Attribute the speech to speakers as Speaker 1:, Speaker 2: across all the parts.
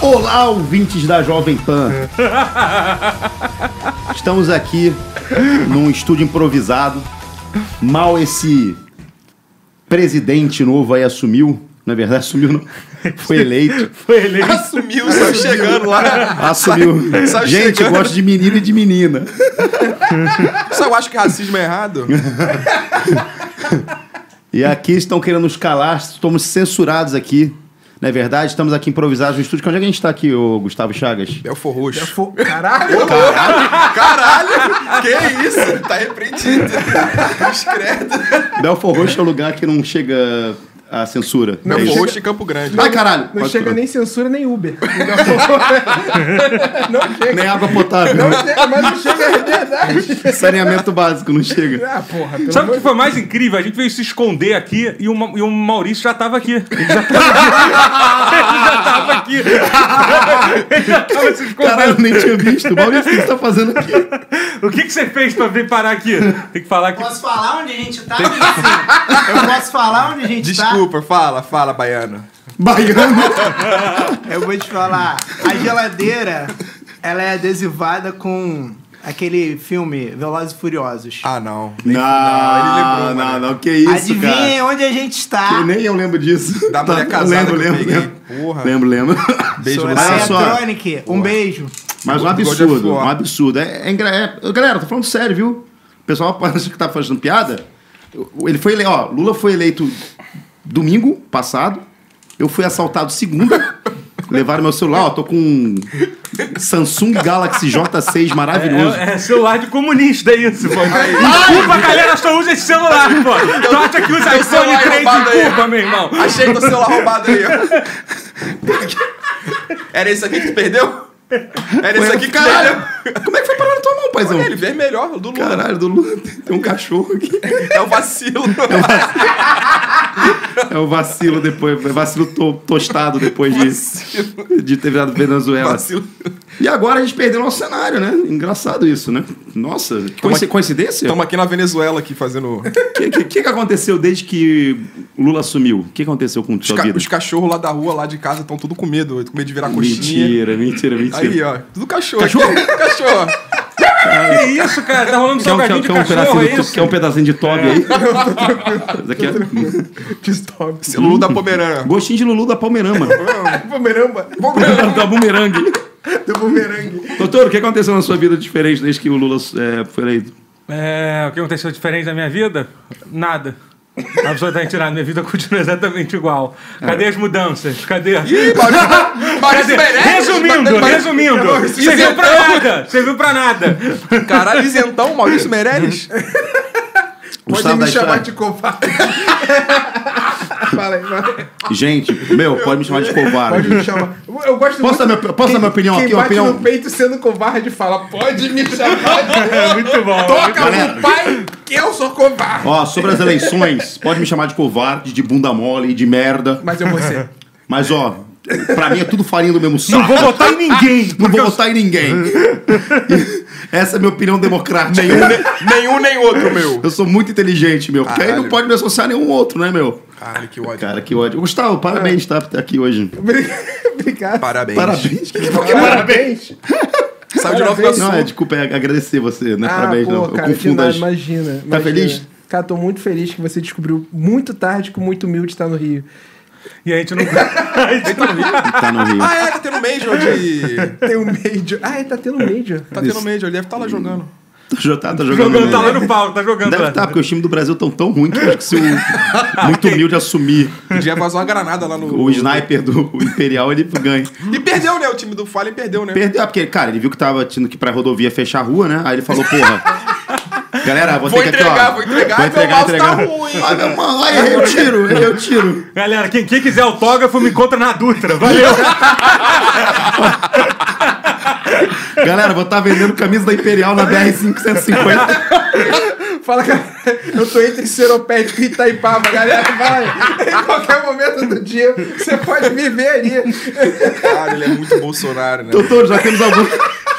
Speaker 1: Olá, ouvintes da Jovem Pan.
Speaker 2: É.
Speaker 1: Estamos aqui num estúdio improvisado. Mal esse presidente novo aí assumiu. Na verdade, assumiu, não. Foi eleito.
Speaker 3: Foi eleito.
Speaker 2: Assumiu, saiu chegando lá.
Speaker 1: Assumiu.
Speaker 2: Sai- sai
Speaker 1: Gente,
Speaker 2: chegando.
Speaker 1: gosto de menino e de menina.
Speaker 2: Só eu acho que racismo é errado.
Speaker 1: E aqui estão querendo nos calar, estamos censurados aqui. Na verdade, estamos aqui improvisados no estúdio. Onde é que a gente está aqui, ô Gustavo Chagas?
Speaker 2: Belfor Roxo.
Speaker 3: Fo- Caralho!
Speaker 2: Caralho! Que isso? Tá repreendido. Discreto.
Speaker 1: Belfort Roxo é o lugar que não chega a censura. É
Speaker 2: Belfor
Speaker 1: isso.
Speaker 2: Roxo e Campo Grande.
Speaker 1: Ai, caralho!
Speaker 3: Não
Speaker 1: Pode-
Speaker 3: chega nem censura nem Uber. Não chega.
Speaker 1: nem água potável. né?
Speaker 3: Não chega, mas não chega é verdade.
Speaker 1: Saneamento básico não chega.
Speaker 3: Ah, porra. Pelo
Speaker 4: Sabe o
Speaker 3: amor
Speaker 4: que foi mais incrível? A gente veio se esconder aqui e o, Ma- e o Maurício já tava aqui. Ele já tava aqui. Ele já tava aqui. Ele já tava se
Speaker 1: Caralho,
Speaker 4: escondendo.
Speaker 1: eu nem tinha visto. Maurício, o que você tá fazendo aqui?
Speaker 4: O que, que você fez pra vir parar aqui? Tem que falar que. é,
Speaker 5: Posso falar onde a gente tá? Vinicius? Eu posso falar onde a gente
Speaker 2: Desculpa, fala, fala, baiano.
Speaker 1: Baiano.
Speaker 5: tá? Eu vou te falar. A geladeira, ela é adesivada com aquele filme Velozes e Furiosos.
Speaker 2: Ah, não.
Speaker 1: Não, não, não, que isso,
Speaker 5: Adivinhem
Speaker 1: cara.
Speaker 5: onde a gente tá? está.
Speaker 1: Eu nem eu lembro disso.
Speaker 2: Da mulher casada
Speaker 1: Lembro,
Speaker 2: que eu
Speaker 1: lembro,
Speaker 2: peguei.
Speaker 1: lembro.
Speaker 2: Porra.
Speaker 1: Lembro, lembro.
Speaker 2: Beijo,
Speaker 5: Sou
Speaker 1: Olha
Speaker 2: Luciano.
Speaker 5: Leia
Speaker 1: né? só.
Speaker 5: Tronic, um beijo.
Speaker 1: Mas um
Speaker 2: Bigode é
Speaker 1: absurdo,
Speaker 2: foda.
Speaker 1: um absurdo. É, é, engra- é- galera, tô falando sério, viu? O pessoal parece que tá fazendo piada. Eu- Ele foi eleito, ó, Lula foi eleito domingo passado. Eu fui assaltado segunda. Levaram meu celular, ó, tô com um Samsung Galaxy J6 maravilhoso.
Speaker 4: É, é celular de comunista, é isso, pô. Desculpa, galera, só usa esse celular, pô. Tu acha que usa
Speaker 2: Teu
Speaker 4: iPhone
Speaker 2: celular
Speaker 4: 3
Speaker 2: roubado aí.
Speaker 4: em Cuba, meu irmão?
Speaker 2: Achei teu celular roubado aí, ó. Era esse aqui que tu perdeu? Era esse aqui que tu perdeu?
Speaker 1: Como é que foi parar na tua mão, paizão?
Speaker 2: Ele veio melhor, o do Lula.
Speaker 1: Caralho, do Lula tem um cachorro aqui.
Speaker 2: É o vacilo.
Speaker 1: É o vacilo depois, é vacilo to- tostado depois de, de ter virado Venezuela.
Speaker 2: vacilo.
Speaker 1: E agora a gente perdeu nosso cenário, né? Engraçado isso, né? Nossa, que coinci- coincidência? O
Speaker 2: Estamos aqui na Venezuela aqui fazendo...
Speaker 1: que, que, que que aconteceu desde que Lula assumiu? O que aconteceu com
Speaker 2: Os,
Speaker 1: sua
Speaker 2: ca-
Speaker 1: vida?
Speaker 2: os cachorros lá da rua, lá de casa, estão tudo com medo. Com medo de virar coxinha.
Speaker 1: Mentira, mentira, mentira.
Speaker 2: Aí, ó. Tudo cachorro.
Speaker 1: Cachorro?
Speaker 2: aqui. cachorro.
Speaker 4: Que isso, cara? Tá rolando
Speaker 1: Quer um, quer um-
Speaker 4: salgadinho de
Speaker 1: quer um
Speaker 4: cachorro, é
Speaker 1: pedacinho do,
Speaker 4: isso?
Speaker 1: quer um pedacinho de Toby aí? Isso aqui é-
Speaker 3: de Stop.
Speaker 2: Esse Lulu da Pomerana.
Speaker 1: Gostinho de Lulu da Palmeirama.
Speaker 3: Pomeramba.
Speaker 1: da Bumerangue.
Speaker 3: Do bumerangue.
Speaker 1: Doutor, o que aconteceu na sua vida diferente desde que o Lula é, foi eleito?
Speaker 4: É, o que aconteceu diferente na minha vida? Nada. Absolutamente nada. Minha vida continua exatamente igual. Cadê
Speaker 1: É.
Speaker 4: as mudanças? Cadê?
Speaker 2: Ih, Maurício, Maurício
Speaker 4: Cadê?
Speaker 2: Meirelles.
Speaker 4: Resumindo,
Speaker 2: Maurício-
Speaker 4: resumindo.
Speaker 2: Maurício
Speaker 4: Serviu pra
Speaker 2: Isentão.
Speaker 4: nada. Serviu pra nada.
Speaker 2: Caralho, isentão, Maurício Meirelles.
Speaker 3: Pode me chamar de covarde. fala aí, fala aí.
Speaker 1: Gente, meu, pode me chamar de
Speaker 3: Pode
Speaker 1: covarde.
Speaker 3: me chamar. Eu gosto
Speaker 1: Posso dar
Speaker 3: muito...
Speaker 1: minha- posso dar minha opinião
Speaker 3: quem
Speaker 1: aqui, uma
Speaker 3: bate
Speaker 1: opinião-
Speaker 3: no peito sendo covarde fala, pode me chamar de...
Speaker 4: É muito bom.
Speaker 3: Toca
Speaker 1: Galera.
Speaker 3: no pai que eu sou covarde.
Speaker 1: Ó, sobre as eleições, pode me chamar de covarde, de bunda mole, de merda.
Speaker 3: Mas eu vou ser.
Speaker 1: Mas, ó, pra mim é tudo farinha do mesmo saco.
Speaker 4: Não vou votar em ninguém.
Speaker 1: Não vou votar em ninguém. Essa é a minha opinião democrática.
Speaker 2: nenhum, ne- nenhum nem outro, meu.
Speaker 1: Eu sou muito inteligente, meu. Porque aí não
Speaker 2: Caralho.
Speaker 1: pode me associar a nenhum outro, né, meu?
Speaker 2: Caralho, que ódio.
Speaker 1: Cara, que ódio. Gustavo, parabéns, tá? por estar aqui hoje.
Speaker 3: Obrigado.
Speaker 2: Parabéns. é-
Speaker 1: Parabéns.
Speaker 3: Parabéns.
Speaker 2: Saiu de novo Iguaçu.
Speaker 3: Parabéns.
Speaker 1: Não, é, desculpa, é agradecer você, né?
Speaker 3: Ah,
Speaker 1: parabéns,
Speaker 3: pô,
Speaker 1: não. Eu
Speaker 3: cara, de
Speaker 1: confundo
Speaker 3: nada,
Speaker 1: as...
Speaker 3: imagina,
Speaker 1: Tá
Speaker 3: imagina.
Speaker 1: feliz?
Speaker 3: Cara, tô muito feliz que você descobriu muito tarde que o Muito Humilde tá no Rio.
Speaker 4: E a gente não. A gente não...
Speaker 1: Tá no Rio.
Speaker 2: Ah, é, tá tendo Major de...
Speaker 3: Tem o Major. Ah, é, tá tendo Major.
Speaker 2: Tá tendo Major, ele deve estar lá jogando.
Speaker 1: Já tá, tá jogando.
Speaker 4: Jogando, tá
Speaker 1: né?
Speaker 4: lá no pau, tá jogando
Speaker 1: Deve
Speaker 4: lá.
Speaker 1: estar, porque os times do Brasil estão tão ruins que eu acho que se o muito humilde assumir
Speaker 2: Já vazou uma granada lá no...
Speaker 1: o sniper do Imperial, ele ganha.
Speaker 2: E perdeu, né? O time do Fallen perdeu, né?
Speaker 1: Perdeu, ah, porque, cara, ele viu que tava tendo que ir pra rodovia fechar a rua, né? Aí ele falou, porra. Galera, vou,
Speaker 2: Vou
Speaker 1: ter que
Speaker 2: entregar,
Speaker 1: aqui, ó.
Speaker 2: vou entregar, meu mouse tá ruim.
Speaker 1: Ai, meu mano, ai, errei o tiro, errei o tiro.
Speaker 4: Galera, quem, quem quiser autógrafo, me encontra na Dutra. Valeu.
Speaker 1: Galera, vou estar vendendo camisa da Imperial na BR-550.
Speaker 3: Fala, cara, eu tô entre Seropédico e Itaipava, galera, vai. Em qualquer momento do dia, você pode me ver ali.
Speaker 2: Cara, ele é muito Bolsonaro, né?
Speaker 1: Doutor, já temos alguns.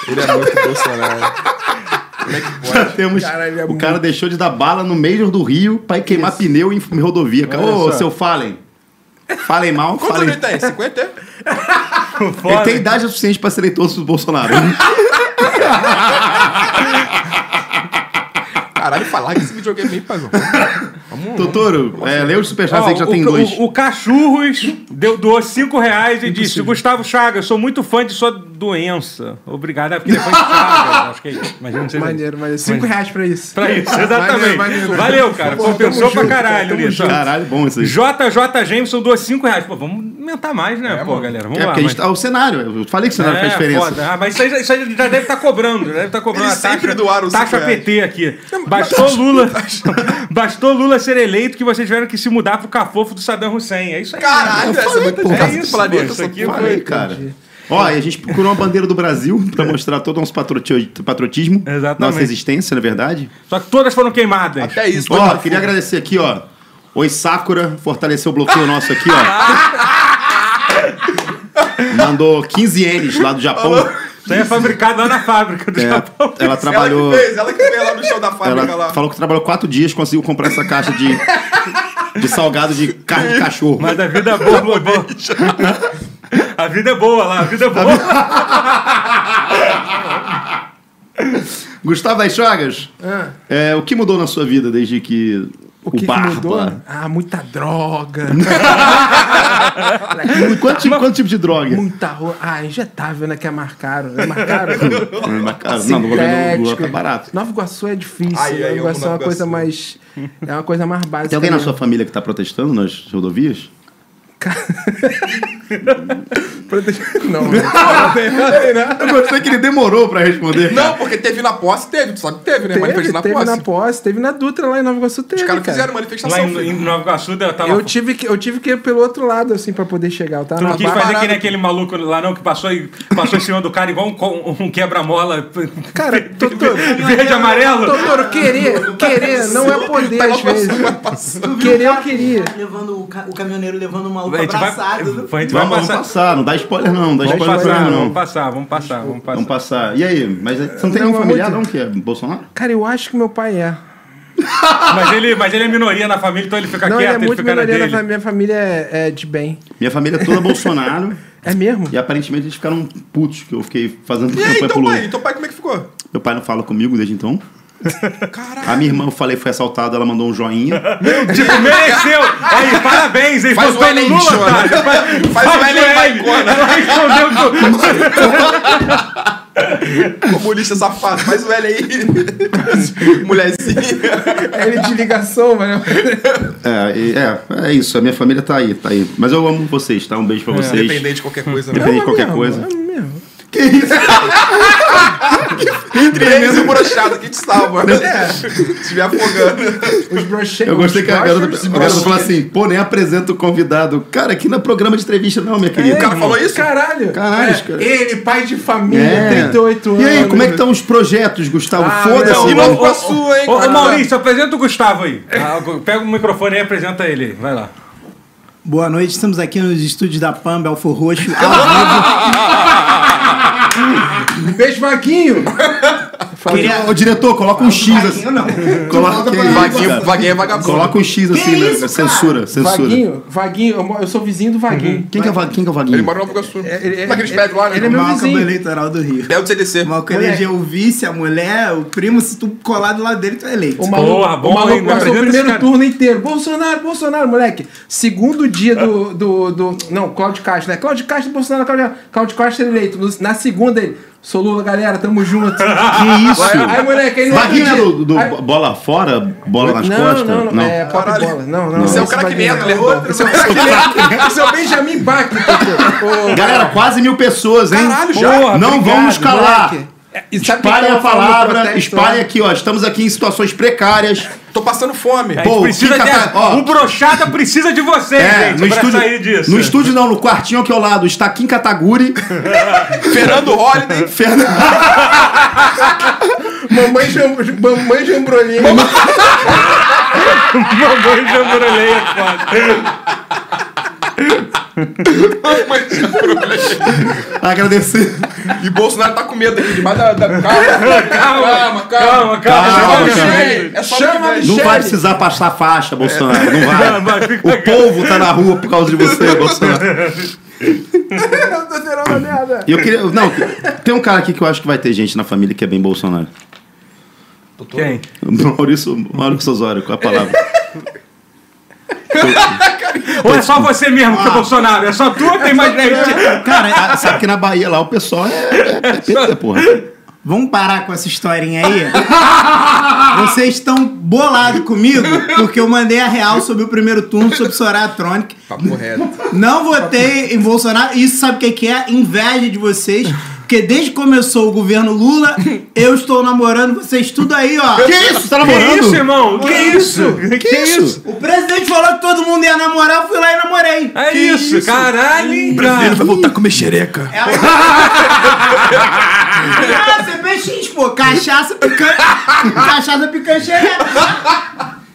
Speaker 2: Ele é muito Bolsonaro. é
Speaker 1: Já temos.
Speaker 3: Caralho, ele é
Speaker 1: o
Speaker 3: muito-
Speaker 1: cara deixou de dar bala no Major do Rio pra ir queimar pneu em, em rodovia. cara.
Speaker 4: Olha
Speaker 1: Ô,
Speaker 4: só.
Speaker 1: seu Fallen. Falem mal,
Speaker 2: Quanto
Speaker 1: falem.
Speaker 2: ele
Speaker 3: tá.
Speaker 2: tem? 50? é?
Speaker 1: Ele tem idade suficiente pra ser eleitor do Bolsonaro.
Speaker 2: Caralho, falar que esse videogame é nem pagou.
Speaker 1: Totoro, é, lê os superchats aí que já
Speaker 4: Hum. Ó,
Speaker 1: tem
Speaker 4: o,
Speaker 1: dois.
Speaker 4: O, o Cachurros deu, doou 5 reais e disse: Gustavo Chaga, sou muito fã de sua doença. Obrigado, é porque ele é fã de Chaga. acho que é isso. Mas eu não sei.
Speaker 3: Maneiro, maneiro. Cinco reais pra isso.
Speaker 4: Pra isso, exatamente.
Speaker 3: Maneiro, maneiro.
Speaker 4: Valeu, cara.
Speaker 3: Porra,
Speaker 4: Compensou
Speaker 3: tamo
Speaker 4: pra
Speaker 3: junto,
Speaker 4: caralho,
Speaker 3: tamo
Speaker 4: Lito.
Speaker 3: junto.
Speaker 1: Caralho, bom isso aí.
Speaker 4: JJ Jameson doou 5 reais. Pô, vamos aumentar mais, né, pô, galera? Vamos
Speaker 1: É,
Speaker 4: lá.
Speaker 1: porque a
Speaker 4: mas-
Speaker 1: gente, ah, o cenário, eu falei que o cenário faz diferença.
Speaker 4: foda. Ah, mas isso aí, já- isso aí já deve estar cobrando. já Deve estar cobrando
Speaker 2: Eles
Speaker 4: a taxa,
Speaker 2: sempre doaram os
Speaker 4: taxa
Speaker 2: cinco reais.
Speaker 4: PT aqui. Bastou Lula, bastou Lula ser eleito que vocês tiveram que se mudar pro cafofo do Saddam Hussein. É isso aí.
Speaker 2: Caralho, essa é muito
Speaker 4: é
Speaker 2: porra do
Speaker 4: isso,
Speaker 2: planeta.
Speaker 4: pô, isso
Speaker 2: essa
Speaker 4: aqui
Speaker 2: porra.
Speaker 1: Falei, cara. Ó, e a gente procurou uma bandeira do Brasil pra mostrar todo o nosso patroti- patriotismo,
Speaker 4: Exatamente.
Speaker 1: nossa existência, na verdade.
Speaker 4: Só que todas foram queimadas.
Speaker 2: Até É isso.
Speaker 1: Ó,
Speaker 2: coitado.
Speaker 1: queria agradecer aqui, ó. Oi, Sakura, fortaleceu o bloqueio nosso aqui, ó. Mandou 15 ienes lá do Japão.
Speaker 4: Isso aí é fabricado lá na fábrica do
Speaker 1: É,
Speaker 4: Japão.
Speaker 1: ela trabalhou.
Speaker 2: Ela que fez, ela que veio lá no chão da fábrica
Speaker 1: Ela
Speaker 2: lá.
Speaker 1: falou que trabalhou quatro dias, conseguiu comprar essa caixa de, de salgado de carne de cachorro.
Speaker 4: Mas a vida é boa, boa, boa. A vida é boa lá, a vida é boa.
Speaker 1: Gustavo das Chagas, é, o que mudou na sua vida desde que o,
Speaker 3: que que
Speaker 1: Barba... tipo,
Speaker 3: Ah, muita droga.
Speaker 1: Quanto, tipo- quanto tipo de droga?
Speaker 3: muita roupa. Ah, injetável, né? Que é marcaram. né? Marcaram.
Speaker 1: Hum, mas, cara, não, não vou ver no Google,
Speaker 3: Sintético.
Speaker 1: tá barato.
Speaker 3: Nova Iguaçu é difícil.
Speaker 2: Ai, ai,
Speaker 3: Nova
Speaker 2: eu amo
Speaker 3: Iguaçu é uma
Speaker 2: Nova
Speaker 3: coisa
Speaker 2: Iguaçu.
Speaker 3: mais. É uma coisa mais básica. né?
Speaker 1: Tem alguém na
Speaker 3: mesmo.
Speaker 1: sua família que tá protestando nas rodovias?
Speaker 3: Não, não tem, não tem, né?
Speaker 1: Eu gostei que ele demorou pra responder. cara.
Speaker 2: Não, porque teve na posse, teve. Tu sabe que teve, né?
Speaker 3: Teve,
Speaker 2: Manifesto na
Speaker 3: teve
Speaker 2: posse.
Speaker 3: na posse, teve na Dutra lá em Nova Iguaçu, teve.
Speaker 2: Os caras
Speaker 3: cara.
Speaker 2: fizeram
Speaker 4: Lá
Speaker 2: manifestação.
Speaker 4: em, em
Speaker 2: filho.
Speaker 4: Nova Iguaçu, eu tava.
Speaker 3: Eu tive, que, eu tive que ir pelo outro lado, assim, pra poder chegar. Eu tava
Speaker 4: Tu não
Speaker 3: na
Speaker 4: quis
Speaker 3: barra-
Speaker 4: fazer que nem aquele maluco lá não, que passou, e passou em cima do cara igual um, co- um quebra-mola
Speaker 3: Cara, Totoro,
Speaker 4: verde e amarelo.
Speaker 3: Totoro, querer, querer não é poder, às vezes. Querer eu queria.
Speaker 5: Levando o, ca- o caminhoneiro levando o maluco
Speaker 4: A gente vai, a
Speaker 5: abraçado.
Speaker 4: gente vai
Speaker 1: Vamos, vamos
Speaker 4: passar.
Speaker 1: passar, não dá spoiler não, não dá
Speaker 4: Vamos
Speaker 1: spoiler pra
Speaker 4: passar,
Speaker 1: ele,
Speaker 4: vamos
Speaker 1: não.
Speaker 4: passar, vamos passar, vamos passar.
Speaker 1: Vamos passar. E aí, mas você não tem
Speaker 3: Não,
Speaker 1: nenhum familiar
Speaker 3: muito.
Speaker 1: não que é Bolsonaro?
Speaker 3: Cara, eu acho que meu pai é.
Speaker 4: Mas ele, mas ele é minoria na família, então ele fica
Speaker 3: Não, ele
Speaker 4: quieto,
Speaker 3: é
Speaker 4: ele,
Speaker 3: muito
Speaker 4: fica na
Speaker 3: minoria,
Speaker 4: dele.
Speaker 3: na fa- minha família é, é de bem.
Speaker 1: Minha família é toda Bolsonaro
Speaker 3: É mesmo?
Speaker 1: e aparentemente eles ficaram putos que eu fiquei fazendo
Speaker 2: E aí,
Speaker 1: campanha pro
Speaker 2: então,
Speaker 1: Lula.
Speaker 2: pai? Então, pai, como é que ficou?
Speaker 1: Meu pai não fala comigo desde então.
Speaker 2: Caralho.
Speaker 1: A minha irmã, eu falei, foi assaltada, ela mandou um joinha.
Speaker 4: Tipo, mereceu! Aí, parabéns, eles
Speaker 2: Faz o
Speaker 4: votaram no
Speaker 2: Enem,
Speaker 4: Lula,
Speaker 2: Joana.
Speaker 4: tá? Faz,
Speaker 2: Faz o Enem, vai, Cona.
Speaker 4: Ela respondeu com...
Speaker 2: Comunista safado. Faz o L aí. Mulherzinha.
Speaker 3: É ele de ligação, mano.
Speaker 1: É, e- é, é isso, a minha família tá aí, tá aí. Mas eu amo vocês, tá? Um beijo pra vocês.
Speaker 2: É, Independente de qualquer coisa, né?
Speaker 1: Independente de qualquer coisa.
Speaker 3: É mesmo.
Speaker 2: Entre eles e o brochado que te salva. Se me afogando.
Speaker 3: Os brocheiros.
Speaker 1: Eu gostei que a garota, a garota
Speaker 3: brocheiros.
Speaker 1: falou assim, pô, nem apresenta o convidado. Cara, aqui não é programa de entrevista não, minha querida.
Speaker 2: o cara falou isso?
Speaker 3: Caralho.
Speaker 1: Caralho,
Speaker 3: É,
Speaker 1: cara.
Speaker 3: Ele, pai de família,
Speaker 1: É.
Speaker 3: 38 anos.
Speaker 1: E aí, como é que estão os projetos, Gustavo?
Speaker 3: Ah,
Speaker 1: Foda-se.
Speaker 2: não,
Speaker 1: mano.
Speaker 2: não. sua, hein,
Speaker 4: Ô, ô,
Speaker 2: cara?
Speaker 4: Maurício, apresenta o Gustavo aí. Ah, Pega o microfone aí e apresenta ele. Vai lá.
Speaker 5: Boa noite, estamos aqui nos estúdios da PAM, Belfor Roxo. ao vivo.
Speaker 3: Beijo, Maguinho.
Speaker 5: Queria-
Speaker 1: Ô, diretor, coloca um X assim.
Speaker 5: Vaguinho, não.
Speaker 1: Coloca que isso,
Speaker 2: Vaguinho,
Speaker 1: cara.
Speaker 2: vaguinho é vagabundo.
Speaker 1: Coloca um X assim,
Speaker 5: Que
Speaker 1: né?
Speaker 5: isso, cara?
Speaker 1: censura, censura.
Speaker 3: Vaguinho, Vaguinho, eu, mo- eu sou vizinho do Vaguinho.
Speaker 4: Uhum.
Speaker 1: Quem, que é, o Va- quem que é o Vaguinho?
Speaker 2: Ele mora no Nova Iguaçu.
Speaker 3: ele-
Speaker 2: Naqueles
Speaker 3: ele-
Speaker 2: prédios lá, né?
Speaker 3: ele é meu
Speaker 5: Malca do
Speaker 3: vizinho.
Speaker 5: eleitoral do Rio.
Speaker 2: Belo do CDC.
Speaker 5: Malca elegeu o vice, a mulher, o primo, se tu colar do lado dele, tu é eleito.
Speaker 3: O maluco,
Speaker 4: Porra, bom,
Speaker 3: o maluco
Speaker 4: hein? Não
Speaker 3: passou o
Speaker 4: apresenta esse
Speaker 3: primeiro
Speaker 4: cara.
Speaker 3: turno inteiro. Bolsonaro, Bolsonaro, moleque. Segundo dia do. do, do não, Cláudio Castro, né? Cláudio Castro, Bolsonaro, Cláudio, Cláudio Castro eleito. No- na segunda ele. Sou Lula, galera, tamo junto.
Speaker 2: Ah,
Speaker 1: Que isso?
Speaker 3: Aí, moleque, aí no outro
Speaker 1: Vaguinho é
Speaker 3: dia-
Speaker 1: do, do
Speaker 3: aí-
Speaker 1: bola fora, bola nas
Speaker 3: não,
Speaker 1: costas?
Speaker 3: Não, não, não. É, pop
Speaker 2: Caralho.
Speaker 3: bola. Não, não.
Speaker 2: Esse é o
Speaker 3: esse
Speaker 2: cara que
Speaker 3: Vaguinho
Speaker 2: medo,
Speaker 3: não.
Speaker 2: né, irmão?
Speaker 3: Esse é o cara que medo. Esse é o Benjamin Bach. Ô,
Speaker 1: Galera, quase mil pessoas, hein?
Speaker 2: Caralho, já.
Speaker 4: Porra,
Speaker 1: não
Speaker 4: obrigado,
Speaker 1: vamos calar.
Speaker 3: moleque. É, e sabe quem
Speaker 1: Espalhem a
Speaker 3: tava falando no
Speaker 1: palavra,
Speaker 3: protesto
Speaker 1: espalhem
Speaker 3: lá?
Speaker 1: aqui, ó. Estamos aqui em situações precárias.
Speaker 2: Tô passando fome.
Speaker 4: A
Speaker 1: Pô,
Speaker 4: gente precisa
Speaker 1: fica
Speaker 4: de...
Speaker 1: pra- ó.
Speaker 4: O Brochada precisa de vocês,
Speaker 1: É,
Speaker 4: gente,
Speaker 1: no
Speaker 4: pra
Speaker 1: estúdio,
Speaker 4: sair disso.
Speaker 1: no estúdio não, no quartinho aqui ao lado está Kim Kataguri,
Speaker 2: Fernando Holliday.
Speaker 1: Fernando,
Speaker 3: Mamãe, Jam- Mamãe Jambrolinha.
Speaker 4: é Mamãe jambrulei, é foda.
Speaker 2: Mas de problema.
Speaker 1: Agradecer.
Speaker 2: E Bolsonaro tá com medo aqui debaixo da, da... Calma, calma, calma.
Speaker 4: Calma,
Speaker 1: Calma,
Speaker 4: calma. calma,
Speaker 1: calma.
Speaker 2: É só
Speaker 3: Chama
Speaker 1: Não
Speaker 2: Chama
Speaker 1: vai precisar passar faixa, Bolsonaro. Não vai.
Speaker 4: Mas fica-
Speaker 1: O povo tá na rua por causa de você, Bolsonaro.
Speaker 6: Eu tô tirando a merda.
Speaker 1: E eu queria. Não, tem um cara aqui que eu acho que vai ter gente na família que é bem Bolsonaro.
Speaker 4: Quem?
Speaker 1: Maurício, Maurício Osório, com a palavra.
Speaker 4: Ou é só você mesmo que é Bolsonaro? É só tu ou tem mais gente?
Speaker 1: Cara, a- Ah, sabe que na Bahia lá o pessoal é, é, é PT, porra.
Speaker 6: Vamos parar com essa historinha aí? Vocês estão bolados comigo porque eu mandei a real sobre o primeiro turno, sobre Soratronic.
Speaker 2: Papo reto.
Speaker 6: Não votei em Bolsonaro. Isso sabe o que que é? Inveja de vocês. Porque desde que começou o governo Lula, eu estou namorando vocês tudo aí, ó.
Speaker 1: Que isso? Tá
Speaker 4: Que
Speaker 1: namorando?
Speaker 4: isso, irmão? Que isso?
Speaker 1: Que, isso?
Speaker 6: O presidente falou que todo mundo ia namorar, eu fui lá e namorei.
Speaker 4: É isso, caralho,
Speaker 1: Ele vai
Speaker 4: cara.
Speaker 1: voltar a comer xereca.
Speaker 6: Ah, você peixinho, pô. Cachaça picanha. Cachaça picanha é. xereca.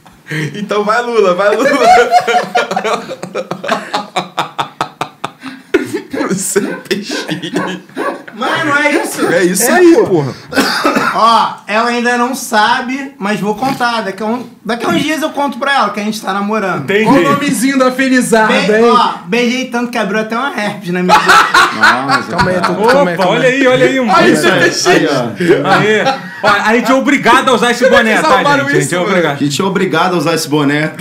Speaker 2: Então vai, Lula, vai, Lula. Sem é peixinho.
Speaker 6: Mano, é isso.
Speaker 2: É isso aí, porra.
Speaker 6: Ó, ela ainda não sabe, mas vou contar. Daqui a, um- daqui a uns dias eu conto pra ela que a gente tá namorando.
Speaker 4: Entendi.
Speaker 3: Olha o nomezinho da felizarda,
Speaker 6: Be
Speaker 3: hein?
Speaker 6: ó, beijei tanto que abriu até uma herpes na minha boca.
Speaker 3: Calma aí, tô, calma aí,
Speaker 4: Opa,
Speaker 3: calma
Speaker 4: olha aí, olha aí. Um
Speaker 2: Aí,
Speaker 4: isso
Speaker 2: sem
Speaker 4: aí.
Speaker 2: peixinho.
Speaker 4: Aí. Ó, a gente é obrigado a usar esse
Speaker 2: Como é que
Speaker 4: boné,
Speaker 2: vocês
Speaker 4: tá,
Speaker 2: arrumaram
Speaker 4: gente? A gente
Speaker 2: isso,
Speaker 4: é
Speaker 1: A
Speaker 2: mano?
Speaker 4: obrigado.
Speaker 1: gente é obrigado a usar esse boné.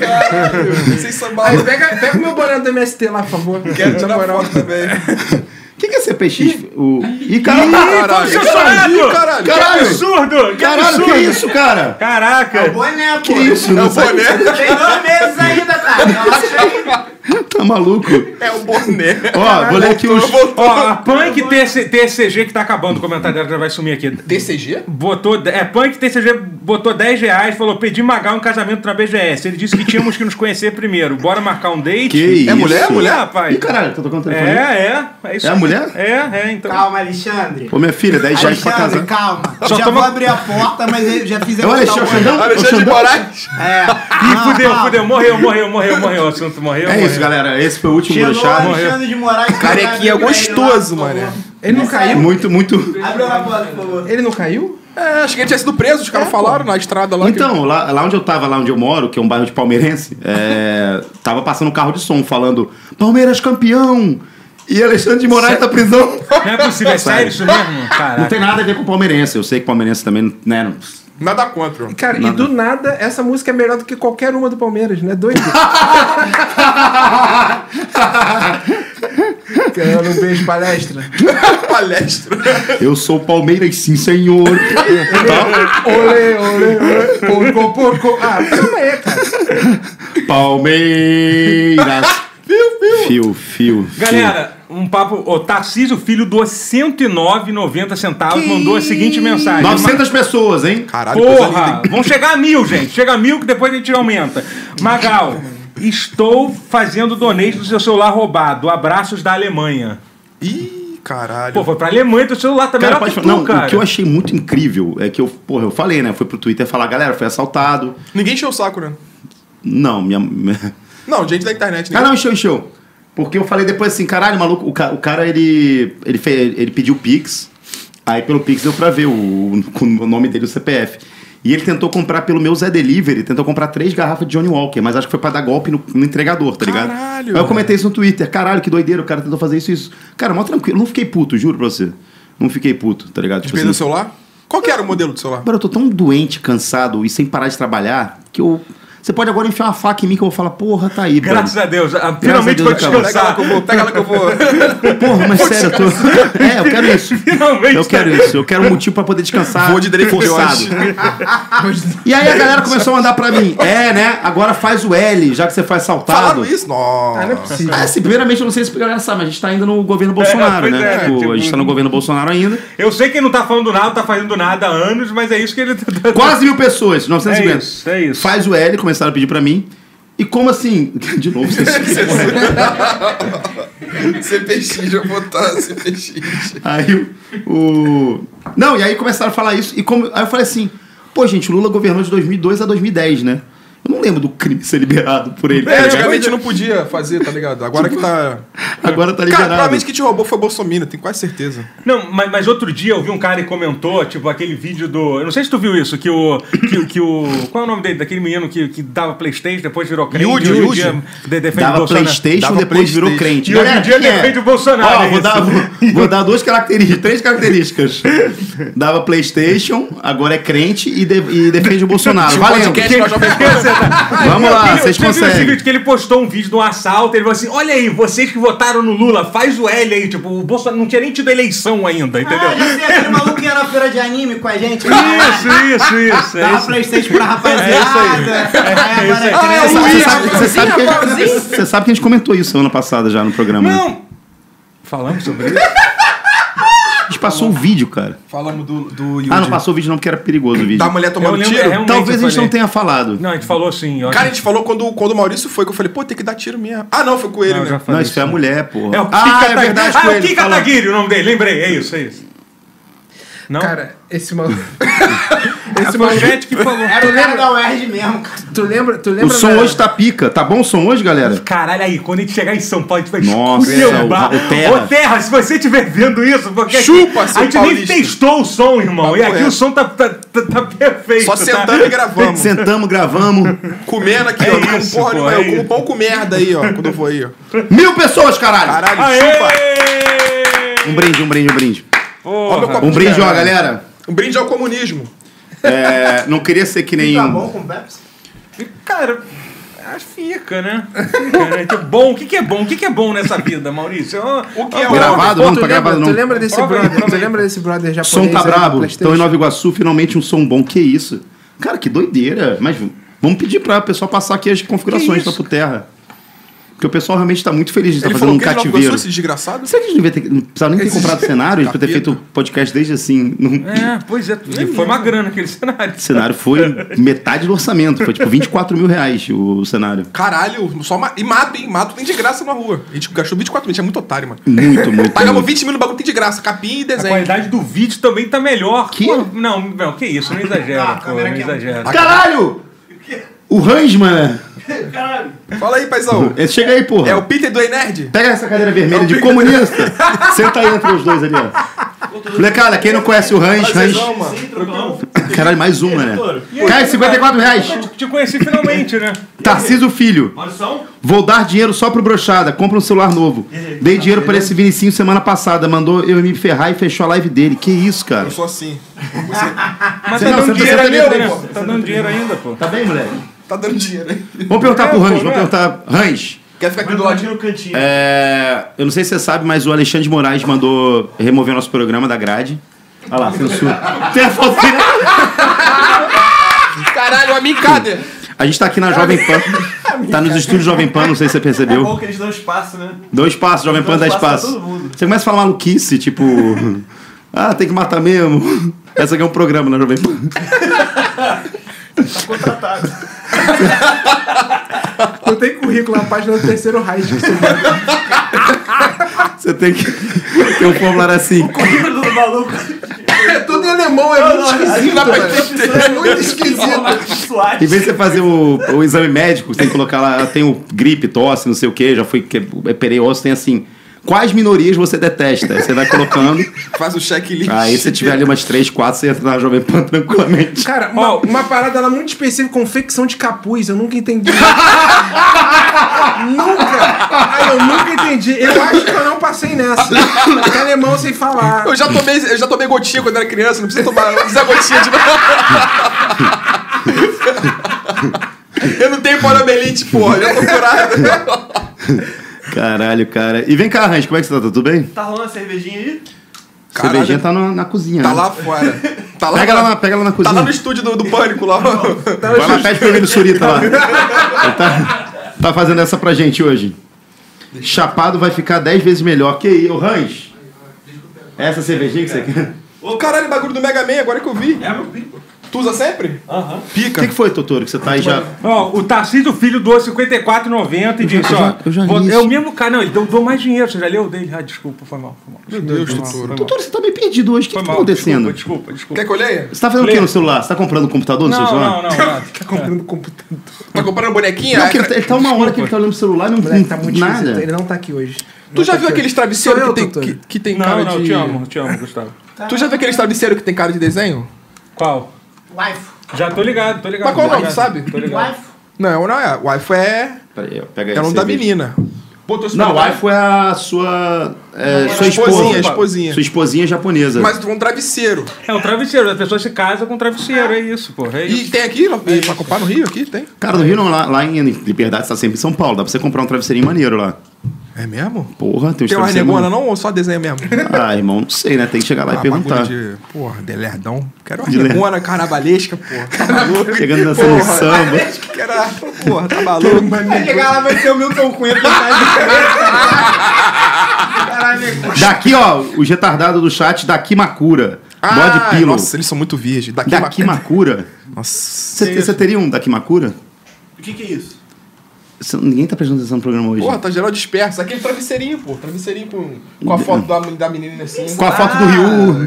Speaker 2: Sem
Speaker 3: Aí,
Speaker 2: sambar.
Speaker 3: pega, pega o meu boné do MST lá, por favor.
Speaker 2: Quero
Speaker 3: Na
Speaker 2: tirar
Speaker 3: moral.
Speaker 2: foto também.
Speaker 1: O que, que é ser peixinho? O... Ih, caralho!
Speaker 2: Caralho.
Speaker 4: Seu sonado!
Speaker 2: Caralho.
Speaker 4: Que absurdo! Que
Speaker 1: Caralho, que
Speaker 4: absurdo!
Speaker 1: isso, cara?
Speaker 4: Caraca!
Speaker 6: Boné, né, pô.
Speaker 1: Que isso?
Speaker 2: É
Speaker 1: Não
Speaker 2: o
Speaker 1: sei.
Speaker 2: boné.
Speaker 6: Tem dois meses ainda, cara. Relaxa aí.
Speaker 1: Tá maluco?
Speaker 2: É o boné.
Speaker 1: Ó, vou ler aqui os...
Speaker 4: Ó, a Punk TC TCG que tá acabando, o comentário dela já vai sumir aqui.
Speaker 2: TCG?
Speaker 4: Botou, de- é, Punk TCG botou 10 reais, falou, pedi Magal um casamento na BGS. Ele disse que tínhamos que nos conhecer primeiro. Bora marcar um date?
Speaker 1: Que isso?
Speaker 2: É mulher?
Speaker 4: É,
Speaker 2: Mulher?
Speaker 4: rapaz.
Speaker 1: Ih, caralho, tô tocando o telefone.
Speaker 4: É, é. É, isso
Speaker 1: É a
Speaker 4: aí.
Speaker 1: mulher?
Speaker 4: É, é, então.
Speaker 6: Calma, Alexandre.
Speaker 1: Ô, minha filha, 10 reais pra
Speaker 6: Alexandre,
Speaker 1: casar.
Speaker 6: calma.
Speaker 4: Só
Speaker 6: já
Speaker 4: toma-
Speaker 6: vou abrir a porta, mas eu já fiz tá
Speaker 1: É o Alexandre Xandão? É o
Speaker 2: Alexandre de
Speaker 1: Xandão?
Speaker 2: Moraes.
Speaker 6: É.
Speaker 4: Ih,
Speaker 6: Não,
Speaker 4: fudeu,
Speaker 6: calma.
Speaker 4: fudeu. Morreu, morreu, morreu, morreu. O assunto morreu.
Speaker 1: É
Speaker 4: morreu.
Speaker 1: isso, galera. Esse foi o último
Speaker 6: Chegou o
Speaker 1: Bochado.
Speaker 6: Alexandre de Moraes.
Speaker 2: Carequinha
Speaker 6: Abre pra ele
Speaker 2: é
Speaker 6: lá,
Speaker 2: gostoso,
Speaker 6: por favor.
Speaker 2: mano.
Speaker 3: Ele não caiu?
Speaker 1: Muito, muito...
Speaker 6: Abre a porta, por favor.
Speaker 3: Ele não caiu?
Speaker 2: É, acho que ele tinha sido preso, os caras falaram na estrada lá. que-
Speaker 1: Então, lá, lá onde eu tava, lá onde eu moro, que é um bairro de palmeirense, é, tava passando um carro de som falando Palmeiras campeão! E Alexandre de Moraes da prisão.
Speaker 4: Não é possível, é sério isso mesmo?
Speaker 1: Não
Speaker 4: Caraca.
Speaker 1: tem nada a ver com palmeirense. Eu sei que palmeirense também, né? não-
Speaker 2: Nada contra.
Speaker 3: Cara, e do nada, essa música é melhor do que qualquer uma do Palmeiras, né? Doido. Querendo um beijo, palestra.
Speaker 2: Palestra.
Speaker 1: Eu sou Palmeiras, sim, senhor.
Speaker 3: Olê, olê, olê. Porco, porco. Ah, calma aí, cara.
Speaker 1: Palmeiras. Fio, fio. Fio, fio.
Speaker 4: Galera, um papo. O Tarcísio Filho doou 109,90 centavos. Mandou a seguinte mensagem.
Speaker 1: 900 pessoas, hein?
Speaker 2: Caralho,
Speaker 4: Porra! Vamos chegar a mil, gente. Chega a mil que depois a gente aumenta. Magal, estou fazendo donate do seu celular roubado. Abraços da Alemanha.
Speaker 2: Ih, caralho.
Speaker 4: Pô, foi pra Alemanha teu celular também.
Speaker 1: Cara,
Speaker 4: Olha
Speaker 1: pode
Speaker 4: que
Speaker 1: falar-
Speaker 4: tu,
Speaker 1: não, o que eu achei muito incrível é que eu, porra, eu falei, né? Fui pro Twitter falar, galera, foi assaltado.
Speaker 2: Ninguém encheu o saco, né?
Speaker 1: Não, minha,
Speaker 2: Não, gente da internet.
Speaker 1: Ah, não, encheu, encheu. Porque eu falei depois assim, caralho, maluco, o, ca- o cara, ele, ele, fe- ele pediu Pix, aí pelo Pix deu pra ver o, com o nome dele, o CPF. E ele tentou comprar pelo meu Zé Delivery, tentou comprar três garrafas de Johnny Walker, mas acho que foi pra dar golpe no, no entregador, tá ligado?
Speaker 2: Caralho.
Speaker 1: Aí eu comentei isso no Twitter, caralho, que doideira, o cara tentou fazer isso e isso. Cara, mó tranquilo, não fiquei puto, juro pra você. Não fiquei puto, tá ligado?
Speaker 2: Perdeu o celular? Qual que era o modelo do celular?
Speaker 1: Agora eu tô tão doente, cansado e sem parar de trabalhar, que eu... Você pode agora enfiar uma faca em mim que eu vou falar, porra, tá aí, brother.
Speaker 4: Graças a Deus. ah, Finalmente
Speaker 1: a Deus,
Speaker 4: vou
Speaker 1: acabou.
Speaker 2: Pega ela
Speaker 4: descansar.
Speaker 2: que eu vou. Pega ela que eu vou.
Speaker 1: Porra, mas sério, eu tô. É, eu quero isso.
Speaker 4: Finalmente.
Speaker 1: Eu quero isso. Eu quero um motivo pra poder descansar.
Speaker 2: Vou de direito de
Speaker 1: forçado. E aí a galera começou a mandar pra mim. É, né? Agora faz o L, já que você foi
Speaker 2: Falaram
Speaker 1: assaltado.
Speaker 2: isso? Nossa.
Speaker 3: Ah, não é possível.
Speaker 1: Ah, assim, primeiramente, eu não sei se a galera sabe, mas a gente tá ainda no governo Bolsonaro,
Speaker 4: pois
Speaker 1: né?
Speaker 4: é,
Speaker 1: Tipo,
Speaker 4: tipo-
Speaker 1: A gente tá no governo Bolsonaro ainda.
Speaker 4: Eu sei que ele não tá falando nada, tá fazendo nada há anos, mas é isso que ele tá. tá-
Speaker 1: Quase mil pessoas,
Speaker 4: É
Speaker 1: 950.
Speaker 4: isso, é isso.
Speaker 1: Faz o L, começaram a pedir pra mim. E como assim? De novo, vocês-
Speaker 2: CPX, eu vou botar
Speaker 1: É,
Speaker 2: CPX.
Speaker 1: Aí o, o- Não, e aí começaram a falar isso. E como... Aí eu falei assim, pô, gente, o Lula governou de 2002 a 2010, né? Eu Eu não lembro do crime ser liberado por ele.
Speaker 2: É,
Speaker 1: tá ligado?
Speaker 2: antigamente não podia fazer, tá ligado? Agora que tá.
Speaker 1: Agora tá
Speaker 2: Cara,
Speaker 1: liberado.
Speaker 2: provavelmente que te roubou foi Bolsonaro, tenho quase certeza.
Speaker 4: Não, mas, mas outro dia eu vi um cara e comentou, tipo, aquele vídeo do. Eu não sei se tu viu isso, que o. Que, que o qual é o nome dele? Daquele menino que, que dava Playstation, depois virou crente.
Speaker 2: Yudi,
Speaker 4: e hoje em
Speaker 2: Yudi.
Speaker 4: dia de- defende o
Speaker 1: Dava
Speaker 4: Bolsonaro.
Speaker 1: Playstation,
Speaker 2: Dava
Speaker 1: depois virou
Speaker 2: PlayStation.
Speaker 1: crente.
Speaker 4: E hoje em dia
Speaker 1: quem
Speaker 4: defende o Bolsonaro,
Speaker 1: Ó,
Speaker 4: é
Speaker 1: vou,
Speaker 4: isso.
Speaker 1: dar, vou, vou dar duas características, três características. Dava Playstation, agora é crente e, de- e defende o Bolsonaro. Valendo.
Speaker 2: podcast com a Jovem
Speaker 1: é
Speaker 2: Pan.
Speaker 1: Vamos lá,
Speaker 4: Ele-
Speaker 1: vocês
Speaker 4: você viu esse
Speaker 1: conseguem.
Speaker 4: vídeo que ele postou um vídeo de um assalto, ele falou assim: olha aí, vocês que votaram no Lula, faz o L aí, tipo, o Bolsonaro não tinha nem tido eleição ainda, entendeu?
Speaker 5: Ah, já sei, aquele maluco que ia na feira de anime com a gente.
Speaker 6: né?
Speaker 4: Isso, isso, isso. é
Speaker 5: Dava
Speaker 4: isso.
Speaker 5: Playstation pra rapaziada. Aí agora é
Speaker 1: Você
Speaker 5: criança.
Speaker 1: sabe-
Speaker 5: Você sabe-
Speaker 1: você sabe- Você sabe que- você sabe que a gente comentou isso semana passada já no programa, né?
Speaker 4: Não! Falamos sobre isso?
Speaker 1: A gente passou o vídeo, cara.
Speaker 2: Falamos do, do Yudi.
Speaker 1: Ah, não passou o vídeo não, porque era perigoso o vídeo.
Speaker 2: Da mulher
Speaker 4: Eu
Speaker 2: tomando
Speaker 4: lembro-
Speaker 2: tiro.
Speaker 4: é um-
Speaker 1: Talvez a
Speaker 4: eu
Speaker 1: gente não
Speaker 4: falei.
Speaker 1: tenha falado.
Speaker 4: Não, a gente falou assim, ó.
Speaker 2: Cara, a gente falou quando, quando o Maurício foi, que eu falei, pô, tem que dar tiro mesmo. Ah, não, foi com ele,
Speaker 4: Não, eu já
Speaker 2: né?
Speaker 4: falei
Speaker 1: Não, isso foi a mulher, porra.
Speaker 4: É o Kika
Speaker 1: ah, é
Speaker 4: Tagui-
Speaker 1: verdade
Speaker 4: Ah,
Speaker 1: com
Speaker 4: é o
Speaker 1: ele.
Speaker 4: Kika
Speaker 1: fala-
Speaker 4: Taguiri, o nome dele, lembrei, é isso, é isso. Não?
Speaker 3: Cara, esse maluco.
Speaker 4: esse foi o Jet que falou.
Speaker 5: Era o cara da UERJ mesmo, cara.
Speaker 3: Tu lembra, tu
Speaker 1: O
Speaker 3: lembra
Speaker 1: som
Speaker 3: da-
Speaker 1: hoje tá pica. Tá bom o som hoje, galera?
Speaker 4: Caralho, aí, quando a gente chegar em São Paulo, a gente vai
Speaker 1: Nossa, é,
Speaker 4: esculhambar.
Speaker 1: o- o Terra.
Speaker 4: Ô, Terra, se você estiver vendo isso, porque aqui-
Speaker 2: Chupa, seu
Speaker 4: A gente nem
Speaker 2: paulista.
Speaker 4: testou o som, irmão.
Speaker 2: Papo
Speaker 4: e aqui
Speaker 2: reto.
Speaker 4: o som tá, tá, tá- tá perfeito.
Speaker 2: Só
Speaker 4: tá?
Speaker 2: sentando e gravamos.
Speaker 1: Sentamos, gravamos.
Speaker 2: Comendo aqui,
Speaker 4: É
Speaker 2: ó. Não
Speaker 4: isso,
Speaker 2: porra
Speaker 4: pô,
Speaker 2: nenhuma.
Speaker 4: é
Speaker 2: Eu como
Speaker 4: isso.
Speaker 2: pão com merda aí, ó. Quando eu vou aí, ó.
Speaker 1: Mil pessoas, caralho!
Speaker 2: Caralho, chupa.
Speaker 4: Aê!
Speaker 1: Um brinde, um brinde, um brinde.
Speaker 2: Ó, meu copo
Speaker 1: Um
Speaker 2: de
Speaker 1: brinde, ó,
Speaker 2: caralho.
Speaker 1: galera.
Speaker 2: Um brinde ao comunismo.
Speaker 1: É, não queria ser que nem. um
Speaker 5: Tá bom com Pepsi?
Speaker 4: Cara, acho que fica, né? Fica, né? Que bom. O que, que é bom? O que, que é bom nessa vida, Maurício?
Speaker 2: O que é
Speaker 4: bom?
Speaker 1: Gravado?
Speaker 3: Pô,
Speaker 1: não,
Speaker 3: tu
Speaker 1: tá
Speaker 3: lembra-
Speaker 1: gravado não.
Speaker 3: Tu lembra desse
Speaker 4: Prova aí,
Speaker 3: brother?
Speaker 4: prova
Speaker 3: Tu
Speaker 4: aí.
Speaker 3: lembra desse brother
Speaker 1: O
Speaker 3: japonês?
Speaker 1: som tá
Speaker 3: aí do
Speaker 1: brabo.
Speaker 3: PlayStation?
Speaker 1: Então em Nova Iguaçu, finalmente um som bom. Que isso? Cara, que doideira. Mas v- vamos pedir pra o pessoal passar aqui as configurações
Speaker 4: Que
Speaker 1: lá
Speaker 4: isso?
Speaker 1: pro Terra. Porque o pessoal realmente tá muito feliz de estar
Speaker 2: Ele
Speaker 1: fazendo
Speaker 2: falou
Speaker 1: um
Speaker 2: que é ele não gostou
Speaker 1: cativeiro.
Speaker 2: esse desgraçado.
Speaker 1: Será que a gente não devia ter, não precisava nem ter comprado cenário? A gente podia ter
Speaker 2: Capeta.
Speaker 1: feito podcast desde assim. Num...
Speaker 4: É, pois é. e Foi uma grana aquele cenário.
Speaker 1: O cenário foi metade do orçamento. Foi tipo 24 mil reais o cenário.
Speaker 2: Caralho, só ma... e mato, hein? Mato tem de graça na rua. A gente gastou 24 mil, a gente é muito otário, mano.
Speaker 1: Muito, muito.
Speaker 2: Pagamos
Speaker 1: muito.
Speaker 2: 20 mil no bagulho tem de graça, capim e
Speaker 4: A
Speaker 2: desenho.
Speaker 4: qualidade do vídeo também tá melhor.
Speaker 1: Que?
Speaker 4: Pô, não, não, que isso, não exagera.
Speaker 5: Ah, a
Speaker 4: pô,
Speaker 5: câmera
Speaker 4: não
Speaker 5: aqui é um-
Speaker 4: exagera.
Speaker 1: Caralho! O Hansman!
Speaker 2: Fala aí, paizão.
Speaker 1: É, Chega aí, porra.
Speaker 2: É o Peter do Ei Nerd?
Speaker 1: Pega essa cadeira vermelha
Speaker 2: É o
Speaker 1: de
Speaker 2: Big-
Speaker 1: comunista. Senta aí entre os dois ali, ó. Molecada, quem não conhece o Hans, Hans.
Speaker 2: Prazerzão, mano.
Speaker 1: Caralho, mais uma, né? Cai, 54 reais.
Speaker 4: Te- Te conheci finalmente, né?
Speaker 1: Tarciso Filho. Vou dar dinheiro só pro brochada. Compra um celular novo. Dei dinheiro pra esse Vinicinho semana passada. Mandou eu me ferrar e fechou a live dele. Que isso, cara?
Speaker 2: Eu sou assim.
Speaker 4: Mas
Speaker 1: Você
Speaker 4: tá
Speaker 1: não,
Speaker 4: dando
Speaker 1: você
Speaker 4: dinheiro
Speaker 1: tá
Speaker 4: ainda,
Speaker 1: entendendo,
Speaker 4: né? Tá dando dinheiro ainda, pô.
Speaker 1: Tá bem, moleque?
Speaker 2: Tá dando dinheiro aí.
Speaker 1: Vamos perguntar pro
Speaker 4: É,
Speaker 1: Hans.
Speaker 4: pô,
Speaker 1: Vamos
Speaker 4: né?
Speaker 1: perguntar. Hans,
Speaker 2: Quer ficar tá aqui do lado?
Speaker 6: no cantinho.
Speaker 1: É, eu não sei se você sabe, mas o Alexandre Moraes mandou remover nosso programa da grade. Olha lá, censura. Tem a fotinha.
Speaker 2: Caralho, a Minkader.
Speaker 1: A gente tá aqui na Jovem Pan. Tá nos estúdios Jovem Pan, não sei se você
Speaker 6: É bom
Speaker 1: percebeu.
Speaker 6: que eles dão espaço, né?
Speaker 1: Dois passos, Jovem Pan dá
Speaker 6: Dois passos
Speaker 1: espaço.
Speaker 6: pra todo mundo.
Speaker 1: Você começa a falar maluquice, tipo. Ah, tem que matar mesmo. Essa aqui é um programa na Jovem Pan.
Speaker 6: Contratado.
Speaker 3: Tu tem currículo na página do terceiro raio.
Speaker 1: Você tem que ter um formulário assim.
Speaker 6: Currículo do maluco.
Speaker 3: É tudo em alemão, é muito esquisito.
Speaker 2: dá pra
Speaker 3: mano. É muito esquisito.
Speaker 1: Em
Speaker 6: Suave.
Speaker 1: vez de você fazer o, o exame médico, você tem que colocar lá, "Ah, tem o gripe, tosse, não sei o quê, já fui que, perei osso, tem assim. Quais minorias você detesta? Aí Você vai colocando.
Speaker 2: Faz o checklist.
Speaker 1: Aí se tiver ali umas 3, 4, você entra na Jovem Pan tranquilamente.
Speaker 3: Cara, uma,
Speaker 4: Ó,
Speaker 3: uma parada ela muito específica, confecção de capuz, eu nunca entendi. nunca! Ah, eu nunca entendi. Eu acho que eu não passei nessa. Porque alemão sem falar.
Speaker 2: Eu já tomei, eu já tomei gotinha quando era criança, não precisa tomar, não precisa gotinha de novo. Eu não tenho poliomielite, porra, já tô curado.
Speaker 1: Caralho, cara. E vem cá, Hans, como é que você tá? Tá tudo bem?
Speaker 6: Tá rolando a cervejinha aí?
Speaker 2: Caralho.
Speaker 1: Cervejinha tá na, na cozinha.
Speaker 2: Tá
Speaker 1: né?
Speaker 2: lá fora. Tá lá
Speaker 1: Pega ela
Speaker 2: na-
Speaker 1: na, pega ela na
Speaker 2: Tá
Speaker 1: cozinha.
Speaker 2: lá no estúdio do, do Pânico, lá.
Speaker 1: Vai lá, pede pra ele do Surita lá. Ele tá, tá fazendo essa pra gente hoje. Chapado vai ficar 10 vezes melhor. Que isso, Hans? Essa cervejinha que você quer?
Speaker 2: Ô, caralho, o bagulho do Mega Man, agora que eu vi.
Speaker 6: É, meu pico.
Speaker 2: Tu usa sempre?
Speaker 1: O que, que foi, Totoro, que você tá aí já?
Speaker 4: Ó, o Tarcísio Filho doou 54,90 e disse, ó...
Speaker 1: eu já li
Speaker 4: vou-
Speaker 1: isso.
Speaker 4: É o mesmo cara... Não, ele deu, deu mais dinheiro. Você já leu o dele? Ah, desculpa, foi mal. Foi mal.
Speaker 2: Meu Deus, doutor.
Speaker 1: Totoro, você tá meio perdido hoje. O que,
Speaker 4: Foi
Speaker 1: que tá
Speaker 4: mal,
Speaker 1: acontecendo?
Speaker 4: Desculpa, desculpa, desculpa.
Speaker 2: Quer que eu leia?
Speaker 1: Você tá fazendo o que no celular? Você tá comprando um computador no seu
Speaker 4: Não,
Speaker 1: celular?
Speaker 4: não, não, não.
Speaker 3: comprando computador.
Speaker 2: Tá comprando bonequinha?
Speaker 1: Não, que ele, tá- ele tá uma hora que ele tá olhando pro celular e não
Speaker 3: Moleque, tá muito
Speaker 1: nada.
Speaker 3: esquisito. Ele não tá aqui hoje.
Speaker 2: Tu já viu aqueles travesseiros
Speaker 3: Sou
Speaker 2: que
Speaker 3: eu,
Speaker 2: tem,
Speaker 3: doutor.
Speaker 2: que, que tem
Speaker 4: Não,
Speaker 2: cara
Speaker 4: não,
Speaker 2: de...
Speaker 4: te amo, te amo, Gustavo.
Speaker 2: Tu já viu aqueles travesseiros que tem cara de desenho?
Speaker 4: Qual?
Speaker 6: Life.
Speaker 4: Já tô ligado, tô ligado.
Speaker 1: é
Speaker 2: Mas qual
Speaker 4: tô
Speaker 2: nome,
Speaker 4: ligado,
Speaker 2: sabe?
Speaker 4: Tô ligado.
Speaker 6: Life.
Speaker 2: Não, não é. Wife é...
Speaker 1: Peraí, ó, pega
Speaker 2: É
Speaker 1: esse
Speaker 2: o nome da
Speaker 1: aí, bicho.
Speaker 2: menina. Botou
Speaker 1: Não, a wife é a sua. é, sua
Speaker 2: Esposinha,
Speaker 1: esposa.
Speaker 2: esposinha.
Speaker 1: Sua esposinha japonesa.
Speaker 2: Mas tu um travesseiro.
Speaker 4: É um travesseiro, as pessoas se casam com um travesseiro, é isso, pô. É
Speaker 2: E
Speaker 4: isso.
Speaker 2: tem aqui, e pra comprar no Rio, aqui tem.
Speaker 1: Cara, do Rio não, lá, lá em Liberdade, você tá sempre em São Paulo. Dá pra você comprar um travesseirinho maneiro lá.
Speaker 2: É mesmo?
Speaker 1: Porra, tem uns
Speaker 2: Tem uma
Speaker 1: travesseiros.
Speaker 2: negona não ou só desenha mesmo?
Speaker 1: Ah, irmão, não sei, né? Tem que chegar lá e
Speaker 2: Ah,
Speaker 1: perguntar.
Speaker 2: bagulho de- porra, delerdão. Quero uma
Speaker 1: De ler.
Speaker 2: negona carnavalesca, porra. Tá maluco?
Speaker 1: Chegando dançando
Speaker 2: Porra.
Speaker 1: samba.
Speaker 2: Quero, porra, tá maluco?
Speaker 5: Vai chegar lá, vai ser o Milton Cunha tá pintado de cabeça. Caralho,
Speaker 1: Daqui, ó, os retardados do chat, daqui Makura.
Speaker 2: Ah,
Speaker 1: Body Pillow.
Speaker 2: Nossa, eles são muito virgens. Daqui,
Speaker 1: Daqui
Speaker 2: ma-
Speaker 1: Makura.
Speaker 2: Nossa.
Speaker 1: Você você teria um Daqui Makura?
Speaker 6: O que que é isso?
Speaker 1: Cê- Ninguém tá prestando atenção no programa hoje.
Speaker 2: Porra, tá geral disperso. Aquele travesseirinho, pô. Travesseirinho com, com a foto da, da menina assim.
Speaker 1: Com a foto do Ryu.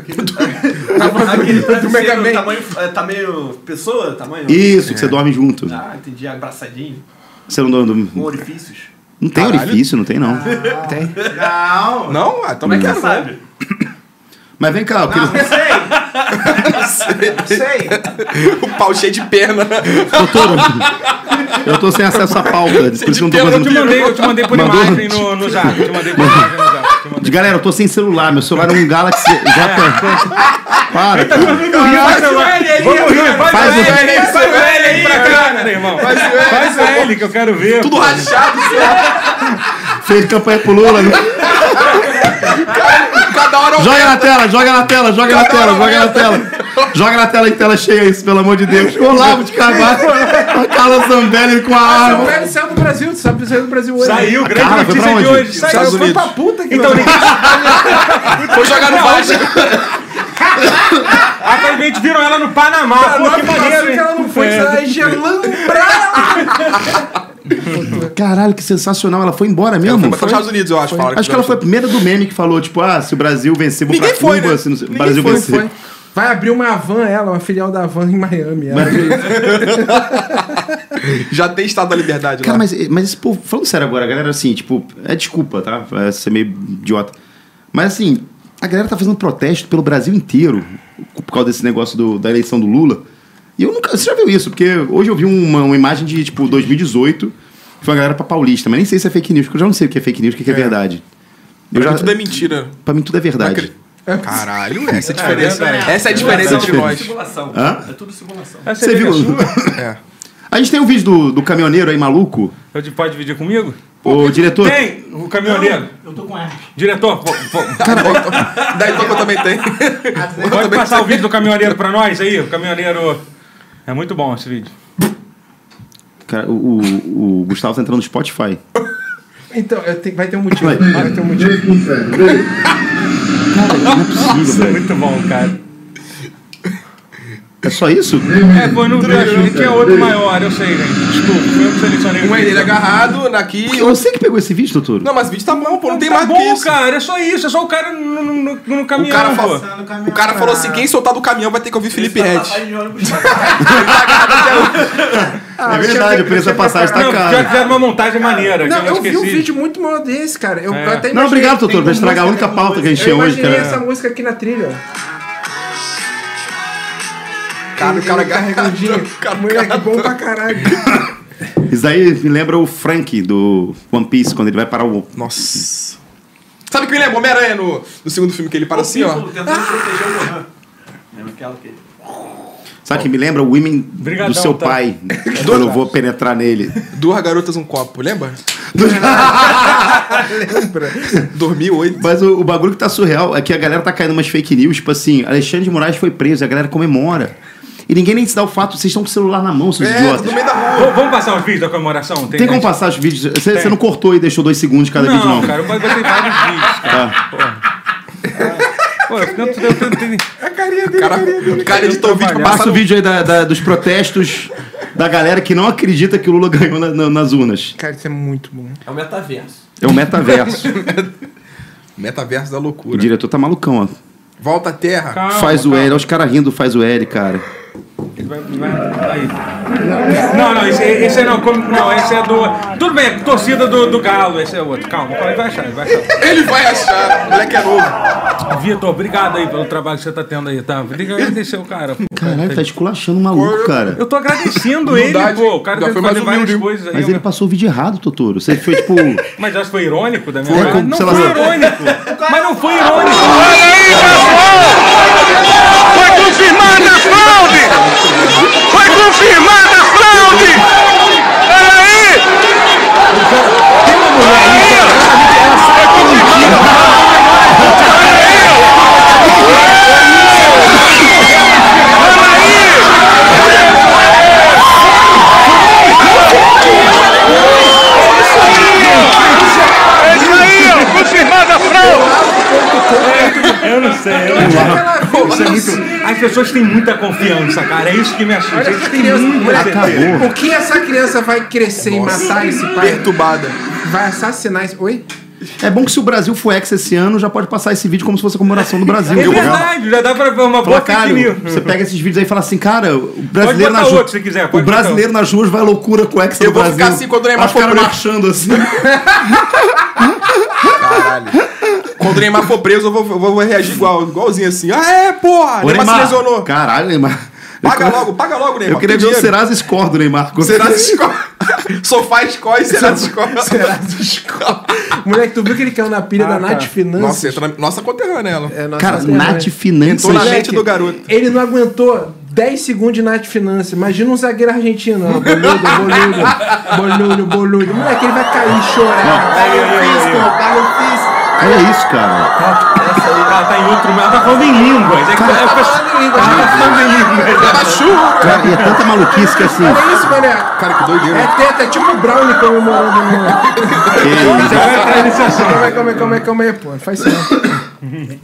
Speaker 6: Aquele
Speaker 2: Mega Man.
Speaker 6: travesseiro, tamanho, é, tamanho pessoa? Tamanho...
Speaker 1: Isso, que você dorme junto.
Speaker 6: Ah, entendi. Abraçadinho.
Speaker 1: Você não dorme.
Speaker 6: Com orifícios.
Speaker 1: Não tem
Speaker 2: Caralho.
Speaker 1: orifício, não tem não.
Speaker 5: Tem?
Speaker 6: Não.
Speaker 2: Não, ah,
Speaker 3: então
Speaker 2: também quero.
Speaker 6: sabe?
Speaker 1: Mas vem cá, eu
Speaker 5: Não,
Speaker 1: queria...
Speaker 5: não sei. Não sei.
Speaker 2: O pau cheio de perna.
Speaker 1: doutor, eu tô sem acesso à pauta, por isso que eu não tô
Speaker 4: Eu
Speaker 2: Pelo
Speaker 4: te
Speaker 1: fazendo...
Speaker 4: mandei, eu te mandei por
Speaker 1: Mandou?
Speaker 4: imagem no, no zap. Te mandei por imagem no zap. Te mandei.
Speaker 1: Galera, eu tô sem celular, meu celular é um Galaxy... Já Para, cara.
Speaker 2: tá
Speaker 4: Vamos rir, faz,
Speaker 1: Faz
Speaker 4: o
Speaker 1: o
Speaker 4: L,
Speaker 1: L
Speaker 2: é-
Speaker 4: aí, faz o L aí pra cara, irmão. Faz o L, que eu quero ver.
Speaker 2: Tudo rachado.
Speaker 1: Fez campanha pro Lula. né?
Speaker 2: Cada hora um
Speaker 1: Joga na tela, joga na tela, joga na tela, joga na tela. Joga na tela em tela cheia isso, pelo amor de Deus. Olavo de Carvalho, a Carla Zambelli com a
Speaker 3: O
Speaker 1: arma.
Speaker 3: velho um saiu do Brasil, tu sabe? Saiu do Brasil hoje.
Speaker 4: Saiu, grande
Speaker 1: Cara, foi pra
Speaker 4: notícia de
Speaker 1: onde?
Speaker 4: hoje. Saiu.
Speaker 3: Saiu,
Speaker 2: Estados
Speaker 3: foi
Speaker 2: Unidos.
Speaker 3: pra puta que
Speaker 4: Então,
Speaker 3: pariu.
Speaker 4: ninguém-
Speaker 2: Vou jogar no balde.
Speaker 4: atualmente viram ela no Panamá. Pô, que maneiro,
Speaker 3: que
Speaker 4: hein?
Speaker 3: ela não foi, ela é gelambra.
Speaker 1: Caralho, que sensacional. Ela foi embora
Speaker 2: Ela foi
Speaker 1: mesmo?
Speaker 2: pra os Estados Unidos, eu acho. falaram
Speaker 1: Acho que ela foi a primeira do meme que falou, tipo, ah, se o Brasil vencer, vou
Speaker 2: Ninguém
Speaker 1: pra
Speaker 2: foi,
Speaker 1: Cuba,
Speaker 2: né?
Speaker 1: se não-
Speaker 2: Ninguém
Speaker 1: Brasil
Speaker 2: foi,
Speaker 1: vencer.
Speaker 2: foi.
Speaker 3: Vai abrir uma van, ela, uma filial da van em Miami. Ela.
Speaker 2: Já tem estado da liberdade
Speaker 1: Cara,
Speaker 2: lá.
Speaker 1: mas, mas esse povo, falando sério agora, a galera, assim, tipo, é desculpa, tá? É ser meio idiota. Mas, assim, a galera tá fazendo protesto pelo Brasil inteiro por causa desse negócio do- da eleição do Lula. E eu nunca. Você já viu isso? Porque hoje eu vi uma, uma imagem de, tipo, 2018, que foi uma galera pra Paulista, mas nem sei se é fake news, porque eu já não sei o que é fake news, o que é, verdade. Eu
Speaker 2: Pra
Speaker 1: já,
Speaker 2: mim tudo é mentira.
Speaker 1: Pra mim tudo é verdade.
Speaker 2: acredito. Caralho, essa é a diferença.
Speaker 4: verdade.
Speaker 2: Essa é a diferença
Speaker 6: Não,
Speaker 2: entre
Speaker 6: é tudo
Speaker 2: nós.
Speaker 6: Simulação.
Speaker 1: Hã?
Speaker 6: É tudo simulação.
Speaker 4: Essa
Speaker 1: Você
Speaker 4: é
Speaker 1: viu?
Speaker 4: sua?
Speaker 2: É.
Speaker 1: A gente tem um vídeo do, do caminhoneiro aí, maluco.
Speaker 4: Eu te- Pode dividir comigo?
Speaker 1: o diretor.
Speaker 4: Tem, o caminhoneiro.
Speaker 6: Eu tô com herpes.
Speaker 4: Diretor, pô, pô,
Speaker 2: Daí toca eu também tem.
Speaker 4: pode passar o vídeo do caminhoneiro pra nós aí? O caminhoneiro... É muito bom esse vídeo.
Speaker 1: Cara, o, o- o Gustavo tá entrando no Spotify.
Speaker 3: Então, eu tenho- vai ter um motivo. Vai ter um
Speaker 1: É
Speaker 3: motivo.
Speaker 1: Cara, não é possível,
Speaker 4: Isso é
Speaker 1: velho.
Speaker 4: muito bom, cara.
Speaker 1: É só isso?
Speaker 4: É, foi no Brasil. Tinha outro maior, eu sei, gente. Desculpa, eu que selecionei o
Speaker 2: Um é
Speaker 4: vídeo.
Speaker 2: ele agarrado naqui.
Speaker 1: Eu não sei que pegou esse vídeo, doutor.
Speaker 2: Não, mas o vídeo tá bom, pô. Não tem
Speaker 4: tá
Speaker 2: mais do
Speaker 4: bom,
Speaker 2: que isso.
Speaker 4: cara. É só isso. É só o cara no, no, no- no caminhão,
Speaker 2: O cara,
Speaker 4: pô.
Speaker 2: fala- o cara falou assim: quem soltar do caminhão vai ter que ouvir Felipe
Speaker 6: Essa
Speaker 2: Red.
Speaker 6: passagem Tá, de ônibus.
Speaker 3: Ah,
Speaker 1: é verdade, o preço da passagem tá
Speaker 4: Não, já
Speaker 1: caro.
Speaker 4: fizeram uma montagem maneira.
Speaker 3: Não,
Speaker 4: que eu,
Speaker 3: eu vi um
Speaker 4: esqueci.
Speaker 3: vídeo muito maior desse, cara. Eu,
Speaker 4: É.
Speaker 3: eu até
Speaker 1: Não,
Speaker 3: imaginei-
Speaker 1: obrigado,
Speaker 3: tem
Speaker 1: doutor,
Speaker 3: uma
Speaker 1: vai estragar a
Speaker 3: música-
Speaker 1: única pauta que a gente
Speaker 3: Eu
Speaker 1: tinha hoje,
Speaker 3: imaginei essa
Speaker 1: cara.
Speaker 3: música aqui na trilha.
Speaker 2: Cara, o cara
Speaker 3: garregudinho.
Speaker 2: cara,
Speaker 3: Moleque
Speaker 2: cara,
Speaker 3: bom pra caralho.
Speaker 1: Isso aí me lembra o Frank do One Piece, quando ele vai parar o.
Speaker 2: Nossa. Sabe o que me lembra? Homem-Aranha no, no segundo filme que ele para assim, ó.
Speaker 6: Tentando proteger o Gohan. Lembra aquela que...
Speaker 1: Sabe que me lembra o Women
Speaker 4: Brigadão,
Speaker 1: do seu
Speaker 4: tá.
Speaker 1: pai. Quando eu vou penetrar nele.
Speaker 2: Duas garotas, um copo, lembra? lembra? 2008.
Speaker 1: Mas o, o bagulho que tá surreal é que a galera tá caindo umas fake news, tipo assim, Alexandre de Moraes foi preso, a galera comemora. E ninguém nem se dá o fato, vocês estão com o celular na mão, seus
Speaker 2: É,
Speaker 1: idiotas.
Speaker 2: no meio da rua.
Speaker 4: V- Vamos passar os vídeos da comemoração?
Speaker 1: Tem como passar os vídeos? Você você não cortou e deixou dois segundos cada
Speaker 4: Não, Ah.
Speaker 1: vídeo, não.
Speaker 4: cara, eu botei vários vídeos, cara.
Speaker 1: Tá.
Speaker 4: Porra. Pô, eu tento, eu tento, a carinha dele,
Speaker 2: Cara, cara de Tom Vídeo
Speaker 1: Passa
Speaker 2: passa
Speaker 1: o vídeo aí da- da- dos protestos da galera que não acredita que o Lula ganhou na- na- nas urnas.
Speaker 3: Cara, isso é muito bom.
Speaker 6: É o metaverso.
Speaker 1: É um metaverso.
Speaker 2: Metaverso da
Speaker 1: o
Speaker 2: loucura.
Speaker 1: diretor tá malucão, ó.
Speaker 2: Volta à Terra.
Speaker 1: faz o L, olha os caras rindo, faz o L, cara.
Speaker 4: Vai- vai- aí. Não, não, esse, esse é não, como- não, esse é do. Tudo bem, torcida do, do Galo, esse é outro. Calma, calma, ele vai achar, ele vai achar.
Speaker 2: Ele vai achar. O moleque é novo.
Speaker 4: Vitor, obrigado aí pelo trabalho que você tá tendo aí, tá? Tem que agradecer o cara. pô.
Speaker 1: Caralho, tá esculachando o maluco, cara.
Speaker 4: Eu tô agradecendo ele,
Speaker 2: Humildade.
Speaker 4: pô. O cara
Speaker 2: Já
Speaker 4: teve
Speaker 2: foi
Speaker 4: que
Speaker 2: mais
Speaker 4: fazer várias
Speaker 2: humilde.
Speaker 4: coisas aí.
Speaker 1: Mas ele
Speaker 4: Mas,
Speaker 1: passou o vídeo errado, Totoro. Você foi tipo.
Speaker 4: mas acho que foi irônico da minha
Speaker 1: Foi,
Speaker 4: parte.
Speaker 1: como-
Speaker 4: Não
Speaker 1: sei lá,
Speaker 4: foi
Speaker 1: eu-
Speaker 4: irônico. mas não foi irônico.
Speaker 7: Foi confirmada a fraude! Foi confirmada a fraude! Peraí! Peraí! Peraí! É isso aí, ó, Confirmada a fraude!
Speaker 4: Eu não sei. Eu não sei. Isso é muito... As pessoas têm muita confiança, cara. É isso que me assusta. Eles têm muita
Speaker 1: Acabou.
Speaker 3: O que essa criança vai crescer e matar esse pai?
Speaker 2: Perturbada.
Speaker 3: Vai assassinar esse. Oi?
Speaker 1: É bom que se o Brasil for ex esse ano, já pode passar esse vídeo como se fosse a comemoração do Brasil.
Speaker 4: É
Speaker 1: entendeu?
Speaker 4: verdade, já dá pra uma boa
Speaker 1: Fala,
Speaker 4: fake
Speaker 1: cara,
Speaker 4: news.
Speaker 1: você pega esses vídeos aí e fala assim, cara, o brasileiro
Speaker 4: botar
Speaker 1: nas ruas-
Speaker 4: outro se quiser, pode
Speaker 1: o brasileiro nas ruas vai à loucura com o ex do
Speaker 2: Eu vou
Speaker 1: Brasil.
Speaker 2: ficar assim quando o Neymar
Speaker 1: Os caras
Speaker 2: for preso.
Speaker 1: marchando assim.
Speaker 2: Caralho. Quando o Neymar for preso, eu vou, eu vou reagir igual, igualzinho assim. Ah, é, porra!
Speaker 1: Ô,
Speaker 2: Neymar,
Speaker 1: Neymar,
Speaker 2: se lesionou.
Speaker 1: Caralho, Neymar.
Speaker 2: Paga
Speaker 1: eu,
Speaker 2: logo, paga logo, Neymar.
Speaker 1: Eu queria ver
Speaker 2: Tem
Speaker 1: o
Speaker 2: dinheiro.
Speaker 1: Serasa Score do Neymar.
Speaker 2: Serasa Escola. Sofá Escola e Serasa Escola. Serasa Escola.
Speaker 3: Moleque, tu viu que ele caiu na pilha da
Speaker 2: Ah, tá.
Speaker 3: Nath
Speaker 2: Nossa,
Speaker 3: Finanças?
Speaker 2: entra na- nossa conterrânea ela.
Speaker 3: É, nossa,
Speaker 1: Cara,
Speaker 3: é,
Speaker 1: Nath
Speaker 3: né?
Speaker 1: Finanças.
Speaker 2: Tô na
Speaker 3: Moleque,
Speaker 2: mente do garoto.
Speaker 3: Ele não aguentou 10 segundos de Nath Finanças. Imagina um zagueiro argentino. ó, Boludo, boludo, boludo, boludo. Moleque, ele vai cair, chorar.
Speaker 5: Paga o fisco, paga o fisco.
Speaker 1: É isso, cara.
Speaker 4: Ela tá em outro, ela tá falando em línguas. É que é
Speaker 3: Falando em língua,
Speaker 4: tá falando em línguas.
Speaker 1: Cara, e é tanta maluquice que assim.
Speaker 3: Olha isso, moleque.
Speaker 2: Cara, que doideira.
Speaker 3: É teta, é tipo o Brownie comemorando. né?
Speaker 1: que- é
Speaker 3: Calma aí, calma aí, calma aí, calma aí, pô. Não Faz isso não.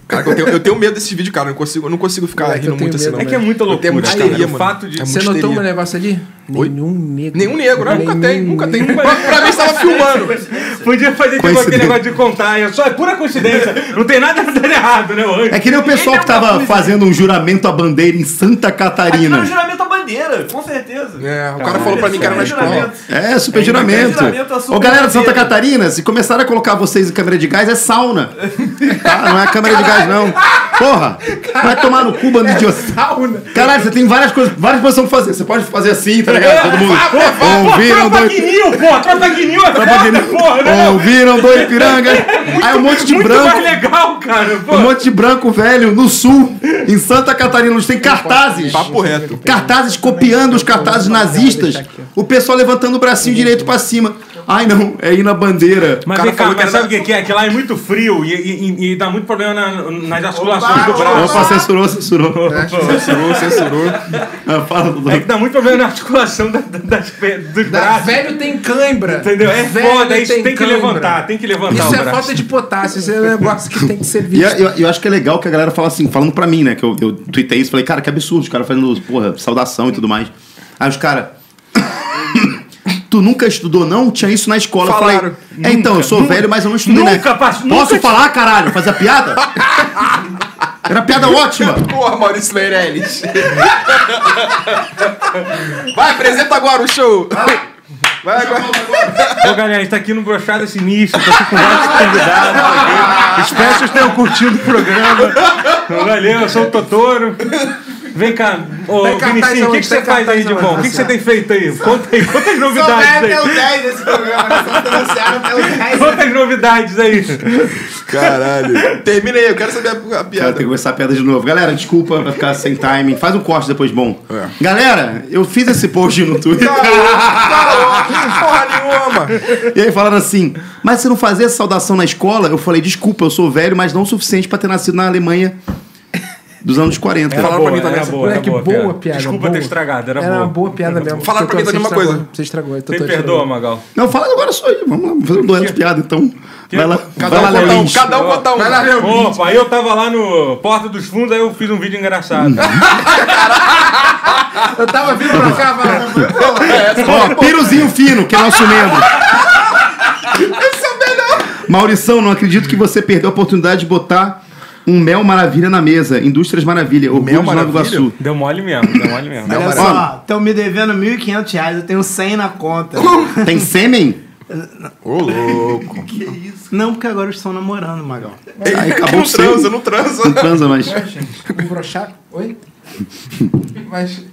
Speaker 2: Cara, eu tenho, eu tenho medo desse vídeo, cara. Eu não consigo, eu não consigo ficar
Speaker 3: Moleque, eu
Speaker 2: rindo
Speaker 3: tenho
Speaker 2: muito assim,
Speaker 3: medo
Speaker 2: não.
Speaker 4: É que é muita
Speaker 2: Eu
Speaker 4: loucura.
Speaker 2: tenho muita
Speaker 4: Aí,
Speaker 2: histeria,
Speaker 4: o
Speaker 2: mano.
Speaker 4: fato de
Speaker 2: É
Speaker 3: Você
Speaker 2: muita
Speaker 3: notou um
Speaker 2: histeria.
Speaker 3: negócio ali?
Speaker 2: Oi?
Speaker 3: Nenhum negro.
Speaker 2: Nenhum negro, né? Nunca tem, nunca tem.
Speaker 4: Mas-
Speaker 2: Pra mim, você tava filmando.
Speaker 4: Podia fazer tipo aquele negócio de contar, é só é pura coincidência. Não tem nada dando errado, né, hoje?
Speaker 1: É que nem o pessoal que tava fazendo um juramento à bandeira em Santa
Speaker 6: Aquilo é um
Speaker 4: tá
Speaker 1: Catarina.
Speaker 6: juramento à bandeira, com certeza.
Speaker 2: É, o cara falou pra mim que era na escola.
Speaker 1: É, super
Speaker 6: juramento.
Speaker 1: juramento.
Speaker 6: Juramento é super
Speaker 1: Ô, galera de Santa
Speaker 6: bandeira.
Speaker 1: Catarina, se começaram a colocar vocês em câmera de gás, é sauna. Tá? Não é câmera de gás, não. Porra, vai tomar no cu, bando de idiota.
Speaker 3: Sauna.
Speaker 1: Caralho, você tem várias coisas, várias posições pra fazer. Você pode fazer assim, tá ligado? Todo mundo. Ouviram
Speaker 4: Tropa
Speaker 2: né?
Speaker 1: dois.
Speaker 4: Guinil, pô, Tropa Guinil é
Speaker 1: Tropa
Speaker 4: foda,
Speaker 1: Guinil.
Speaker 4: porra, né? não?
Speaker 1: Ouviram dois pirangas. Aí um monte de
Speaker 4: Muito mais
Speaker 1: branco.
Speaker 4: legal, cara, pô.
Speaker 1: Um monte de branco velho no sul, em Santa Catarina, eles têm cartazes.
Speaker 2: Papo reto.
Speaker 1: Cartazes copiando os cartazes nazistas. O pessoal levantando o bracinho direito pra cima. Ai não, é ir na bandeira.
Speaker 4: Mas
Speaker 2: O cara
Speaker 4: vem cá,
Speaker 2: falou que
Speaker 4: mas
Speaker 2: era-
Speaker 4: sabe o que, que é? Que lá é muito frio e, e- e- e dá muito problema na- nas articulações do braço.
Speaker 1: Opa, censurou, censurou.
Speaker 2: Censurou, censurou.
Speaker 1: Ah, fala, Dudu.
Speaker 4: É que dá muito problema na articulação da, da, das, pe- dos
Speaker 3: Da-
Speaker 4: braços.
Speaker 3: Velho tem cãibra.
Speaker 4: Entendeu? É
Speaker 3: Velho
Speaker 4: foda, isso tem, que
Speaker 3: cãibra.
Speaker 4: levantar, tem que levantar
Speaker 3: Isso
Speaker 4: o
Speaker 3: é
Speaker 4: braço.
Speaker 3: falta de potássio, isso é um negócio que tem que ser
Speaker 1: E
Speaker 3: visto.
Speaker 1: eu, eu- eu acho que é legal que a galera fala assim, falando pra mim, né? Que eu, eu tuitei isso, falei, cara, que absurdo, os caras fazendo, porra, saudação e tudo mais. Aí os caras. tu nunca estudou, não? Tinha isso na escola. Eu
Speaker 2: Falaram.
Speaker 1: Falei, é, então, eu sou velho, mas eu não estudei, né?
Speaker 4: Nunca passo-
Speaker 1: Posso
Speaker 4: nunca-
Speaker 1: falar, caralho? Fazer a piada? Era uma piada ótima.
Speaker 2: Porra, Maurício Meirelles. Vai, apresenta agora o show. Vai agora.
Speaker 4: Ô, galera, a gente tá aqui no Brochada Sinistro, tô aqui com vários convidados aqui. Espero que vocês tenham curtido o programa. Então, Valeu, eu sou o Totoro. Vem cá, ô
Speaker 3: Tem cartaz
Speaker 4: Vinicinho, o que,
Speaker 3: aonde?
Speaker 4: que você
Speaker 3: Tem
Speaker 4: faz aí
Speaker 3: cartaz
Speaker 4: de bom?
Speaker 3: aonde?
Speaker 4: O que, que você tem feito aí? Conta aí, quantas
Speaker 5: Só vai
Speaker 4: novidades
Speaker 5: até o
Speaker 4: aí?
Speaker 5: 10 desse programa, né? só trouxeram até o 10.
Speaker 4: Quantas novidades aí?
Speaker 2: Caralho. Termina aí, eu quero saber a,
Speaker 1: Cara, tem
Speaker 2: a
Speaker 1: que
Speaker 2: piada.
Speaker 1: começar a piada de novo. Galera, desculpa vai ficar sem timing. Faz um corte depois bom.
Speaker 2: É. Tá
Speaker 1: Galera, eu fiz esse post no Twitter.
Speaker 2: Porra nenhuma.
Speaker 1: E aí falaram assim, mas se não fazia essa saudação na escola, eu falei, desculpa, eu sou velho, mas não o suficiente pra ter nascido na Alemanha dos anos 40.
Speaker 2: É
Speaker 4: Era
Speaker 1: Falaram
Speaker 4: boa,
Speaker 1: pra mim
Speaker 4: era
Speaker 1: também.
Speaker 4: boa, era
Speaker 3: Moleque,
Speaker 4: boa,
Speaker 3: boa
Speaker 4: piada.
Speaker 3: piada,
Speaker 4: Desculpa
Speaker 3: boa.
Speaker 4: ter estragado, era,
Speaker 3: Era uma boa piada mesmo.
Speaker 2: Falaram pra mim
Speaker 3: Totó,
Speaker 2: da
Speaker 3: você
Speaker 2: mesma
Speaker 3: estragou,
Speaker 2: coisa.
Speaker 3: Você estragou.
Speaker 4: Me
Speaker 3: Totó
Speaker 4: perdoa,
Speaker 3: estragou.
Speaker 4: Magal.
Speaker 1: Não, fala agora só aí. Vamos lá, vamos fazer um duelo de piada, então. Vai lá,
Speaker 2: Cada
Speaker 1: vai lá,
Speaker 2: um conta
Speaker 1: Léo
Speaker 2: um,
Speaker 1: Lins.
Speaker 2: cada um conta um. Vai lá,
Speaker 4: Opa, aí eu tava lá no Porta dos Fundos, aí eu fiz um vídeo engraçado.
Speaker 3: Eu tava vindo pra cá, mano.
Speaker 1: Ó, Piruzinho Fino, que é nosso membro.
Speaker 2: é
Speaker 1: Maurição, não acredito que você perdeu a oportunidade de botar um Mel Maravilha na mesa. Indústrias Maravilha, Orgulho de Nova
Speaker 2: Maravilha?
Speaker 1: Iguaçu.
Speaker 4: Deu mole mesmo, deu mole mesmo.
Speaker 5: Olha
Speaker 1: Maravilha.
Speaker 5: só, estão me devendo 1.500 reais, eu tenho 100 na conta.
Speaker 1: Tem sêmen?
Speaker 2: Ô, louco.
Speaker 5: Não, porque agora estão namorando, Magal.
Speaker 1: Aí acabou
Speaker 2: Não
Speaker 1: o sêmen.
Speaker 2: um transa, né? não transa.
Speaker 1: Não transa mais.
Speaker 3: Um brochado. Oi? Mas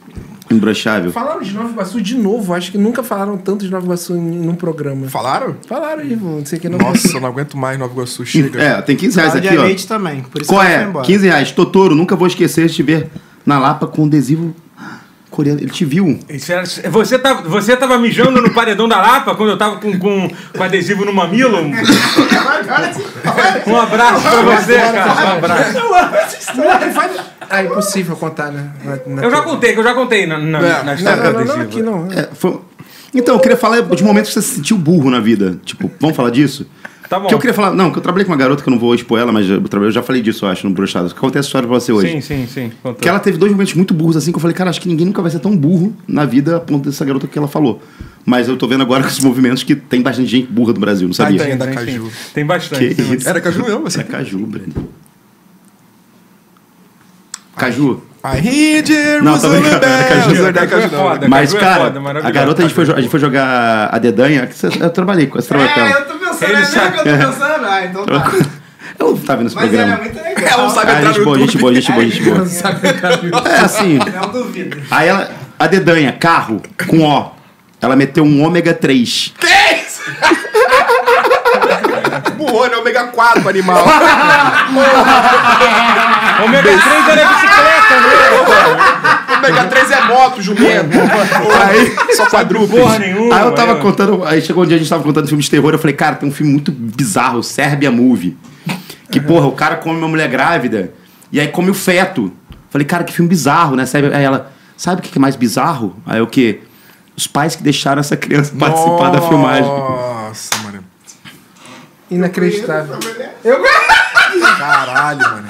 Speaker 1: Imbrochável.
Speaker 3: falaram de Nova Iguaçu de novo. Acho que nunca falaram tanto de Nova Iguaçu em- num programa.
Speaker 2: Falaram?
Speaker 3: Falaram, Ivo. Não sei que não.
Speaker 2: Nossa, eu não aguento mais Nova Iguaçu, chega.
Speaker 1: É, tem 15 reais
Speaker 5: Cláudia
Speaker 1: aqui, ó.
Speaker 5: Leite também, por isso
Speaker 1: Qual
Speaker 5: que ela foi
Speaker 1: é?
Speaker 5: embora.
Speaker 1: 15 reais. Totoro, nunca vou esquecer de te ver na Lapa com adesivo coreano. Ele te viu.
Speaker 4: Isso era- Você, tava, você tava mijando no paredão da Lapa quando eu tava com, com, com adesivo no mamilo? Um abraço pra você, cara. Um abraço.
Speaker 3: Moleque, faz- Ah, impossível contar, né? Na- na-
Speaker 4: Eu já contei, que eu já contei na, na,
Speaker 2: É,
Speaker 4: na
Speaker 3: Não,
Speaker 4: história do
Speaker 3: não, não, não,
Speaker 4: adesivo.
Speaker 3: aqui não.
Speaker 1: É, foi- Então, eu queria falar de momentos que você se sentiu burro na vida. Tipo, vamos falar disso?
Speaker 4: Tá bom.
Speaker 1: Que eu queria falar, não, que eu trabalhei com uma garota que eu não vou expor ela, mas eu, trabalhei- eu já falei disso, eu acho, no Bruxado. Contei essa história pra você hoje.
Speaker 4: Sim, sim, sim. contou.
Speaker 1: Que ela teve dois momentos muito burros, assim, que eu falei, cara, acho que ninguém nunca vai ser tão burro na vida a ponto dessa garota que ela falou. Mas eu tô vendo agora com esses movimentos que tem bastante gente burra no Brasil, não sabia?
Speaker 2: tem, da
Speaker 4: Sim,
Speaker 2: Caju.
Speaker 4: sim. Tem bastante.
Speaker 1: Que
Speaker 4: tem
Speaker 1: isso?
Speaker 2: Era Caju mesmo, você.
Speaker 1: É Caju, Breno. Caju.
Speaker 2: Aí,
Speaker 1: Não, tô
Speaker 2: Jerusalém.
Speaker 1: brincando, era Caju.
Speaker 2: Jerusalém, não é Caju, não.
Speaker 4: Foda.
Speaker 1: Mas,
Speaker 4: Caju é
Speaker 1: cara,
Speaker 4: foda, maravilhoso.
Speaker 1: a garota, a gente, foi, jo- a gente foi jogar a dedanha. que você- Eu trabalhei com você trabalhou com
Speaker 5: É,
Speaker 1: ela.
Speaker 5: eu tô pensando,
Speaker 4: Ele
Speaker 5: é mesmo
Speaker 4: sabe.
Speaker 5: que eu tô pensando? Ah, então tá.
Speaker 1: Ela não tá vindo esse
Speaker 5: Mas ela é
Speaker 1: programa.
Speaker 5: muito legal.
Speaker 2: Ela não sabe
Speaker 1: Ah,
Speaker 2: entrar
Speaker 1: gente
Speaker 2: no
Speaker 1: boa, gente
Speaker 2: YouTube.
Speaker 1: boa, gente boa, gente boa. É assim.
Speaker 5: Não duvido.
Speaker 1: Aí ela, a dedanha, carro, com O. Ela meteu um ômega 3.
Speaker 2: É Burrone é ômega 4, animal.
Speaker 4: Ômega 3 era bicicleta, né?
Speaker 2: ômega 3 é moto, jumento. Aí, só quadrúpede.
Speaker 4: Porra nenhuma.
Speaker 1: Aí eu tava
Speaker 4: né?
Speaker 1: contando, aí chegou um dia a gente tava contando filme de terror, eu falei, cara, tem um filme muito bizarro, Sérbia Movie. Que, porra, o cara come uma mulher grávida e aí come o feto. Falei, cara, que filme bizarro, né? Sérbia... Aí ela, sabe o que que é mais bizarro? Aí o quê? Os pais que deixaram essa criança participar da filmagem.
Speaker 2: Nossa, mano.
Speaker 3: Inacreditável.
Speaker 2: Caralho, mano.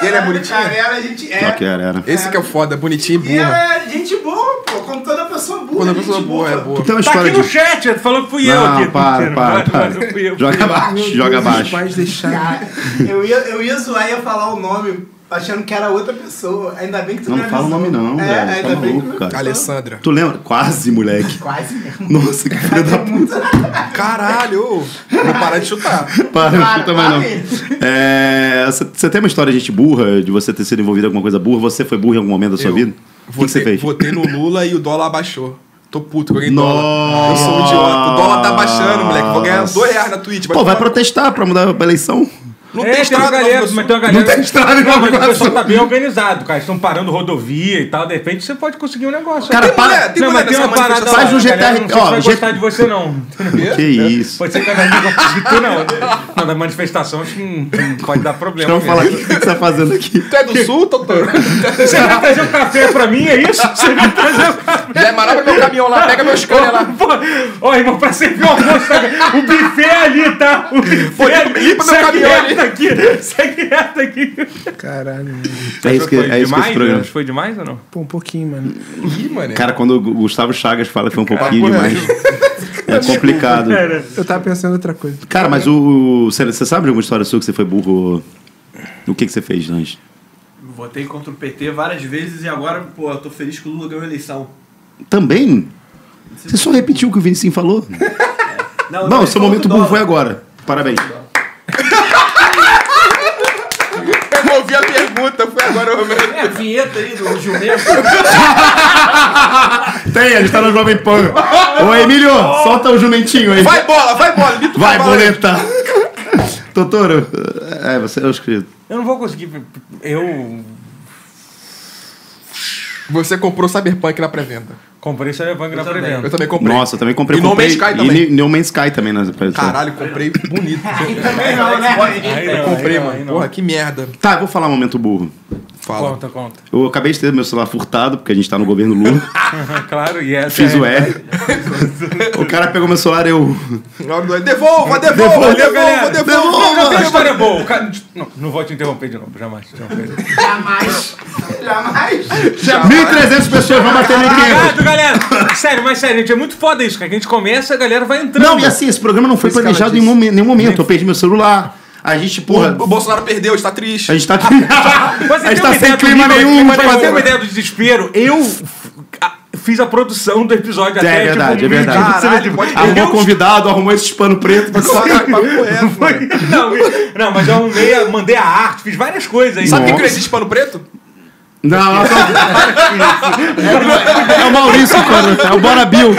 Speaker 2: E ele é
Speaker 5: Cara,
Speaker 2: bonitinho?
Speaker 5: ela a gente
Speaker 1: Só
Speaker 5: é.
Speaker 1: que era, era.
Speaker 2: Esse que é o foda, bonitinho e
Speaker 5: E
Speaker 2: burra.
Speaker 5: ela é gente boa, pô. Como toda pessoa burra.
Speaker 2: Quando a
Speaker 5: gente
Speaker 2: pessoa é boa, é boa.
Speaker 1: Tu tem uma
Speaker 4: Tá
Speaker 1: Então
Speaker 4: aqui
Speaker 1: história
Speaker 4: no
Speaker 1: de...
Speaker 4: chat, tu falou que fui eu aqui.
Speaker 1: Não, para,
Speaker 4: Mentira,
Speaker 1: para,
Speaker 4: mas- mas eu
Speaker 1: para.
Speaker 4: fui eu, fui
Speaker 1: Joga
Speaker 4: eu.
Speaker 1: abaixo, joga
Speaker 3: Os
Speaker 1: abaixo.
Speaker 3: pais deixaram.
Speaker 5: Cara, eu ia, eu ia zoar e ia falar o nome, achando que era outra pessoa. Ainda bem que tu
Speaker 1: Não,
Speaker 5: me
Speaker 1: não fala o
Speaker 5: avisou.
Speaker 1: nome não,
Speaker 5: é,
Speaker 1: velho.
Speaker 5: Ainda
Speaker 1: Tá
Speaker 5: bem
Speaker 1: maluco,
Speaker 5: que...
Speaker 1: cara.
Speaker 2: Alessandra.
Speaker 1: Tu lembra? Quase, moleque.
Speaker 5: Quase mesmo.
Speaker 1: Nossa, que filho
Speaker 4: é
Speaker 1: da
Speaker 2: Caralho! ô. Vou parar de chutar.
Speaker 1: Para, não
Speaker 5: Para,
Speaker 1: chuta
Speaker 5: para
Speaker 1: mais não. É, Você você tem uma história de gente burra, de você ter sido envolvido em alguma coisa burra? Você foi burro em algum momento da sua
Speaker 2: Eu
Speaker 1: vida? O que, que você
Speaker 2: Votei,
Speaker 1: fez?
Speaker 2: votei no Lula e o dólar abaixou. Tô puto, ganhei dólar.
Speaker 1: Nossa.
Speaker 2: Eu sou um idiota. O dólar tá baixando, moleque. Vou ganhar dois reais na Twitch.
Speaker 1: Pô, vai
Speaker 2: tomar-
Speaker 1: protestar pra mudar a eleição?
Speaker 2: Não
Speaker 4: É,
Speaker 2: tem
Speaker 4: tem uma
Speaker 2: estrada,
Speaker 4: galera,
Speaker 2: não.
Speaker 4: mas tem uma
Speaker 1: Não
Speaker 4: galera.
Speaker 1: tem estrada em
Speaker 4: Não,
Speaker 1: Nova
Speaker 4: mas o pessoal
Speaker 1: Iguaçu.
Speaker 4: tá bem organizado, cara. Estão parando rodovia e tal. De repente você pode conseguir um negócio.
Speaker 1: Cara,
Speaker 4: Tem
Speaker 1: para-
Speaker 4: mulher, Tem não, mas
Speaker 2: mulher
Speaker 4: tem uma
Speaker 2: nessa
Speaker 4: parada.
Speaker 2: manifestação.
Speaker 1: Faz
Speaker 4: lá,
Speaker 1: um
Speaker 4: a galera
Speaker 1: GTR,
Speaker 4: Não sei se
Speaker 1: ó,
Speaker 4: vai
Speaker 1: G-
Speaker 4: gostar de você, não.
Speaker 1: Que isso.
Speaker 4: Pode ser que a galera não goste de tu, não. Não, da manifestação acho que hum, hum, pode dar problema.
Speaker 1: Então fala, o que que você tá fazendo aqui?
Speaker 2: Tu é do sul, doutor?
Speaker 4: Você vai trazer um café pra mim, é isso? Você vai trazer um café.
Speaker 2: Já é maravilha meu caminhão lá. Pega meus canos lá.
Speaker 4: Pô, Ó, irmão, pra servir o almoço, tá? o buffet ali, tá? O buffet
Speaker 2: limpa- limpa meu
Speaker 4: Segue
Speaker 2: caminhão
Speaker 4: reto aqui, segue reto aqui.
Speaker 3: Caralho. mano.
Speaker 1: É isso que,
Speaker 4: foi
Speaker 1: é isso que
Speaker 4: demais,
Speaker 1: esse
Speaker 4: né?
Speaker 1: programa.
Speaker 4: Foi demais ou não?
Speaker 3: Pô, um pouquinho, mano.
Speaker 2: Ih, mano.
Speaker 1: Cara, quando o Gustavo Chagas fala que foi um pouquinho
Speaker 2: porra,
Speaker 1: demais, é complicado.
Speaker 3: Eu tava pensando em outra coisa.
Speaker 1: Cara, mas o. Você você sabe de alguma história sua que você foi burro? O que, que você fez, Lange?
Speaker 6: Votei contra o PT várias vezes e agora, pô, eu tô feliz que o Lula ganhou a eleição.
Speaker 1: Também? Você só repetiu o que o Vinicinho falou?
Speaker 6: Não,
Speaker 1: Não,
Speaker 6: eu
Speaker 1: seu
Speaker 6: tô
Speaker 1: momento
Speaker 6: com
Speaker 1: burro
Speaker 6: dólar.
Speaker 1: foi agora. Parabéns.
Speaker 2: Eu não ouvi a pergunta. Foi agora o meu.
Speaker 6: É a vinheta aí do jumento.
Speaker 1: Tem, ele tá no Jovem Pan. Ô, Emílio, solta o jumentinho aí.
Speaker 2: Vai bola, vai bola. Lito
Speaker 1: Vai,
Speaker 2: Cavalho.
Speaker 1: boleta. Totoro, é, você eu escrevo.
Speaker 4: Eu não vou conseguir. Eu
Speaker 2: Você comprou Cyberpunk na pré-venda.
Speaker 4: comprei Cyberpunk na
Speaker 6: também.
Speaker 2: Eu
Speaker 4: pré-venda.
Speaker 2: também comprei.
Speaker 1: Nossa, eu também comprei.
Speaker 2: E No
Speaker 1: comprei,
Speaker 2: Man's Sky também.
Speaker 1: E Ne- No Man's Sky também. Né?
Speaker 2: Caralho, comprei bonito.
Speaker 5: Também não, né?
Speaker 4: Aí não,
Speaker 2: Eu
Speaker 4: aí
Speaker 2: comprei,
Speaker 4: não, aí
Speaker 2: mano.
Speaker 4: não.
Speaker 2: Porra, que merda.
Speaker 1: Tá, eu vou falar um momento burro.
Speaker 2: Fala.
Speaker 4: Conta, conta.
Speaker 1: Eu acabei de ter meu celular furtado, porque a gente tá no governo Lula.
Speaker 4: Claro, e essa
Speaker 1: Fiz
Speaker 4: é...
Speaker 1: o R. o cara pegou meu celular e eu.
Speaker 2: Na hora do ar, Devolva, devolva,
Speaker 4: Valeu,
Speaker 2: devolva,
Speaker 4: galera. Não, não, tem
Speaker 2: devolva.
Speaker 4: história é boa. O cara- Não, não vou te interromper de novo, jamais. te interromper.
Speaker 5: Jamais.
Speaker 1: 1.300 pessoas vão bater em 500.
Speaker 4: Obrigado, galera. Sério, mas sério, gente, é muito foda isso, cara. Que a gente começa, a galera vai entrando.
Speaker 1: Não, e assim, esse programa não foi
Speaker 3: Por isso que ela
Speaker 1: planejado em nenhum,
Speaker 3: disse.
Speaker 1: momen- nenhum momento. Eu perdi meu celular. A gente, porra.
Speaker 2: O Bolsonaro perdeu, está triste.
Speaker 1: A gente tá aqui.
Speaker 4: Ah, Você
Speaker 1: a gente
Speaker 4: tem
Speaker 1: tá
Speaker 4: uma
Speaker 1: sem
Speaker 4: ideia do
Speaker 1: clima
Speaker 4: nível de
Speaker 1: nenhum.
Speaker 4: clima,
Speaker 1: pra-
Speaker 4: Mas tem uma ideia do desespero? Eu f- a- fiz a produção do episódio até,
Speaker 1: É verdade,
Speaker 4: tipo,
Speaker 1: é
Speaker 4: um
Speaker 1: verdade.
Speaker 4: vídeo.
Speaker 1: Você vê, tipo, arrumou convidado, arrumou esses pano preto. pra colocar.
Speaker 2: Cara, que papo é esse, mano?
Speaker 4: Não, eu- não, mas eu arrumei, a- mandei a arte, fiz várias coisas aí.
Speaker 2: Sabe
Speaker 1: Nossa.
Speaker 2: quem que não existe pano preto?
Speaker 1: Não, não, não. É o Maurício, cara. É o Bora Bill.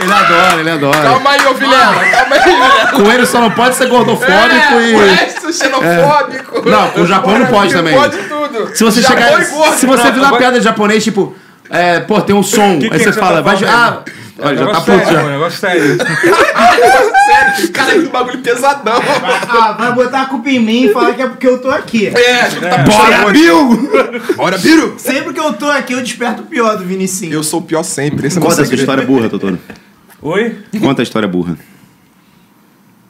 Speaker 1: Ele adora, ele adora.
Speaker 2: Calma aí, ô Vilela, calma aí, Vilela.
Speaker 1: Coelho só não pode ser gordofóbico e.
Speaker 2: Resto é xenofóbico.
Speaker 1: Não, o Japão não pode
Speaker 2: Ele
Speaker 1: também.
Speaker 2: Pode tudo.
Speaker 1: Se você
Speaker 2: Japão
Speaker 1: chegar.
Speaker 2: e gordo.
Speaker 1: Se você
Speaker 4: Não,
Speaker 1: vir na
Speaker 4: agora-
Speaker 1: piada de japonês, tipo, é, pô, tem um som.
Speaker 4: Que que
Speaker 1: aí
Speaker 4: é
Speaker 1: você
Speaker 4: que
Speaker 1: fala,
Speaker 4: você tá
Speaker 1: vai. jo- Ah,
Speaker 4: falando?
Speaker 1: olha, já tá
Speaker 4: Negócio
Speaker 1: pronto
Speaker 4: sério,
Speaker 1: já.
Speaker 4: mano, negócio sério.
Speaker 2: Sério, cara, que bagulho pesadão.
Speaker 5: Ah, vai botar a culpa em mim e falar que é porque eu tô aqui.
Speaker 2: É, tipo, tá
Speaker 1: Bora, Bill!
Speaker 2: Bora, Biro.
Speaker 5: Sempre que eu tô aqui, eu desperto o pior do Vinicinho.
Speaker 2: Eu sou o pior sempre, esse é o meu
Speaker 1: Conta essa
Speaker 2: segredo.
Speaker 1: história burra, Totoro.
Speaker 4: Oi?
Speaker 1: Conta a história burra.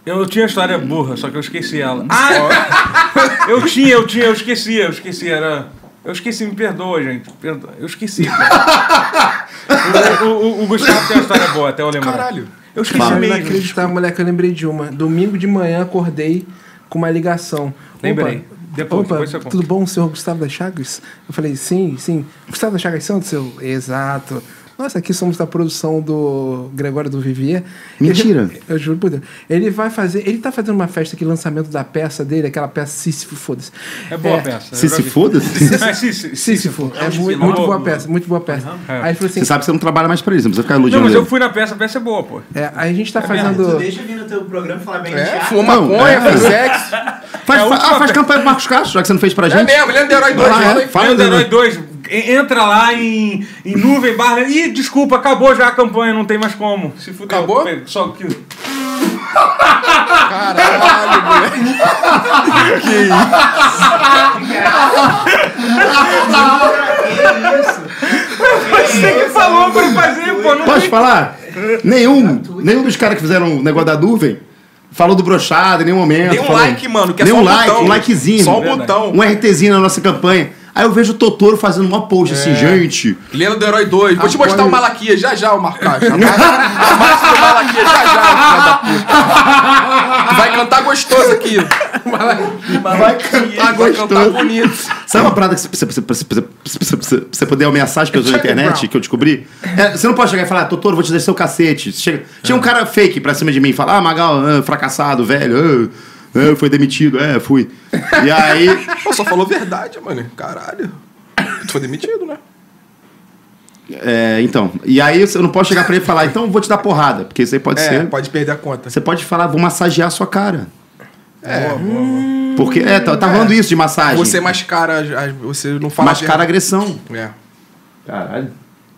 Speaker 4: Eu tinha a história burra, só que eu esqueci ela. Ah! eu tinha, eu tinha, eu esqueci, eu esqueci, era. Eu esqueci, me perdoa, gente. perdoa. Eu esqueci. cara. o, o- o- o Gustavo tem uma história boa, até eu lembrar.
Speaker 2: Caralho.
Speaker 4: Eu esqueci
Speaker 1: Fala.
Speaker 3: Eu não
Speaker 4: mesmo.
Speaker 3: acreditava, moleque, eu lembrei de uma. Domingo de manhã acordei com uma ligação.
Speaker 4: Lembrei.
Speaker 3: Opa,
Speaker 4: Depois,
Speaker 3: opa,
Speaker 4: depois você conta.
Speaker 3: tudo bom, senhor Gustavo das Chagas? Eu falei, sim, sim. Gustavo das Chagas Santos? Eu, exato. Nossa, aqui somos da produção do Gregório do Vivier.
Speaker 1: Mentira.
Speaker 3: Ele- eu juro por Deus. Ele vai fazer. Ele tá fazendo uma festa aqui, lançamento da peça dele, aquela peça Sísifo, foda-se.
Speaker 4: É boa a peça. um
Speaker 1: Se
Speaker 4: eu já
Speaker 1: se
Speaker 4: vi.
Speaker 1: foda-se.
Speaker 4: Ah, se- se- se-
Speaker 3: Sísifo. É muito, muito boa peça, muito boa peça. Aí ele falou assim.
Speaker 1: Você sabe que você não trabalha mais pra isso, não precisa ficar
Speaker 4: Não,
Speaker 1: iludindo.
Speaker 4: mas eu
Speaker 1: ele.
Speaker 4: fui na peça, a peça é boa, pô.
Speaker 3: é, aí a gente tá
Speaker 5: Tu
Speaker 3: fazendo.
Speaker 5: deixa eu vir no teu programa e falar bem de
Speaker 2: É,
Speaker 5: chato.
Speaker 2: fumou maconha,
Speaker 1: é.
Speaker 2: fez sexo.
Speaker 1: Faz,
Speaker 4: É a
Speaker 1: fa-
Speaker 4: última
Speaker 1: ah, faz
Speaker 4: pe-
Speaker 1: campanha pro Marcos Castro, já que você não fez pra
Speaker 2: É
Speaker 1: gente.
Speaker 2: mesmo, Leandro Herói
Speaker 1: Ah,
Speaker 2: 2.
Speaker 1: é?
Speaker 2: fala aí.
Speaker 1: Fala,
Speaker 4: Fala do
Speaker 1: Leandro.
Speaker 4: Herói 2. e- Entra lá em, em nuvem, barra. Ih, desculpa, acabou já a campanha, não tem mais como. Se fudeu.
Speaker 2: Acabou?
Speaker 4: Só um que.
Speaker 2: Caralho, moleque.
Speaker 4: Você que falou pra fazer, pô. Não
Speaker 1: Posso falar? Nenhum, nenhum dos caras que fizeram o negócio da nuvem falou do brochado em nenhum momento.
Speaker 2: Dê um
Speaker 1: falou-
Speaker 2: like, mano, que é
Speaker 1: Dê
Speaker 2: só
Speaker 1: um
Speaker 2: um
Speaker 1: like,
Speaker 2: botão.
Speaker 1: um likezinho.
Speaker 2: Só um botão.
Speaker 1: Um RTzinho na nossa campanha. Aí eu vejo o Totoro fazendo uma post
Speaker 2: É.
Speaker 1: assim, gente.
Speaker 2: Leandro do Herói 2. Vou te mostrar o Malaquias já já, o Marcácio. A marca a marca do Malaquias já já, filha da puta. Tu Vai cantar gostoso aqui.
Speaker 1: Vai cantar
Speaker 2: Vai cantar
Speaker 1: gostoso.
Speaker 2: bonito.
Speaker 1: Sabe uma parada que você, você, você, você, você, você- você poder ameaçar
Speaker 2: É
Speaker 1: as pessoas na internet, que eu descobri? É, você não pode chegar e falar, Totoro, vou te dar seu cacete. Chega,
Speaker 2: É.
Speaker 1: chega um cara fake pra cima de mim e fala, ah, Magal, ah, fracassado, velho, ah, ah, foi demitido, é, fui. E aí,
Speaker 2: Pô, só falou verdade, mano. Caralho. Tu foi demitido, né?
Speaker 1: é, então, e aí eu não posso chegar pra ele e falar, então eu vou te dar porrada, porque isso aí pode
Speaker 2: É,
Speaker 1: ser.
Speaker 2: pode perder a conta.
Speaker 1: Você pode falar, vou massagear a sua cara. É. Porque, é, tá, tá rolando isso de massagem.
Speaker 2: Você mascara, as- as- você não fala
Speaker 1: mascara
Speaker 2: a
Speaker 1: agressão.
Speaker 2: verdade. É.
Speaker 1: Caralho.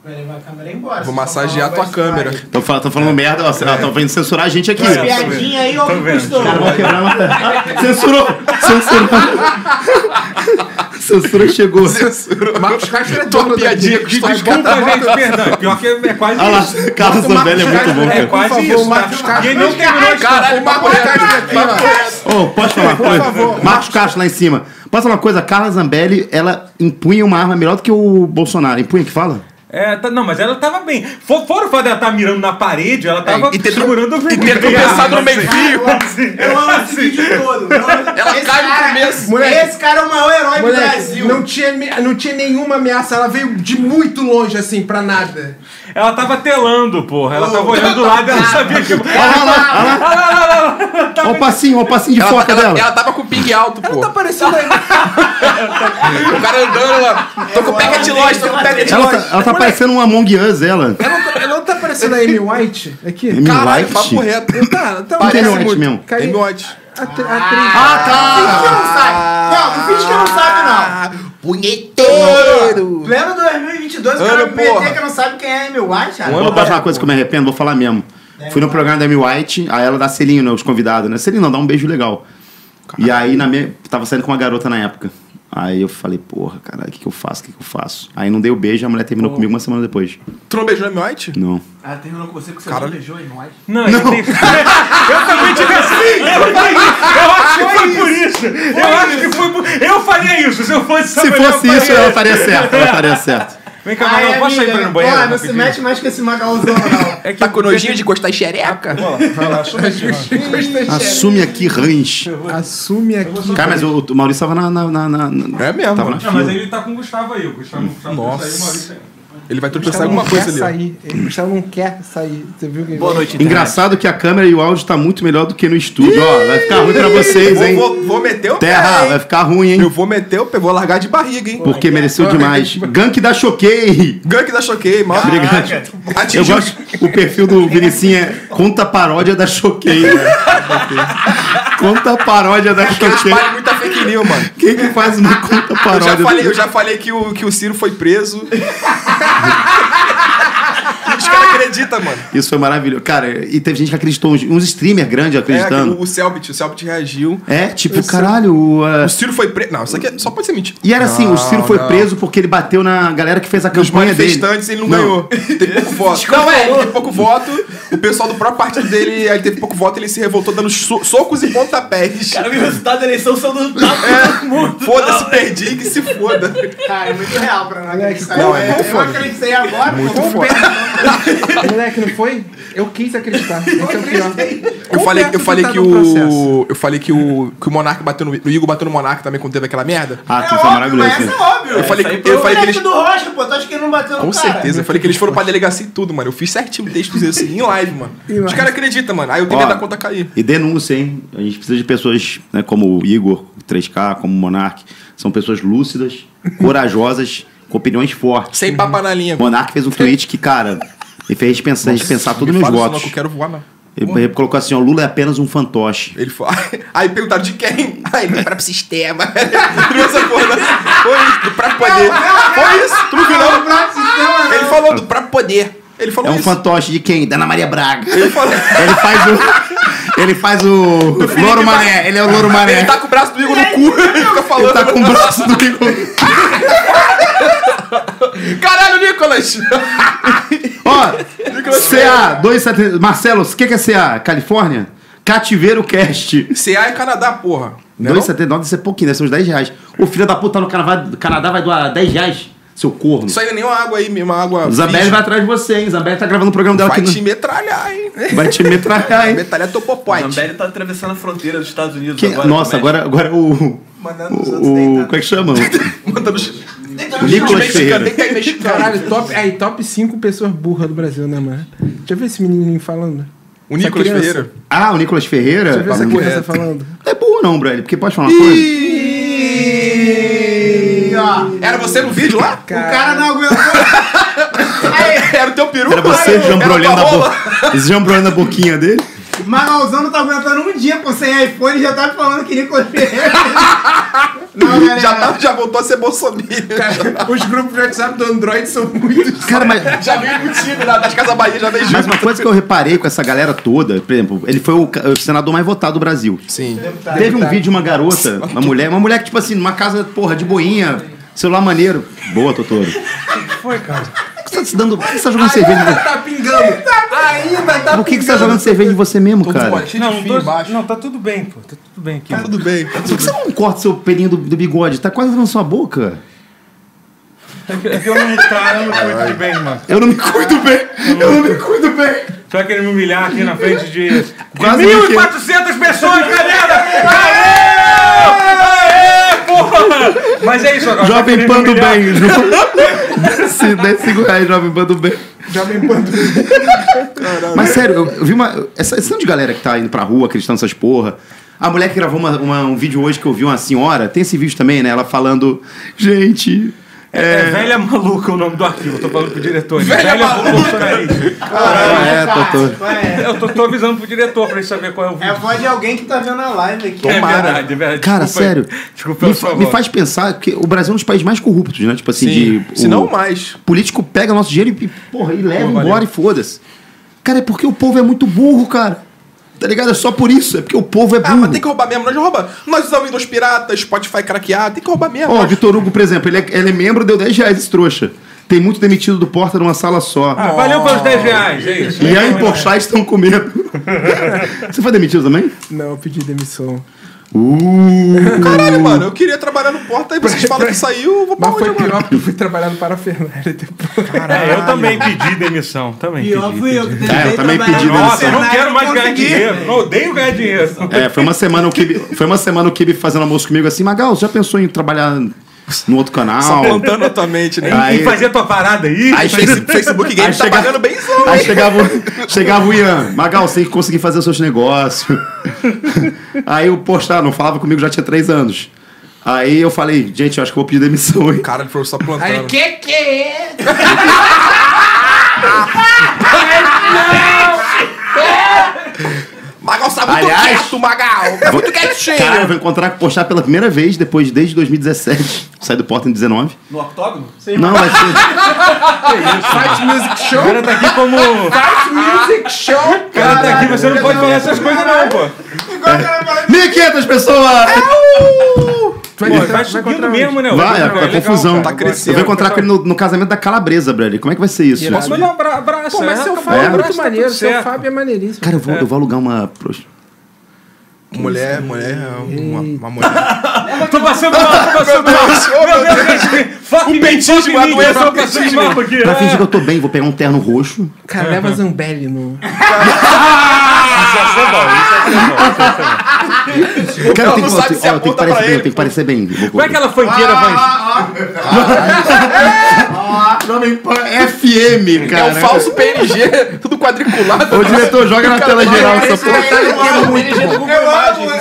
Speaker 5: Vai levar a câmera embora.
Speaker 2: Vou
Speaker 5: se for
Speaker 2: massagear a
Speaker 5: falar,
Speaker 2: tua
Speaker 5: vai
Speaker 2: câmera.
Speaker 5: sair.
Speaker 1: Tô falando, tô
Speaker 2: É.
Speaker 1: falando merda, ó, estão vendo censurar a gente aqui.
Speaker 5: Piadinha aí, ó,
Speaker 4: Tô vendo.
Speaker 5: custou.
Speaker 1: Cara, vão quebrar uma... Censurou! Censurou! Censura chegou.
Speaker 2: Censura.
Speaker 3: Marcos Castro é dono
Speaker 2: Tua
Speaker 3: da-
Speaker 2: piadinha com história
Speaker 4: Desculpa, gente, perdão. Pior que é quase
Speaker 1: Olha lá,
Speaker 4: isso.
Speaker 1: Carlos Zambelli é muito bom,
Speaker 4: É
Speaker 1: cara.
Speaker 4: quase
Speaker 3: favor,
Speaker 4: isso.
Speaker 3: Marcos
Speaker 4: tá?
Speaker 3: Castro.
Speaker 4: E ele não terminou de
Speaker 2: Caralho, papo reto. Papo reto.
Speaker 1: Ô, Oh, posso falar uma coisa? Marcos Castro lá em cima. Posso falar uma coisa? A Carla Zambelli, ela empunha uma arma melhor do que o Bolsonaro. Empunha que fala?
Speaker 4: É, tá- não, mas ela tava bem. For, fora o fato dela estar mirando na parede, ela tava
Speaker 2: e ter tro-
Speaker 4: segurando o
Speaker 2: E ter tropeçado no meio-fio.
Speaker 5: Eu amo esse vídeo todo. Eu amo-
Speaker 2: Ela
Speaker 5: esse
Speaker 2: cai no
Speaker 5: cara-
Speaker 2: começo.
Speaker 3: Moleque.
Speaker 5: Esse cara é o maior herói do
Speaker 3: Moleque,
Speaker 5: Brasil.
Speaker 3: não tinha, ame- não tinha nenhuma ameaça, ela veio de muito longe, assim, pra nada.
Speaker 4: Ela tava telando, porra. Ela tava olhando do lado, ela sabia que.
Speaker 1: Olha lá, olha lá.
Speaker 4: Tá
Speaker 1: Olha o passinho, olha o passinho de
Speaker 2: Ela,
Speaker 1: foca
Speaker 2: ela-
Speaker 1: dela.
Speaker 2: ela tá tava com o ping alto, pô.
Speaker 3: Tá parecendo aí.
Speaker 2: O cara andando lá. Tô com o pega de loja, tô com o pega de
Speaker 1: Ela tá,
Speaker 2: loja.
Speaker 1: ela tá parecendo um Among Us, ela.
Speaker 3: Ela não tá, ela não tá parecendo a Amy White aqui?
Speaker 1: Amy
Speaker 2: é Caralho,
Speaker 1: White?
Speaker 2: papo reto.
Speaker 3: Não tá, não tá
Speaker 1: Parece
Speaker 3: parece
Speaker 1: muito mesmo.
Speaker 3: Cari-
Speaker 2: Emote.
Speaker 3: a, tri- a atriz.
Speaker 1: Ah,
Speaker 5: Não
Speaker 1: tá.
Speaker 5: sabe. Não, não finge que não
Speaker 2: Ah.
Speaker 5: sabe, não.
Speaker 2: Punheteiro.
Speaker 5: Lembra do 2022, o
Speaker 2: Ana,
Speaker 5: cara me
Speaker 2: porra.
Speaker 5: meteu que não sabe quem é Amy White, cara?
Speaker 1: Vou falar uma coisa que eu me arrependo, vou falar mesmo. Fui no programa da Amy White, aí ela dá selinho, né? Os convidados, né? Selinho não, dá um beijo legal. E aí, na minha, tava saindo com uma garota na época. Aí eu falei, porra, caralho, o que, que eu faço? O que, que eu faço? Aí não dei o beijo, a mulher terminou comigo uma semana depois.
Speaker 2: Tu não beijou a Mioite?
Speaker 1: Não.
Speaker 6: Ela Ah, terminou com você porque você
Speaker 2: Cara-
Speaker 6: não beijou e não é?
Speaker 4: Não, ele tem. Eu também tive assim! Eu acho que foi por isso! Eu acho que foi por. Eu faria isso! Se eu fosse essa
Speaker 1: Se
Speaker 4: mulher, eu
Speaker 1: fosse
Speaker 4: faria
Speaker 1: isso, é. ela estaria certa. Ela estaria certa.
Speaker 4: Vem cá, Magal, posso sair pra ir no banheiro?
Speaker 5: Ó, não se
Speaker 4: rapidinho?
Speaker 5: mete mais com esse magalzão, não.
Speaker 4: É que
Speaker 2: Tá com
Speaker 4: eu-
Speaker 2: nojinho de encostar em xereca?
Speaker 1: Assume aqui, range.
Speaker 3: tá. Assume aqui.
Speaker 1: Cara, mas o, o Maurício tava na, na, na- na- na-
Speaker 2: É mesmo,
Speaker 1: Tava
Speaker 2: mano.
Speaker 1: na
Speaker 4: Não, mas
Speaker 1: fila.
Speaker 4: ele tá com o Gustavo aí. O Gustavo, o Gustavo
Speaker 2: Nossa.
Speaker 4: saiu uma vez aí.
Speaker 2: Ele vai
Speaker 3: O
Speaker 2: tropeçar
Speaker 3: Gustavo
Speaker 2: alguma
Speaker 3: não quer
Speaker 2: coisa ali.
Speaker 3: sair. O Gustavo não quer sair. Você viu que.
Speaker 6: Boa noite,
Speaker 1: Engraçado que a câmera e o áudio tá muito melhor do que no estúdio. Ó, vai ficar ruim pra vocês,
Speaker 2: Vou,
Speaker 1: hein?
Speaker 2: vou, vou meter o
Speaker 1: Terra,
Speaker 2: pé, hein?
Speaker 1: vai ficar ruim, hein?
Speaker 2: Eu vou meter o pé, vou largar de barriga, hein?
Speaker 1: Porque mereceu demais. Gank da Choquei.
Speaker 2: Gank da Choquei, mal.
Speaker 1: Obrigado. Eu
Speaker 2: Atingiu.
Speaker 1: gosto. O perfil do Vinicinho é Conta a Paródia da Choquei. né? Conta a Paródia da
Speaker 2: Que eles
Speaker 1: Choquei.
Speaker 2: espalham muita fake news, mano.
Speaker 1: Quem que faz uma conta
Speaker 2: Eu
Speaker 1: paródia?
Speaker 2: já
Speaker 1: do-
Speaker 2: falei, eu já falei que, o, que o Ciro foi preso. Os caras acreditam, mano.
Speaker 1: Isso foi maravilhoso. Cara, e teve gente que acreditou, uns, uns streamers grandes
Speaker 2: É,
Speaker 1: acreditando.
Speaker 2: o, o Selbit, o Selbit reagiu.
Speaker 1: É, tipo, caralho. o,
Speaker 2: O
Speaker 1: ah,
Speaker 2: Ciro foi preso. Não, isso aqui é- só pode ser mentira.
Speaker 1: E era assim, o Ciro
Speaker 2: Não,
Speaker 1: foi
Speaker 2: não.
Speaker 1: preso porque ele bateu na galera que fez a
Speaker 2: Os
Speaker 1: campanha é dele.
Speaker 2: manifestantes ele não, ganhou. Teve pouco voto. não, é, ele teve pouco voto. O pessoal do próprio partido dele, aí ele teve pouco voto, ele se revoltou dando so- socos e pontapés.
Speaker 6: Cara, o resultado da eleição são do tapa todo mundo.
Speaker 2: Foda-se, perdi, que se foda.
Speaker 5: Cara, é muito real pra não
Speaker 3: Moleque,
Speaker 5: acreditar.
Speaker 3: como-
Speaker 5: É,
Speaker 2: como
Speaker 5: Eu
Speaker 2: foi?
Speaker 5: acreditei agora, como
Speaker 3: Moleque, não foi? Eu quis acreditar. Esse é o pior.
Speaker 2: Eu falei, eu
Speaker 3: Confesso
Speaker 2: falei
Speaker 3: tá
Speaker 2: que
Speaker 3: no processo.
Speaker 2: o. Eu falei que o. Que o Monark bateu no. O Igor bateu no Monark também quando teve aquela merda.
Speaker 5: É
Speaker 1: Ah, aquilo foi
Speaker 5: óbvio,
Speaker 1: maravilhoso.
Speaker 5: mas essa é
Speaker 1: né?
Speaker 5: óbvio.
Speaker 2: Eu falei
Speaker 6: essa aí
Speaker 2: que, eu
Speaker 6: foi
Speaker 2: falei que
Speaker 5: Moleque
Speaker 2: eles.
Speaker 5: do Rocha, pô, tu acha que ele não bateu no
Speaker 2: Com
Speaker 5: cara?
Speaker 2: certeza, eu falei que eles foram pra delegacia e tudo, mano. Eu fiz certinho o texto assim, em live, mano. Os caras acreditam, mano. Aí eu tenho
Speaker 1: Ó.
Speaker 2: medo da conta cair.
Speaker 1: E denúncia, hein? A gente precisa de pessoas né, como o Igor, 3K, como o Monark. São pessoas lúcidas, corajosas, com opiniões fortes.
Speaker 2: Sem papo na linha.
Speaker 1: O Monark fez um tweet que, cara, ele fez pensar, repensar todos
Speaker 2: Me
Speaker 1: os meus
Speaker 2: fala isso não, que
Speaker 1: votos.
Speaker 2: eu quero voar, não.
Speaker 1: Ele, ele colocou assim, ó, Lula é apenas um fantoche.
Speaker 2: Ele falou. Aí perguntaram de quem? Aí do próprio sistema. Ele essa porra. não. Foi isso, do próprio poder. Foi isso, tu não viu, não? Ele falou do próprio poder. Ele
Speaker 1: É
Speaker 2: falou
Speaker 1: um
Speaker 2: isso.
Speaker 1: fantoche de quem? Da Ana Maria Braga.
Speaker 2: Ele falou.
Speaker 1: Ele faz o. Ele faz o. Louro Mané. Ele é o Louro Mané.
Speaker 2: Ele tá com o braço do Igor no cu. Ele fica
Speaker 1: Ele
Speaker 2: falando.
Speaker 1: tá com o braço do Igor. um
Speaker 2: Caralho, Nicolas!
Speaker 1: Ó, CA 270. Marcelo, o que, que é CA? Califórnia? Cativeiro Cast.
Speaker 2: CA é Canadá, porra. Não é não?
Speaker 1: 2,79 isso é pouquinho, deve ser uns 10 reais. O filho da puta no Canadá, Canadá vai doar 10 reais, seu corno.
Speaker 2: Isso aí não é nenhuma água aí mesmo, uma água.
Speaker 1: Isabelle
Speaker 2: virgem.
Speaker 1: vai atrás de você, hein? Isabelle tá gravando o programa dela
Speaker 2: Vai
Speaker 1: aqui.
Speaker 2: te metralhar, hein? É,
Speaker 1: No... Vai te metralhar, hein?
Speaker 2: Metralhar teu
Speaker 6: A
Speaker 2: popote.
Speaker 6: Zambelli tá atravessando a fronteira dos Estados Unidos
Speaker 1: Que-
Speaker 6: agora.
Speaker 1: Nossa,
Speaker 6: também.
Speaker 1: agora, agora o.
Speaker 5: Mandando os outros
Speaker 1: O, o.
Speaker 5: deitar.
Speaker 1: Como é que chama?
Speaker 2: Mandando os
Speaker 1: O Nicolas
Speaker 2: mexicanos.
Speaker 1: Ferreira.
Speaker 2: Tem que ter mexicano.
Speaker 3: Caralho, top, aí, top 5 pessoas burras do Brasil, né, mano? Deixa eu ver esse menininho falando.
Speaker 2: O Nicolas
Speaker 3: criança.
Speaker 2: Ferreira.
Speaker 1: Ah, o Nicolas Ferreira.
Speaker 3: Deixa eu ver essa
Speaker 1: falando-
Speaker 3: criança falando.
Speaker 1: Não é burro, não, Brad, porque pode falar uma coisa.
Speaker 5: E, ó,
Speaker 2: Era você no vídeo lá?
Speaker 5: o cara não aguentou.
Speaker 2: Era o teu peru?
Speaker 1: Era você
Speaker 2: Era tua
Speaker 1: jambrolhando a,
Speaker 2: rola?
Speaker 1: bo... jambrolhando a boquinha dele?
Speaker 5: Magalzão não tá aguentando um dia, pô, sem iPhone, já tá falando que Nicolas Ferreira. Não, galera.
Speaker 2: Já, tá- já voltou a ser bolsominion.
Speaker 3: Os grupos de WhatsApp do Android são muito.
Speaker 1: Cara, mas.
Speaker 2: Já veio contigo lá das Casas Bahia, já veio junto.
Speaker 1: Mas uma coisa que eu reparei com essa galera toda, por exemplo, ele foi o, ca- o senador mais votado do Brasil.
Speaker 2: Sim.
Speaker 1: Teve um vídeo de uma garota, uma mulher, uma mulher que, tipo assim, numa casa, porra, de boinha, celular maneiro. Boa, Totoro. O que
Speaker 3: Foi, cara.
Speaker 1: você tá se dando. Por que você tá jogando cerveja?
Speaker 3: Tá pingando. Ainda tá
Speaker 1: Por que que você tá jogando cerveja em você mesmo, cara?
Speaker 2: Cheio
Speaker 4: Não,
Speaker 2: de
Speaker 4: não,
Speaker 2: fio
Speaker 4: tô-
Speaker 2: embaixo.
Speaker 4: não, tá tudo bem, pô. Tá tudo bem aqui.
Speaker 2: Tá Tudo bem.
Speaker 1: Por que você não corta seu pelinho do, do bigode? Tá quase na sua boca.
Speaker 4: É que- é que eu não, cara, eu não cuido de bem, mano.
Speaker 1: Eu não me cuido bem! Eu não me cuido bem!
Speaker 4: Só que ele me humilhar aqui na frente de, de
Speaker 1: Quase
Speaker 4: 1.400 pessoas, galera! Aê! Aê, porra! Mas é isso, agora. só que
Speaker 1: Jovem
Speaker 4: ele
Speaker 1: Pan
Speaker 4: me
Speaker 1: do
Speaker 4: humilhar-
Speaker 1: bem, Ju. Desce, desce, reais, Jovem Pan do bem.
Speaker 3: Jovem Pan do-
Speaker 1: Mas sério, eu, eu vi uma. Essa, essa de galera que tá indo pra rua, acreditando essas porra. A mulher que gravou uma- uma- um vídeo hoje que eu vi uma senhora, tem esse vídeo também, né? Ela falando, gente.
Speaker 4: É, velha maluca o nome do arquivo, tô falando pro diretor.
Speaker 2: Velha maluca.
Speaker 4: bolsonarista.
Speaker 1: Ah, é, Totoro.
Speaker 5: Qual é?
Speaker 4: Eu tô, tô avisando pro diretor pra ele saber qual é o
Speaker 5: É a
Speaker 4: vídeo.
Speaker 5: voz de alguém que tá vendo a live aqui.
Speaker 4: É verdade, é verdade.
Speaker 1: Cara,
Speaker 4: Desculpa aí.
Speaker 1: sério.
Speaker 4: Desculpa
Speaker 1: me,
Speaker 4: eu
Speaker 1: fa- me faz pensar que o Brasil é um dos países mais corruptos, né? Tipo assim,
Speaker 2: Sim.
Speaker 1: de.
Speaker 2: Se não
Speaker 1: o
Speaker 2: mais.
Speaker 1: político pega nosso dinheiro e, porra, e leva embora e foda-se. Cara, é porque o povo é muito burro, cara. Tá ligado? É só por isso. É porque o povo é burro.
Speaker 2: Ah, mas tem que roubar mesmo. Nós roubamos. Nós usamos Windows pirata, Spotify craqueado. Tem que roubar mesmo.
Speaker 1: Ó, o Vitor Hugo, por exemplo, ele é, ele é membro, deu 10 reais esse trouxa. Tem muito demitido do Porta numa sala só.
Speaker 4: Ah, valeu pelos 10 reais, é isso.
Speaker 1: e aí, Porchat estão com medo. Você foi demitido também?
Speaker 3: Não, eu pedi demissão.
Speaker 2: Uh. Caralho, mano. Eu queria trabalhar no Porta, aí vocês falam que saiu, eu vou pra
Speaker 3: Mas
Speaker 2: onde
Speaker 3: foi
Speaker 2: agora?
Speaker 3: pior porque eu fui trabalhar no Parafernália depois.
Speaker 4: É, eu também pedi demissão. Também
Speaker 5: Pior
Speaker 4: pedi.
Speaker 5: fui eu que tentei
Speaker 1: É, eu também
Speaker 5: trabalhar
Speaker 1: pedi
Speaker 5: no
Speaker 1: demissão.
Speaker 4: Nossa, eu não
Speaker 5: cenário
Speaker 4: quero
Speaker 5: e
Speaker 4: mais ganhar
Speaker 5: consegui.
Speaker 4: dinheiro. Eu odeio ganhar dinheiro.
Speaker 1: É, foi uma semana o Kibe, foi uma semana o Kibe fazendo almoço comigo assim, Magal, você já pensou em trabalhar no outro canal?
Speaker 2: Plantando a tua mente, né?
Speaker 1: Aí-
Speaker 4: E fazer tua parada aí.
Speaker 2: Aí
Speaker 4: fazer-
Speaker 2: Face- Facebook Game
Speaker 1: Aí
Speaker 2: tá
Speaker 1: chega-
Speaker 2: pagando bemzão,
Speaker 1: Aí
Speaker 2: hein?
Speaker 1: chegava, o- chegava o Ian, Magal, você tem que conseguir fazer os seus negócios. Aí o postar, não falava comigo já tinha três anos. Aí eu falei, gente, eu acho que eu vou pedir demissão, hein?
Speaker 2: Cara, ele falou só plantando.
Speaker 3: Aí, que que é?
Speaker 2: Magal sabe muito
Speaker 1: Aliás-
Speaker 2: quieto, Magal. É muito quietinho.
Speaker 1: Cara, eu vou encontrar com o Porchat pela primeira vez depois, desde 2017. Sai do Porta em 19.
Speaker 6: No octógono? Sem
Speaker 1: Não, vai ser.
Speaker 3: Fight Music
Speaker 4: O
Speaker 3: Show?
Speaker 4: cara tá aqui como. O
Speaker 3: Fight Music Show?
Speaker 4: cara tá aqui, você não pode falar essas coisas, não, pô.
Speaker 1: 1.500 pessoas!
Speaker 3: Vai,
Speaker 4: Pô,
Speaker 3: vai,
Speaker 4: Vai subindo mesmo, né?
Speaker 1: Vai,
Speaker 4: Outra
Speaker 1: é, é
Speaker 4: coisa, legal,
Speaker 1: confusão.
Speaker 4: cara.
Speaker 2: Tá crescendo.
Speaker 1: Eu vou encontrar com ele no, no casamento da Calabresa, Brady. Como é que vai ser isso?
Speaker 4: Posso mandar um abra- abraço,
Speaker 3: Pô, mas
Speaker 4: né?
Speaker 3: seu
Speaker 4: Tá
Speaker 3: Fábio é
Speaker 4: bom, abraço,
Speaker 3: muito
Speaker 4: tá
Speaker 3: maneiro.
Speaker 4: tudo
Speaker 3: Seu
Speaker 4: certo.
Speaker 3: Fábio é maneiríssimo.
Speaker 1: Cara, eu vou, eu vou alugar uma. prost-
Speaker 2: Mulher, mulher, é uma, uma mulher.
Speaker 4: Tô passando mal, tô passando mal. Meu Deus, gente. Fuck me,
Speaker 2: pentismo,
Speaker 4: fuck
Speaker 2: a
Speaker 4: me,
Speaker 2: doença
Speaker 4: eu tô
Speaker 2: do pentismo.
Speaker 4: passando mal aqui.
Speaker 1: Pra fingir que eu tô bem, vou pegar um terno roxo.
Speaker 2: Uhum.
Speaker 3: Cara, leva Zambelli no...
Speaker 1: Cara, eu
Speaker 2: não
Speaker 1: tenho que, eu
Speaker 2: sabe
Speaker 1: tenho- ó,
Speaker 2: se
Speaker 1: eu tenho que
Speaker 2: aponta pra
Speaker 1: parecer bem,
Speaker 2: ele,
Speaker 1: eu tenho que parecer bem. Vou-
Speaker 4: Como é aquela funkeira, Vans?
Speaker 1: Jovem Pan FM,
Speaker 2: É
Speaker 1: é cara.
Speaker 2: um falso PNG, tudo quadriculado.
Speaker 1: Ô, diretor, joga na tela geral essa porra.
Speaker 4: é
Speaker 5: Eu amo,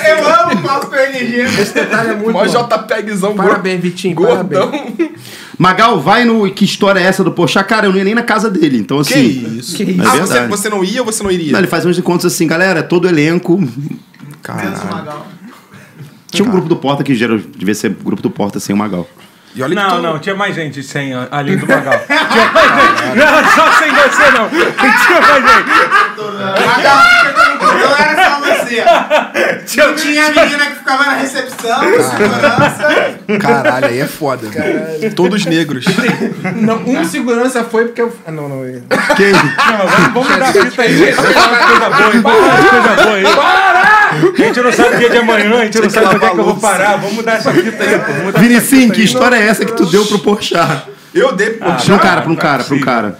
Speaker 5: eu amo o papo PNG.
Speaker 3: Cara, é muito
Speaker 2: Mó
Speaker 3: bom.
Speaker 2: JPEGzão gordo.
Speaker 3: Parabéns, Vitinho,
Speaker 2: Gordão.
Speaker 3: parabéns.
Speaker 1: Magal, vai no. Que história é essa do Poxa? Cara, eu não ia nem na casa dele, então assim.
Speaker 2: Que isso?
Speaker 3: Que
Speaker 1: É
Speaker 3: isso?
Speaker 2: Ah, você,
Speaker 1: verdade.
Speaker 2: você não ia ou você não
Speaker 1: Não,
Speaker 2: iria?
Speaker 1: ele faz uns encontros assim, galera, todo elenco.
Speaker 5: Menos o
Speaker 2: Caralho.
Speaker 5: Magal.
Speaker 1: Tinha um grupo do Porta que gera, devia ser grupo do Porta sem o Magal.
Speaker 2: E olha que
Speaker 4: Não,
Speaker 2: tu-
Speaker 4: não, tinha mais gente sem, ó, além do Magal. Tinha mais gente. Não era só sem você, não. Tinha mais gente.
Speaker 5: Eu era só você. Não tinha a menina que ficava na recepção, segurança.
Speaker 2: Caralho, aí é foda. Todos negros.
Speaker 3: Não, um segurança foi porque eu... Ah, não, não. eu-
Speaker 4: Não, vamos, vamos mudar a fita aí, gente. Vamos falar de coisa boa, hein? Vamos falar de coisa boa aí. A gente não sabe o dia de amanhã, a gente não
Speaker 1: tá
Speaker 4: sabe quando é que eu vou parar. Vamos mudar essa fita aí, pô. Vamos mudar
Speaker 1: Vinicim, que história é essa que tu deu pro Poxa?
Speaker 2: Eu dei
Speaker 3: Ah,
Speaker 2: pro
Speaker 1: Pra um cara, pra um cara, pra um cara.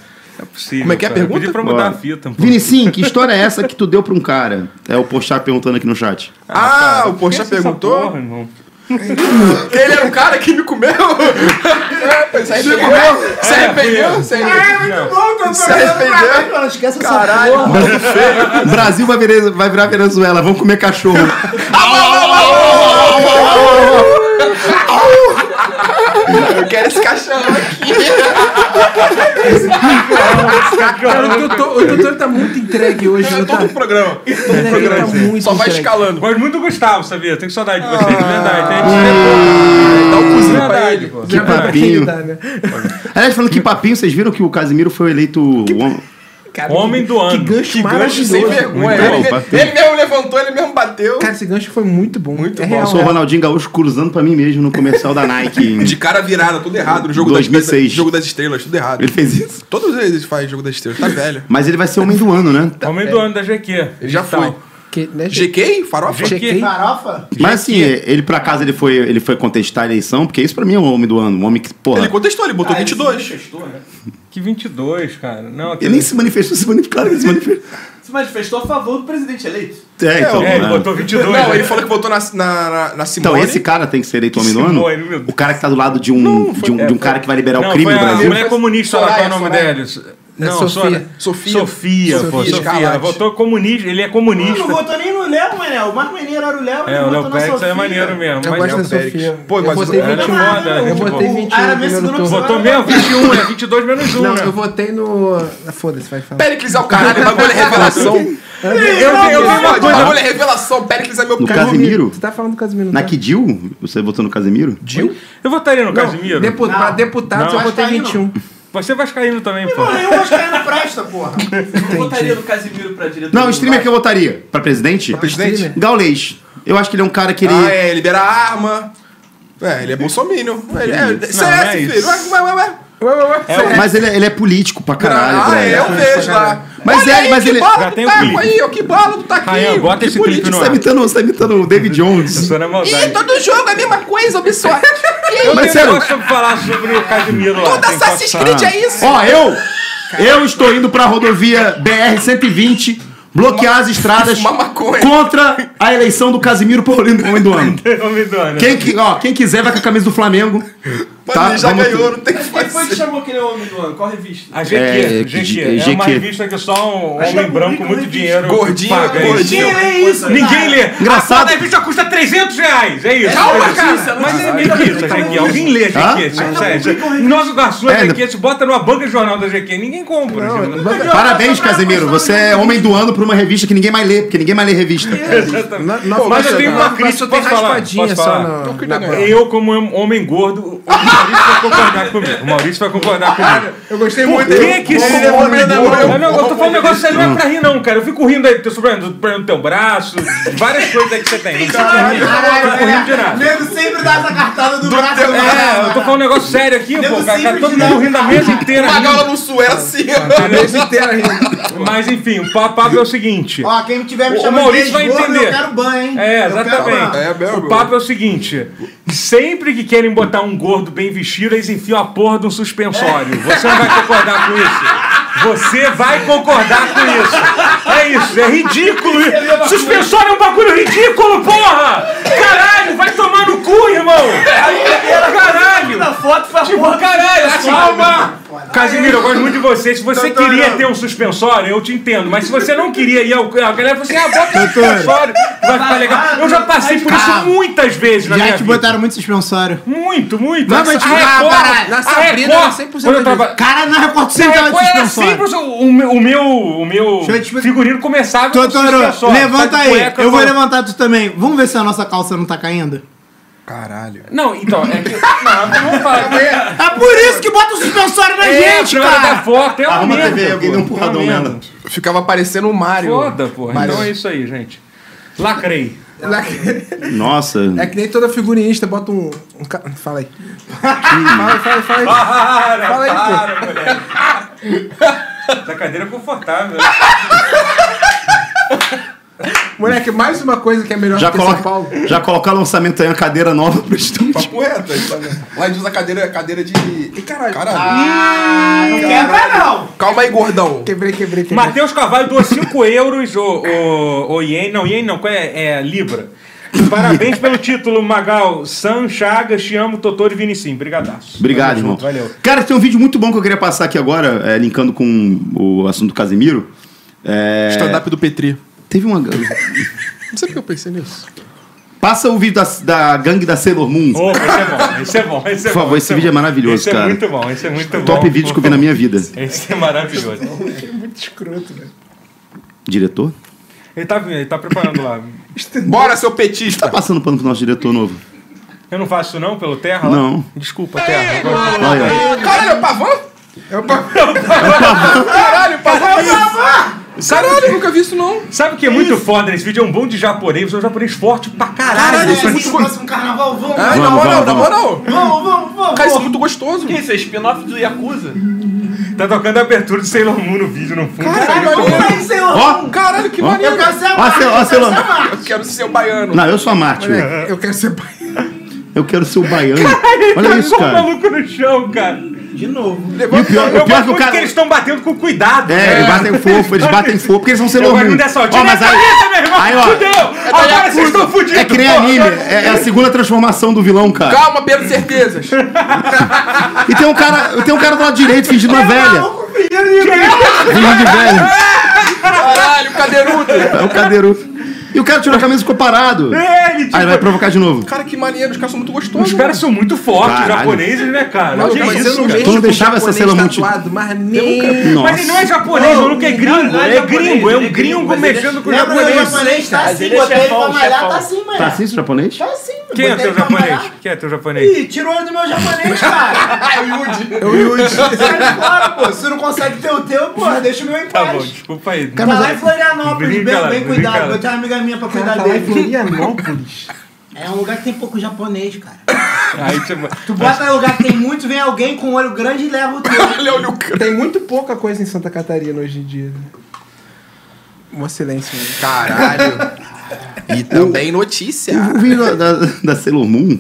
Speaker 4: possível,
Speaker 2: Como é que é a
Speaker 4: cara.
Speaker 2: pergunta?
Speaker 4: Pedi pra mudar a fita. pô.
Speaker 1: Vinicim, que história é essa que tu deu pra um cara? É o Poxa perguntando aqui no chat.
Speaker 2: Ah, o Poxa
Speaker 3: é
Speaker 4: Esquece essa
Speaker 2: perguntou.
Speaker 4: porra, irmão.
Speaker 2: Ele era o cara que me comeu. Se arrependeu? Se arrependeu? Se arrependeu?
Speaker 5: Muito bom, tô
Speaker 2: Se arrependeu?
Speaker 5: Não esquece essa
Speaker 2: Caralho.
Speaker 1: Brasil vai virar, vai virar Venezuela, vamos comer cachorro.
Speaker 2: Eu quero esse caixão aqui.
Speaker 3: Cara, o doutor, o doutor tá muito entregue hoje. não tá?
Speaker 2: Todo programa.
Speaker 3: Ele tá muito
Speaker 2: Só vai
Speaker 3: entregue.
Speaker 2: escalando.
Speaker 4: Gosto muito do Gustavo, sabia? Tenho saudade de você, de verdade. Tem gente
Speaker 2: Dá um
Speaker 4: de
Speaker 2: cozinho pra
Speaker 4: verdade,
Speaker 2: ele.
Speaker 4: pô.
Speaker 1: Que
Speaker 3: Pra
Speaker 1: papinho.
Speaker 3: quem dá, né?
Speaker 1: Aliás, falando que papinho, vocês viram que o Casimiro foi eleito o homem-
Speaker 3: Cara,
Speaker 4: Homem do ano.
Speaker 3: Que gancho
Speaker 2: Que gancho
Speaker 3: maravilhoso.
Speaker 2: sem vergonha.
Speaker 1: Muito
Speaker 2: Ele,
Speaker 1: bom,
Speaker 2: ele,
Speaker 1: bateu.
Speaker 2: mesmo levantou, ele mesmo bateu.
Speaker 3: Cara, esse gancho foi muito bom. Muito é
Speaker 2: bom.
Speaker 1: Eu
Speaker 3: Real,
Speaker 1: sou o
Speaker 3: né?
Speaker 1: Ronaldinho Gaúcho cruzando pra mim mesmo no comercial da Nike. em-
Speaker 2: De cara virada, tudo errado. No jogo,
Speaker 1: 2006.
Speaker 2: Das, jogo das estrelas, tudo errado.
Speaker 1: Ele fez isso.
Speaker 2: Todos eles fazem jogo das estrelas, tá velho.
Speaker 1: Mas ele vai ser homem do ano, né?
Speaker 4: Homem do ano da GQ. Ele
Speaker 2: Já foi.
Speaker 3: Que, né, gente?
Speaker 2: GK? Farofa?
Speaker 4: GK.
Speaker 3: Chequei.
Speaker 5: Farofa?
Speaker 1: Mas assim, ele pra casa ele foi, ele foi contestar a eleição, porque isso pra mim é um homem do ano. Um homem que, porra.
Speaker 2: Ele
Speaker 1: Ele,
Speaker 2: contestou, ele botou 22.
Speaker 6: manifestou, né?
Speaker 4: Que 22, cara. Não,
Speaker 1: nem se manifestou, se manifestou. Claro que ele se manifestou.
Speaker 6: Se manifestou a favor do presidente eleito.
Speaker 1: É, então.
Speaker 4: É, ele
Speaker 1: né?
Speaker 4: botou 22.
Speaker 2: Não,
Speaker 4: né?
Speaker 2: ele falou que botou na, na, na, na
Speaker 1: Então,
Speaker 2: Simone.
Speaker 1: esse cara tem que ser eleito homem do ano?
Speaker 4: Simone, meu Deus.
Speaker 1: O cara que tá do lado de um, de um, de um cara que vai liberar
Speaker 4: Não,
Speaker 1: o crime
Speaker 4: foi
Speaker 1: no
Speaker 4: a
Speaker 1: Brasil?
Speaker 4: mulher comunista lá, qual é o nome
Speaker 2: Soraya,
Speaker 4: dela?
Speaker 3: É
Speaker 4: Não,
Speaker 3: Sofia.
Speaker 4: Sora-
Speaker 2: Sofia.
Speaker 4: Sofia, pô,
Speaker 2: Sofia
Speaker 4: Sofia.
Speaker 2: Escarlate.
Speaker 4: Ela votou comunista, ele é
Speaker 5: Não, não
Speaker 4: comunista.
Speaker 5: votou nem no Léo, mané. O Marco Mineiro era o Léo,
Speaker 4: É,
Speaker 5: ele
Speaker 4: o
Speaker 5: votou
Speaker 4: Léo
Speaker 5: na
Speaker 4: Pérez
Speaker 5: Sofia.
Speaker 4: é maneiro mesmo.
Speaker 3: Eu
Speaker 4: Mas é
Speaker 3: gosto da
Speaker 2: Léo Pérez.
Speaker 3: Sofia.
Speaker 2: Pô,
Speaker 3: eu
Speaker 2: mas
Speaker 3: votei
Speaker 4: ela é
Speaker 3: 21.
Speaker 4: foda, ela é
Speaker 3: Eu
Speaker 4: muito
Speaker 3: votei
Speaker 4: boa.
Speaker 3: 21
Speaker 5: Ah, era mesmo
Speaker 3: no primeiro
Speaker 5: segundo
Speaker 3: turno.
Speaker 4: votou mesmo 21, é 22 menos 1,
Speaker 3: Não,
Speaker 4: né?
Speaker 3: eu votei no... Ah, Foda-se, vai falar.
Speaker 2: Péricles é o caralho, bagulho é revelação.
Speaker 3: Eu,
Speaker 2: Eu tenho
Speaker 3: eu-
Speaker 2: uma coisa, bagulho é revelação. Péricles é meu
Speaker 1: No
Speaker 2: cara.
Speaker 1: Casimiro?
Speaker 3: Você tá falando do Casimiro.
Speaker 1: Na
Speaker 3: tá?
Speaker 1: que Dil? Você votou no Casimiro?
Speaker 4: Eu votaria no Casimiro.
Speaker 3: Depu- Pra deputados
Speaker 4: Não.
Speaker 3: eu votei
Speaker 5: Acho que aí não.
Speaker 3: 21.
Speaker 4: Você vai caindo também, pô.
Speaker 5: Nenhum vascaíno presta, porra.
Speaker 6: Eu botaria do Casimiro pra diretor.
Speaker 1: Não, o streamer que eu votaria pra presidente? Pra
Speaker 2: presidente?
Speaker 1: Gaulês. Eu acho que ele é um cara que ele.
Speaker 2: Ah, é, libera a arma. É, ele é bolsominion. Ele é,
Speaker 4: Não,
Speaker 2: CS,
Speaker 4: não é
Speaker 2: filho. Ué,
Speaker 4: isso.
Speaker 2: ué, ué, ué.
Speaker 1: Mas ele é, ele é político pra caralho.
Speaker 2: Ah,
Speaker 1: velho.
Speaker 2: é, eu vejo lá.
Speaker 1: Mas
Speaker 2: Olha
Speaker 1: é,
Speaker 2: aí,
Speaker 1: mas
Speaker 2: que
Speaker 1: ele-
Speaker 2: Bala
Speaker 4: Já
Speaker 2: do
Speaker 4: tem o
Speaker 2: taco
Speaker 4: clipe.
Speaker 2: tá aí, ó, que bala do
Speaker 4: Ryan,
Speaker 2: taquinho.
Speaker 4: bota
Speaker 2: que
Speaker 4: esse clipe
Speaker 2: bonito.
Speaker 4: no
Speaker 1: Você tá imitando, você tá imitando o David Jones.
Speaker 4: Isso não é maldade.
Speaker 2: Ih, todo jogo é a mesma coisa, Ubisoft.
Speaker 4: Eu
Speaker 1: Mas
Speaker 4: tenho
Speaker 1: sério.
Speaker 4: um negócio pra falar sobre o Casimiro lá.
Speaker 2: Toda
Speaker 4: tem que
Speaker 2: Assassin's
Speaker 4: passar.
Speaker 2: Creed é isso.
Speaker 1: Ó, eu. Eu estou indo pra rodovia BR-120 bloquear as estradas
Speaker 2: fumar maconha.
Speaker 1: contra a eleição do Casimiro Paulino como homem do ano.
Speaker 4: Não me dói, né?
Speaker 1: Quem, que- ó, quem quiser vai com a camisa do Flamengo.
Speaker 2: Mas
Speaker 1: Tá,
Speaker 2: ele já
Speaker 1: vamos-
Speaker 2: ganhou, não tem o que
Speaker 6: Quem foi que
Speaker 2: fazer.
Speaker 6: chamou aquele homem do ano? Qual revista?
Speaker 4: A
Speaker 1: É,
Speaker 4: GQ, GQ. É,
Speaker 1: GQ.
Speaker 4: uma revista que só um homem branco, muito dinheiro.
Speaker 2: Gordinho,
Speaker 4: paga isso.
Speaker 2: gordinho.
Speaker 6: isso,
Speaker 4: Ninguém lê.
Speaker 1: Engraçado.
Speaker 4: A foda revista custa 300 reais. É isso.
Speaker 2: Calma, cara. é
Speaker 4: Mas ninguém lê isso, a GQ. Alguém lê a
Speaker 1: Hã?
Speaker 4: GQ. sério, sério. Nova garçom
Speaker 1: É,
Speaker 4: a GQ. Se bota numa banca de jornal da GQ. Ninguém compra. gente.
Speaker 1: Parabéns, Casimiro. Você é homem do ano pra uma revista que ninguém mais lê, porque ninguém mais lê revista.
Speaker 4: Exatamente.
Speaker 3: na-
Speaker 4: Pô, Mas eu tenho
Speaker 3: na-
Speaker 4: uma
Speaker 3: na-
Speaker 4: crítica.
Speaker 3: só tem
Speaker 4: Posso falar?
Speaker 3: raspadinha
Speaker 4: Posso
Speaker 3: só
Speaker 4: falar?
Speaker 3: na-
Speaker 2: Cuida, cara.
Speaker 4: Eu, como um homem gordo, o Maurício vai concordar comigo. O Maurício vai concordar comigo.
Speaker 3: Eu gostei
Speaker 4: Por
Speaker 3: muito.
Speaker 4: que que esse
Speaker 2: Vamos,
Speaker 4: negócio...
Speaker 2: vamos, vamos,
Speaker 4: Eu, não,
Speaker 2: vamos,
Speaker 4: eu tô falando um negócio sério, não é pra rir não, cara. Eu fico rindo aí do teu sobrenome, do problema do teu braço, de várias coisas aí que você tem. Não fico rindo, eu fico rindo de nada.
Speaker 5: Nego sempre dá essa cartada do, braço. do
Speaker 4: É, eu tô falando um negócio sério aqui, pô, cara. Tá todo mundo rindo a mesa inteira.
Speaker 2: Uma
Speaker 4: rindo.
Speaker 2: gaula no sul é assim.
Speaker 3: A mesa inteira rindo.
Speaker 4: Mas enfim, o papo é o seguinte.
Speaker 5: Ó, quem tiver me
Speaker 4: O
Speaker 5: chamando
Speaker 4: Maurício
Speaker 5: de
Speaker 4: vai
Speaker 5: gordo,
Speaker 4: entender.
Speaker 5: eu quero banho, hein?
Speaker 4: É,
Speaker 5: Eu quero
Speaker 4: exatamente.
Speaker 5: banho.
Speaker 2: É, meu,
Speaker 4: o
Speaker 2: meu.
Speaker 4: papo é o seguinte: sempre que querem botar um gordo bem vestido, eles enfiam a porra de um suspensório. Você não vai concordar com isso. Você vai concordar com isso. É isso, é ridículo. Suspensório é um bagulho ridículo, porra! Caralho, vai tomar no cu, irmão! Caralho!
Speaker 6: Na foto foi a
Speaker 4: Tipo, caralho, calma! Casimiro, eu gosto muito de você. Se você queria ter um suspensório, eu te entendo. Mas se você não queria ir ao. A galera falou assim: ah, bota um suspensório, vai ficar legal. Eu já passei por isso muitas vezes na minha
Speaker 5: Já te
Speaker 4: vida.
Speaker 5: botaram muito suspensório.
Speaker 4: Muito, muito.
Speaker 5: Não, mas
Speaker 4: A
Speaker 5: tipo,
Speaker 4: Record-
Speaker 5: ah, caralho,
Speaker 3: na
Speaker 4: a
Speaker 3: Sabrina
Speaker 4: Record,
Speaker 3: era 100%
Speaker 4: quando eu
Speaker 3: disso.
Speaker 4: tava-
Speaker 5: Cara, é na Record
Speaker 4: a
Speaker 5: sempre dava
Speaker 4: Record era
Speaker 5: suspensório.
Speaker 4: é sempre o, o meu, o meu, o meu
Speaker 5: Deixa eu te explicar.
Speaker 4: figurino começava com
Speaker 5: Totoro,
Speaker 4: suspensório.
Speaker 5: levanta
Speaker 4: Tá de
Speaker 5: aí.
Speaker 4: cueca,
Speaker 5: eu vou
Speaker 4: com-
Speaker 5: levantar tu também. Vamos ver se a nossa calça não tá caindo.
Speaker 2: Caralho.
Speaker 4: Não, então, é que. Não, não vou falar.
Speaker 5: É por isso que bota o suspensório na
Speaker 4: É,
Speaker 5: gente,
Speaker 4: a hora da
Speaker 5: cara.
Speaker 4: foto, é uma
Speaker 1: Arruma a
Speaker 4: merda.
Speaker 1: TV, alguém
Speaker 4: pô.
Speaker 1: deu um porradão
Speaker 4: É uma merda.
Speaker 1: nela.
Speaker 2: Ficava parecendo o Mario.
Speaker 4: Foda, porra. Então é isso aí, gente. Lacrei.
Speaker 3: Lá que-
Speaker 1: Nossa.
Speaker 3: É que nem toda figurinista bota um. um ca- Fala aí. Fala aí, fala aí, fala aí.
Speaker 4: Para,
Speaker 3: Fala aí,
Speaker 4: para, moleque. Essa cadeira é confortável.
Speaker 3: Moleque, mais uma coisa que é melhor
Speaker 1: Já
Speaker 3: que São Paulo.
Speaker 1: coloca, já coloca lançamento aí uma cadeira nova pro estúdio.
Speaker 2: Papo reto, aí, tá vendo? Lá a gente usa cadeira, cadeira de. Ih, caralho. Ah,
Speaker 5: Ah, Não quebra, não.
Speaker 2: Calma aí, gordão.
Speaker 3: Quebrei, quebrei, quebrei.
Speaker 4: Matheus Carvalho doou 5 euros, o, o, o Ien. Não, Ien não, qual é, é Libra. Parabéns pelo título, Magal. Sam Chagas, te amo, Totoro e Vinicim. Brigadaço.
Speaker 1: Obrigado, irmão. Cara, tem um vídeo muito bom que eu queria passar aqui agora, é, linkando com o assunto do Casimiro. É,
Speaker 2: Stand-up do Petri.
Speaker 1: Teve uma.
Speaker 2: Não sei porque eu pensei nisso.
Speaker 1: Passa o vídeo da, da gangue da Sailor Moon.
Speaker 4: Opa, esse é bom, esse é bom. Esse é
Speaker 1: Por favor,
Speaker 4: bom,
Speaker 1: esse vídeo é
Speaker 4: bom.
Speaker 1: maravilhoso,
Speaker 4: esse
Speaker 1: cara.
Speaker 4: é muito bom, esse é muito bom.
Speaker 1: Top vídeo que eu vi na minha vida.
Speaker 4: Esse é maravilhoso.
Speaker 1: Diretor?
Speaker 4: Ele tá, ele tá preparando lá.
Speaker 2: Bora, seu petista.
Speaker 1: Tá Passando pano pro nosso diretor novo.
Speaker 4: Eu não faço isso não, pelo Terra? lá?
Speaker 1: Não.
Speaker 4: Desculpa, Terra. Agora...
Speaker 1: Olha aí.
Speaker 2: Caralho, é o Pavão? Caralho, o Pavão é o Caralho, eu nunca vi isso não.
Speaker 4: Sabe o que é muito foda nesse vídeo? É um bom de japonês, um japonês forte pra caralho.
Speaker 2: Caralho, isso é
Speaker 5: É,
Speaker 2: muito
Speaker 5: muito
Speaker 2: gostoso.
Speaker 5: próximo carnaval, vamos.
Speaker 2: Ah, na
Speaker 1: Vamos,
Speaker 2: moral,
Speaker 1: vamos,
Speaker 2: na
Speaker 1: vamos.
Speaker 2: moral.
Speaker 5: Vamos, vamos, vamos.
Speaker 2: Cara, isso é muito gostoso.
Speaker 6: Quem é esse? É spin-off do Yakuza? é-
Speaker 4: Tá tocando a abertura de Sailor Moon no vídeo, no fundo.
Speaker 2: Caralho, olha
Speaker 5: Vamos, Senhor.
Speaker 1: Ó,
Speaker 2: Caralho, que
Speaker 5: Eu
Speaker 2: maneiro.
Speaker 5: quero ser a
Speaker 1: Ó,
Speaker 5: Marta,
Speaker 1: seu- ó,
Speaker 5: eu quero ser
Speaker 1: seu-
Speaker 5: a Marta.
Speaker 2: Eu quero ser o baiano.
Speaker 1: não, eu sou a Marte, velho.
Speaker 3: Moleque, eu quero ser pai.
Speaker 1: Eu quero ser o baiano. Olha
Speaker 4: Tá
Speaker 1: isso,
Speaker 4: só um
Speaker 1: cara.
Speaker 4: maluco no chão, cara.
Speaker 5: De novo.
Speaker 1: E o pior,
Speaker 4: Eu
Speaker 1: o pior é
Speaker 4: gosto
Speaker 1: que o
Speaker 4: muito
Speaker 1: cara.
Speaker 4: que eles estão batendo com cuidado.
Speaker 1: É, eles batem fofo, eles batem fofo, porque eles são Sailor
Speaker 4: Eu é gosto
Speaker 1: Moon.
Speaker 4: muito dessa
Speaker 1: Ó,
Speaker 4: altura.
Speaker 1: mas aí,
Speaker 4: meu irmão.
Speaker 1: aí, ó.
Speaker 4: Fudeu. Agora vocês estão fudidos.
Speaker 1: é que nem
Speaker 4: porra.
Speaker 1: anime, é, é a segunda transformação do vilão, cara.
Speaker 2: Calma, Pedro Certezas.
Speaker 1: E tem um cara, tem um cara do lado direito fingindo uma
Speaker 4: é
Speaker 1: velha. Fingindo de velho.
Speaker 2: Caralho, cadeirudo.
Speaker 1: É o cadeirudo. E o cara tirou a camisa e ficou parado.
Speaker 4: É, ele
Speaker 1: Aí vai
Speaker 4: tipo...
Speaker 1: provocar de novo.
Speaker 2: Cara, que maneiro, os caras são muito gostosos.
Speaker 4: Os caras são muito fortes,
Speaker 1: Caralho. é
Speaker 4: japoneses, né, cara?
Speaker 3: Maluco,
Speaker 4: Que
Speaker 3: mas
Speaker 4: isso,
Speaker 3: eu não
Speaker 4: cara?
Speaker 3: vejo
Speaker 1: não
Speaker 3: um
Speaker 1: deixava essa
Speaker 3: japonês
Speaker 1: cela multi-
Speaker 3: tatuado, mas nem...
Speaker 4: é- Mas ele não é
Speaker 1: Nossa.
Speaker 4: japonês, o maluco é
Speaker 6: Não,
Speaker 4: gringo.
Speaker 6: não é
Speaker 4: é
Speaker 6: japonês,
Speaker 4: gringo, é
Speaker 6: ele
Speaker 4: um
Speaker 6: é gringo,
Speaker 4: gringo
Speaker 6: mas ele é-
Speaker 4: mexendo com
Speaker 5: Lembra que o
Speaker 4: japonês.
Speaker 5: japonês tá
Speaker 6: Mas
Speaker 5: assim,
Speaker 6: ele é
Speaker 5: botei ele pra
Speaker 6: chefão,
Speaker 5: malhar,
Speaker 6: chefão.
Speaker 5: tá assim,
Speaker 1: Tá
Speaker 5: mano.
Speaker 1: assim esse japonês?
Speaker 5: Tá assim, mano.
Speaker 4: Quem é teu
Speaker 6: pra
Speaker 4: japonês? Quem é teu japonês?
Speaker 6: Ih, tirou ele do meu japonês, cara.
Speaker 4: É
Speaker 5: Eu Yudi.
Speaker 6: Sai fora, pô. Se não consegue ter o teu, pô, deixa o meu em
Speaker 4: Tá bom,
Speaker 6: paz.
Speaker 4: desculpa aí.
Speaker 1: Cara,
Speaker 6: Tá
Speaker 1: mas
Speaker 6: lá em
Speaker 1: é-
Speaker 6: Florianópolis,
Speaker 4: Brinca lá,
Speaker 6: bem, bem
Speaker 4: brinca
Speaker 6: cuidado.
Speaker 4: lá.
Speaker 6: Eu tenho uma amiga minha pra cuidar
Speaker 3: Cara, tá lá em
Speaker 6: dele.
Speaker 3: Florianópolis.
Speaker 6: É um lugar que tem pouco japonês, cara.
Speaker 4: Aí você...
Speaker 6: Tu bota em lugar que tem muito, vem alguém com um olho grande e leva o teu.
Speaker 3: Tem muito pouca coisa em Santa Catarina hoje em dia. né? Um silêncio. né?
Speaker 2: Caralho. E também notícia.
Speaker 1: O vídeo da, da, da Sailor Moon.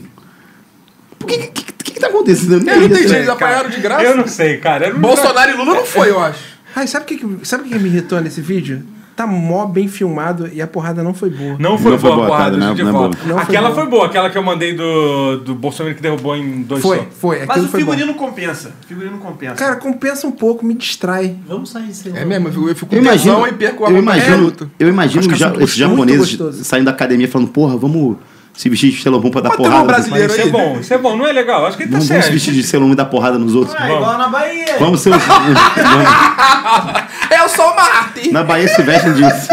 Speaker 1: Por que que, que, que tá acontecendo? é- Eu
Speaker 2: Eu não entendi,
Speaker 1: sei.
Speaker 2: eles apanharam é de graça.
Speaker 4: Eu não sei, cara. Eu não-
Speaker 2: Bolsonaro e Lula não foi, eu acho.
Speaker 3: Ai, sabe o que, que- sabe o que que me irritou nesse vídeo? Tá mó bem filmado e a porrada não foi boa.
Speaker 4: Não foi
Speaker 1: Não foi
Speaker 4: boa
Speaker 1: boa,
Speaker 4: a porrada
Speaker 1: cara,
Speaker 4: de
Speaker 1: não- não é
Speaker 4: volta.
Speaker 3: boa. Não foi
Speaker 4: Aquela
Speaker 3: boa.
Speaker 4: foi boa, aquela que eu mandei do, do Bolsonaro que derrubou em dois
Speaker 3: Foi,
Speaker 4: socos.
Speaker 3: foi.
Speaker 6: Mas
Speaker 3: aquilo
Speaker 6: o
Speaker 3: É foi bom.
Speaker 6: figurino compensa. O figurino compensa.
Speaker 3: Cara, compensa um pouco, me distrai.
Speaker 6: vamos sair desse
Speaker 2: É mesmo, eu fico- eu fico
Speaker 1: Eu
Speaker 2: com tesão
Speaker 1: imagino,
Speaker 2: e perco a
Speaker 1: eu
Speaker 2: vontade É de
Speaker 1: imagino,
Speaker 2: luto.
Speaker 1: eu imagino
Speaker 3: Acho que
Speaker 1: ja-
Speaker 3: é muito
Speaker 1: esses japoneses
Speaker 3: gostoso.
Speaker 1: saindo da academia falando, porra, vamos se vestir de Sailor Moon pra dar
Speaker 2: Mas tem um
Speaker 1: porrada.
Speaker 2: brasileiro
Speaker 4: Isso é
Speaker 2: aí.
Speaker 4: bom, isso é bom, não é legal. Acho que ele tá
Speaker 1: Vamos, vamos se
Speaker 4: certo.
Speaker 1: vestir de Sailor Moon e dar porrada nos outros.
Speaker 6: É igual na Bahia.
Speaker 1: Vamos ser os... Vamos.
Speaker 2: É, Eu sou uma arte.
Speaker 1: Na Bahia se vestem disso.